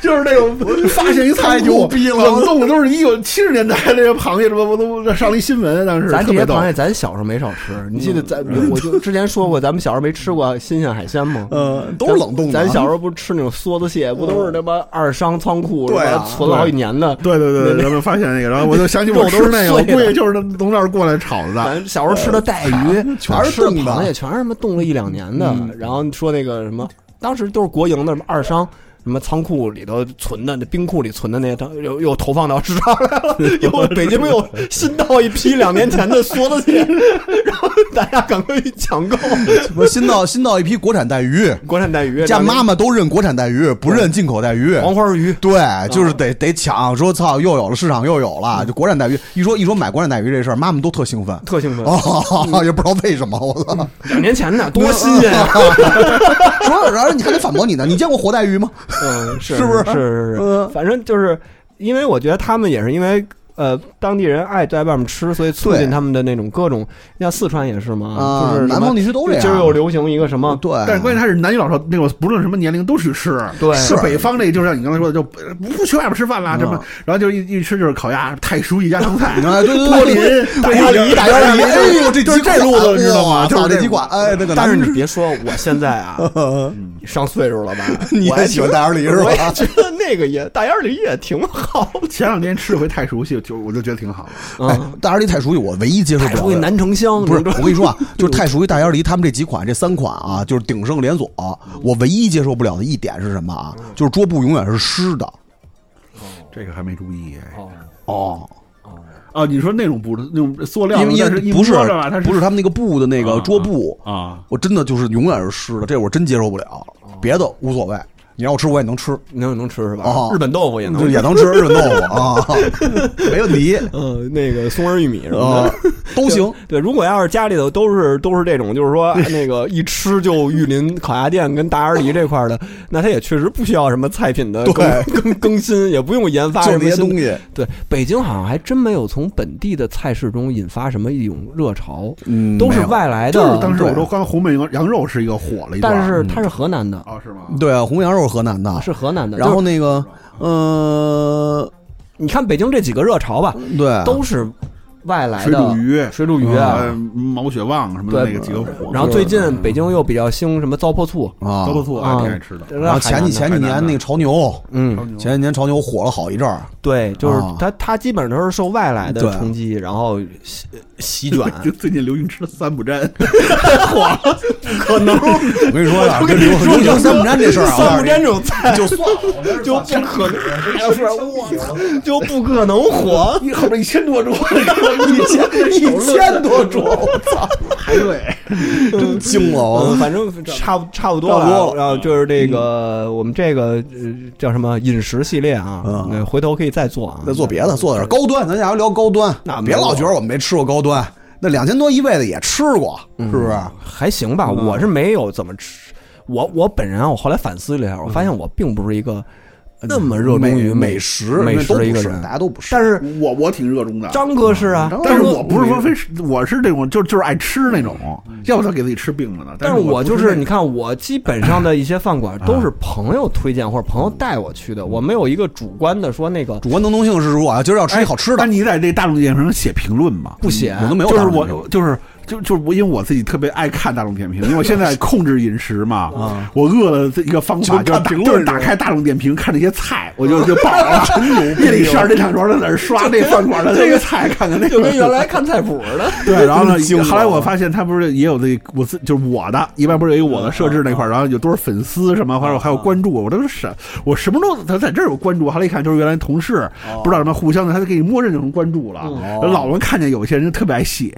S3: 就是那种发现一仓
S4: 太牛
S3: 库
S4: 逼了
S3: 冷冻的都是一九七十年代那些螃蟹什么，我都上了一新闻，当时
S2: 咱
S3: 特
S2: 这
S3: 别
S2: 些
S3: 逗嗯
S2: 螃蟹，咱小时候没少吃。你记得咱，我就之前说过，咱们小时候没吃过新鲜海鲜吗？
S4: 呃，都是冷冻的。
S3: 啊
S2: 咱小时候不是吃那种梭子蟹，不
S3: 嗯
S2: 都是他妈二商仓库
S4: 对啊
S2: 什么存了好几年的？
S3: 对对对，然后发现那个，然后我就想起我
S2: (laughs) 肉都
S3: 吃
S2: 是
S3: 那个，
S2: 碎
S3: 我
S2: 的
S3: 估计就是那从那儿过来炒的。
S2: 咱小时候吃的带鱼，
S4: 全是
S2: 吃的嗯
S4: 冻的
S2: 螃啊蟹，全是什么冻了一两年的。然后说那个什么，当时都是国营的什么二商。什么仓库里头存的，那冰库里存的那些，它又又投放到市场来了。又北京又新到一批两年前的梭子蟹， (laughs) 然后大家赶快去抢购。 (laughs)
S4: 我新到新到一批国产带鱼，
S2: 国产带鱼，
S4: 家妈妈都认国产带鱼，不认进口带鱼。
S2: 黄啊花鱼，
S4: 对，就是得得抢，说操，又有了市场，又有了，就国产带鱼。一说一说买国产带鱼这事儿，妈妈都特兴奋，
S2: 特兴奋嗯
S4: 哦， (laughs) 也不知道为什么，我操，
S2: 两年前的多新鲜啊呀！
S4: 说，然后你还得反驳你呢，你见过活带鱼吗？
S2: 嗯， (laughs) 是
S4: 是不
S2: 是
S4: 是
S2: 是是是，
S4: 嗯
S2: 反正就是因为我觉得他们也是因为。呃，当地人爱在外面吃，所以促进
S4: 对
S2: 他们的那种各种，像四川也是嘛，就
S4: 啊
S2: 是什么
S4: 南方地区都这样
S2: 今儿又流行一个什么，
S4: 对，
S3: 但是关键他是男女老少那种，不论什么年龄都去吃。
S2: 对
S3: 是
S4: 是
S3: 北方那，就像你刚才说的，就不不去外面吃饭啦，什么，然后就一一吃就是烤鸭、太叔一家常菜，
S4: (laughs) 哎对对对
S3: 多林、
S4: 大鸭梨，大鸭梨，哎呦，这
S3: 就是
S4: 几款
S3: 这路子，知道
S2: 啊
S3: 吗？
S4: 哇
S3: 就是
S4: 操
S3: 这
S4: 这几款，哎，那个，
S2: 但是你别说，我现在 (laughs) 啊，上岁数 (laughs) 了吧，
S4: 你
S2: 我还
S4: 也喜欢
S2: 觉得
S4: 大鸭梨是吧
S2: 我也觉得那个也大鸭梨也挺好的，
S3: 前两天吃了回太熟悉，就我就觉得挺好的。
S4: 哎， (laughs)
S2: 嗯
S4: 大鸭梨太熟悉，我唯一接受不
S2: 出
S4: 了
S2: 去
S4: 的。
S2: 南城乡
S4: 不是， (laughs)
S2: 你知道
S4: 我
S2: 吗
S4: 跟你说啊，就是太熟悉大鸭梨，他们这几款这三款啊，就是鼎盛连锁。我唯一接受不了的一点是什么啊？就是桌布永远是湿的。
S3: 这个还没注意哎
S4: 哦，
S3: 哦，你说那种不是那种塑料的，
S4: 因为因
S3: 但是
S4: 为
S3: 一
S4: 不是
S3: 摸着吧，它
S4: 不是他们那个布的那个桌布
S3: 啊，
S4: 我真的就是永远是湿的，这我真接受不了。别的无所谓，你让我吃我也能吃，
S2: 能能吃是吧？
S4: 哦
S2: 啊日本豆腐也能
S4: 就
S2: 吃，
S4: 也能吃日本豆腐啊，没问题
S2: 呃，那个松仁玉米什么
S4: 啊
S2: 的。，
S4: 都
S2: (laughs)
S4: 行。
S2: 对，如果要是家里头都是都是这种，就是说那个一吃就玉林烤鸭店跟大鸭梨这块儿的，那它也确实不需要什么菜品的更 (laughs)
S4: 对
S2: 更更新，也不用研发
S4: 就
S2: 什
S4: 是
S2: 么
S4: 这些
S2: 新
S4: 东。西，
S2: 对，北京好像还真没有从本地的菜市中引发什么一种热潮，
S4: 嗯
S2: 都是
S4: 没有
S2: 外来
S3: 就
S2: 的。
S3: 是当时
S4: 对
S3: 我说刚红焖羊羊肉是一个火了一段儿，
S2: 但是它是河南的，
S3: 嗯哦是吗？
S4: 对啊，红羊肉是河南的，
S2: 是河南的。
S4: 然后
S2: 就是
S4: 那个呃，
S2: 你看北京这几个热潮吧，
S4: 对，
S2: 都是外来
S3: 水煮
S2: 的。
S3: 鱼、
S2: 水煮鱼啊
S3: 呃毛血旺什么的
S2: 对
S3: 那个几个火，
S2: 然后最近北京又比较兴什么糟粕醋，
S4: 啊
S3: 都不错
S2: 啊
S3: 啊，挺爱吃的。
S4: 然后前几前几
S3: 海南
S4: 年
S3: 的
S4: 那个潮牛，
S2: 嗯，
S4: 前几年潮牛火了好一阵儿，
S2: 对，就是
S4: 啊
S2: 它，它基本上都是受外来的
S4: 对
S2: 冲击，然后席席卷。
S3: (laughs) 就最近流行吃的三不沾，
S4: 可能我跟你
S2: (laughs)
S4: 说呀，这流
S2: 说
S4: 流行三不沾这事儿啊，
S2: 三不沾这种菜
S4: 就算了，
S2: 就不可能，就是我就不可能火。 (laughs)
S3: 一后边一千多种，
S4: (laughs) 一千一千多种，我操，
S3: 排队。
S4: (laughs) 真惊了，
S2: 嗯， (laughs)
S4: 我
S2: 反正差不差不多
S4: 差不多
S2: 了。
S4: 了
S2: 然后就是这个，我们这个呃叫什么饮食系列啊
S4: 嗯，
S2: 那回头可以再做啊。
S4: 再做别的，做点高端，咱下回聊高端，
S2: 那没
S4: 别
S2: 有
S4: 老觉得我们没吃过高端，那两千多一位的也吃过，是不是？
S2: 还行吧，我是没有怎么吃。我我本人啊，我后来反思了一下，我发现我并不是一个那么热衷于
S4: 美
S2: 美
S4: 食，
S2: 美
S4: 那
S2: 食
S4: 都
S2: 的一
S4: 不
S2: 个
S4: 是
S2: 人
S4: 大，家都不是。
S2: 但是
S3: (laughs) 我我挺热衷的，
S2: 张哥是啊，
S3: 但是
S2: 张哥
S3: 我不是说非是，我是这种就就是爱吃那种，要不他给自己吃病了呢。
S2: 但
S3: 是
S2: 是我
S3: 不
S2: 就是是，你看，我基本上的一些饭
S4: 啊
S2: 馆都是朋友推荐或者朋友带我去的，我没有一个主观的说那个
S4: 主观能动性是说啊，今儿要吃一好吃的
S3: 但，哎你在这大众点评上写评论嘛？
S2: 不写，
S4: 我都没有
S3: 就
S4: 大
S3: 是
S4: 众点
S3: 我就是就就是我，因为我自己特别爱看大众点评，因为我现 (laughs) 在控制饮食嘛
S4: 啊，
S3: 我饿了这一个方法
S4: 就
S3: 就是
S4: 看
S3: 是打
S4: 评论
S3: 就是打开大众点评看那些菜，我 (laughs) 就就饱了。夜里十二点两钟在那儿刷这饭馆的这个菜，看看那个。
S2: 就跟原来看菜谱似
S4: (laughs)
S2: 的。
S3: 对，然后呢
S4: 真惊，了
S3: 后来我发现他不是也有那我自就是我的，一般不是有我的设置那块儿，然后有多少粉丝什么，
S4: 啊
S3: 还有还有关注我，我都是什我什么时候他在这儿有关注，后来一看就是原来同事，
S4: 哦
S3: 不知道什么互相的，他就给你默认就能关注了。
S4: 嗯
S3: 老能看见有些人特别爱写，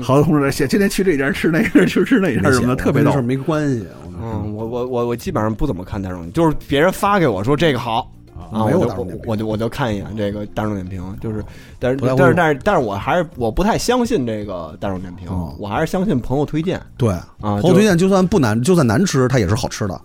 S3: 好多同事在写今天去这家吃那个去吃那家什么的，特别
S4: 跟这
S3: 逗
S4: 事儿。没关系。我们
S2: 嗯，我我我我基本上不怎么看大众，就是别人发给我说这个好。啊，我
S4: 没有
S2: 就
S4: 大众点评哦
S2: 我就我就看一眼这个大众点评，就是，但是
S4: 不太会
S2: 但是
S4: 用
S2: 但是但是我还是我不太相信这个大众点评
S4: 哦，
S2: 我还是相信朋友推
S4: (laughs)
S2: 荐。
S4: 对
S2: 啊
S4: 朋友推荐就算不难，就算难吃，它也是好吃的，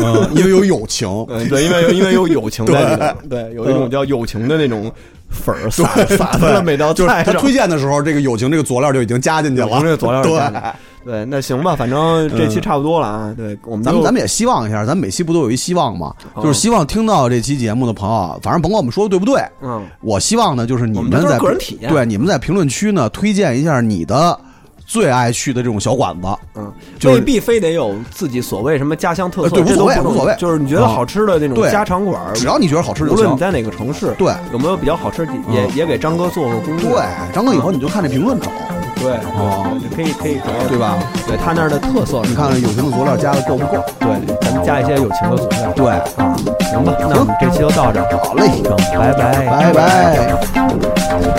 S4: 嗯因为有友情。
S2: 嗯，对，因为有因为有友情在里头，对，有一
S4: 嗯
S2: 种叫友情的那种粉儿撒撒在了每道
S4: 就是
S2: 菜
S4: 他
S2: 上。
S4: 推荐的时候，这个友情这个佐料就已经加进去了。
S2: 友情这个佐料
S4: 对，嗯
S2: 加进去对，那行吧，反正这期差不多了啊。对，我们
S4: 咱们
S2: 就
S4: 咱们也希望一下，咱们每期不都有一希望吗？
S2: 哦
S4: 就是希望听到这期节目的朋友，啊反正甭管我们说的对不对，
S2: 嗯，
S4: 我希望呢，就是你
S2: 我们这都
S4: 在
S2: 是个人啊体验
S4: 对你们在评论区呢推荐一下你的最爱去的这种小馆子。
S2: 嗯，
S4: 就是
S2: 未必非得有自己所谓什么家乡特色，
S4: 呃对
S2: 这都
S4: 无所谓
S2: 不重
S4: 无所谓嗯
S2: 就是你觉得好吃的那种
S4: 对
S2: 家常馆儿，
S4: 只要你觉得好吃
S2: 无
S4: 就
S2: 论你
S4: 行。
S2: 在哪个城市，
S4: 对嗯
S2: 有没有比较好吃的，也也给张哥做做攻略。
S4: 对，张哥以后你就看这评论找，
S2: 对，
S4: 哦
S2: 对可以可以找找
S4: 对吧？
S2: 对他那儿的特色是
S4: 你
S2: 什么，
S4: 看看友情的佐料加的够不够？
S2: 对，咱们加一些友情的佐料。
S4: 对，
S2: 啊，行吧，那我们这期就到这儿，
S4: 好嘞，
S2: 拜拜，
S4: 拜拜。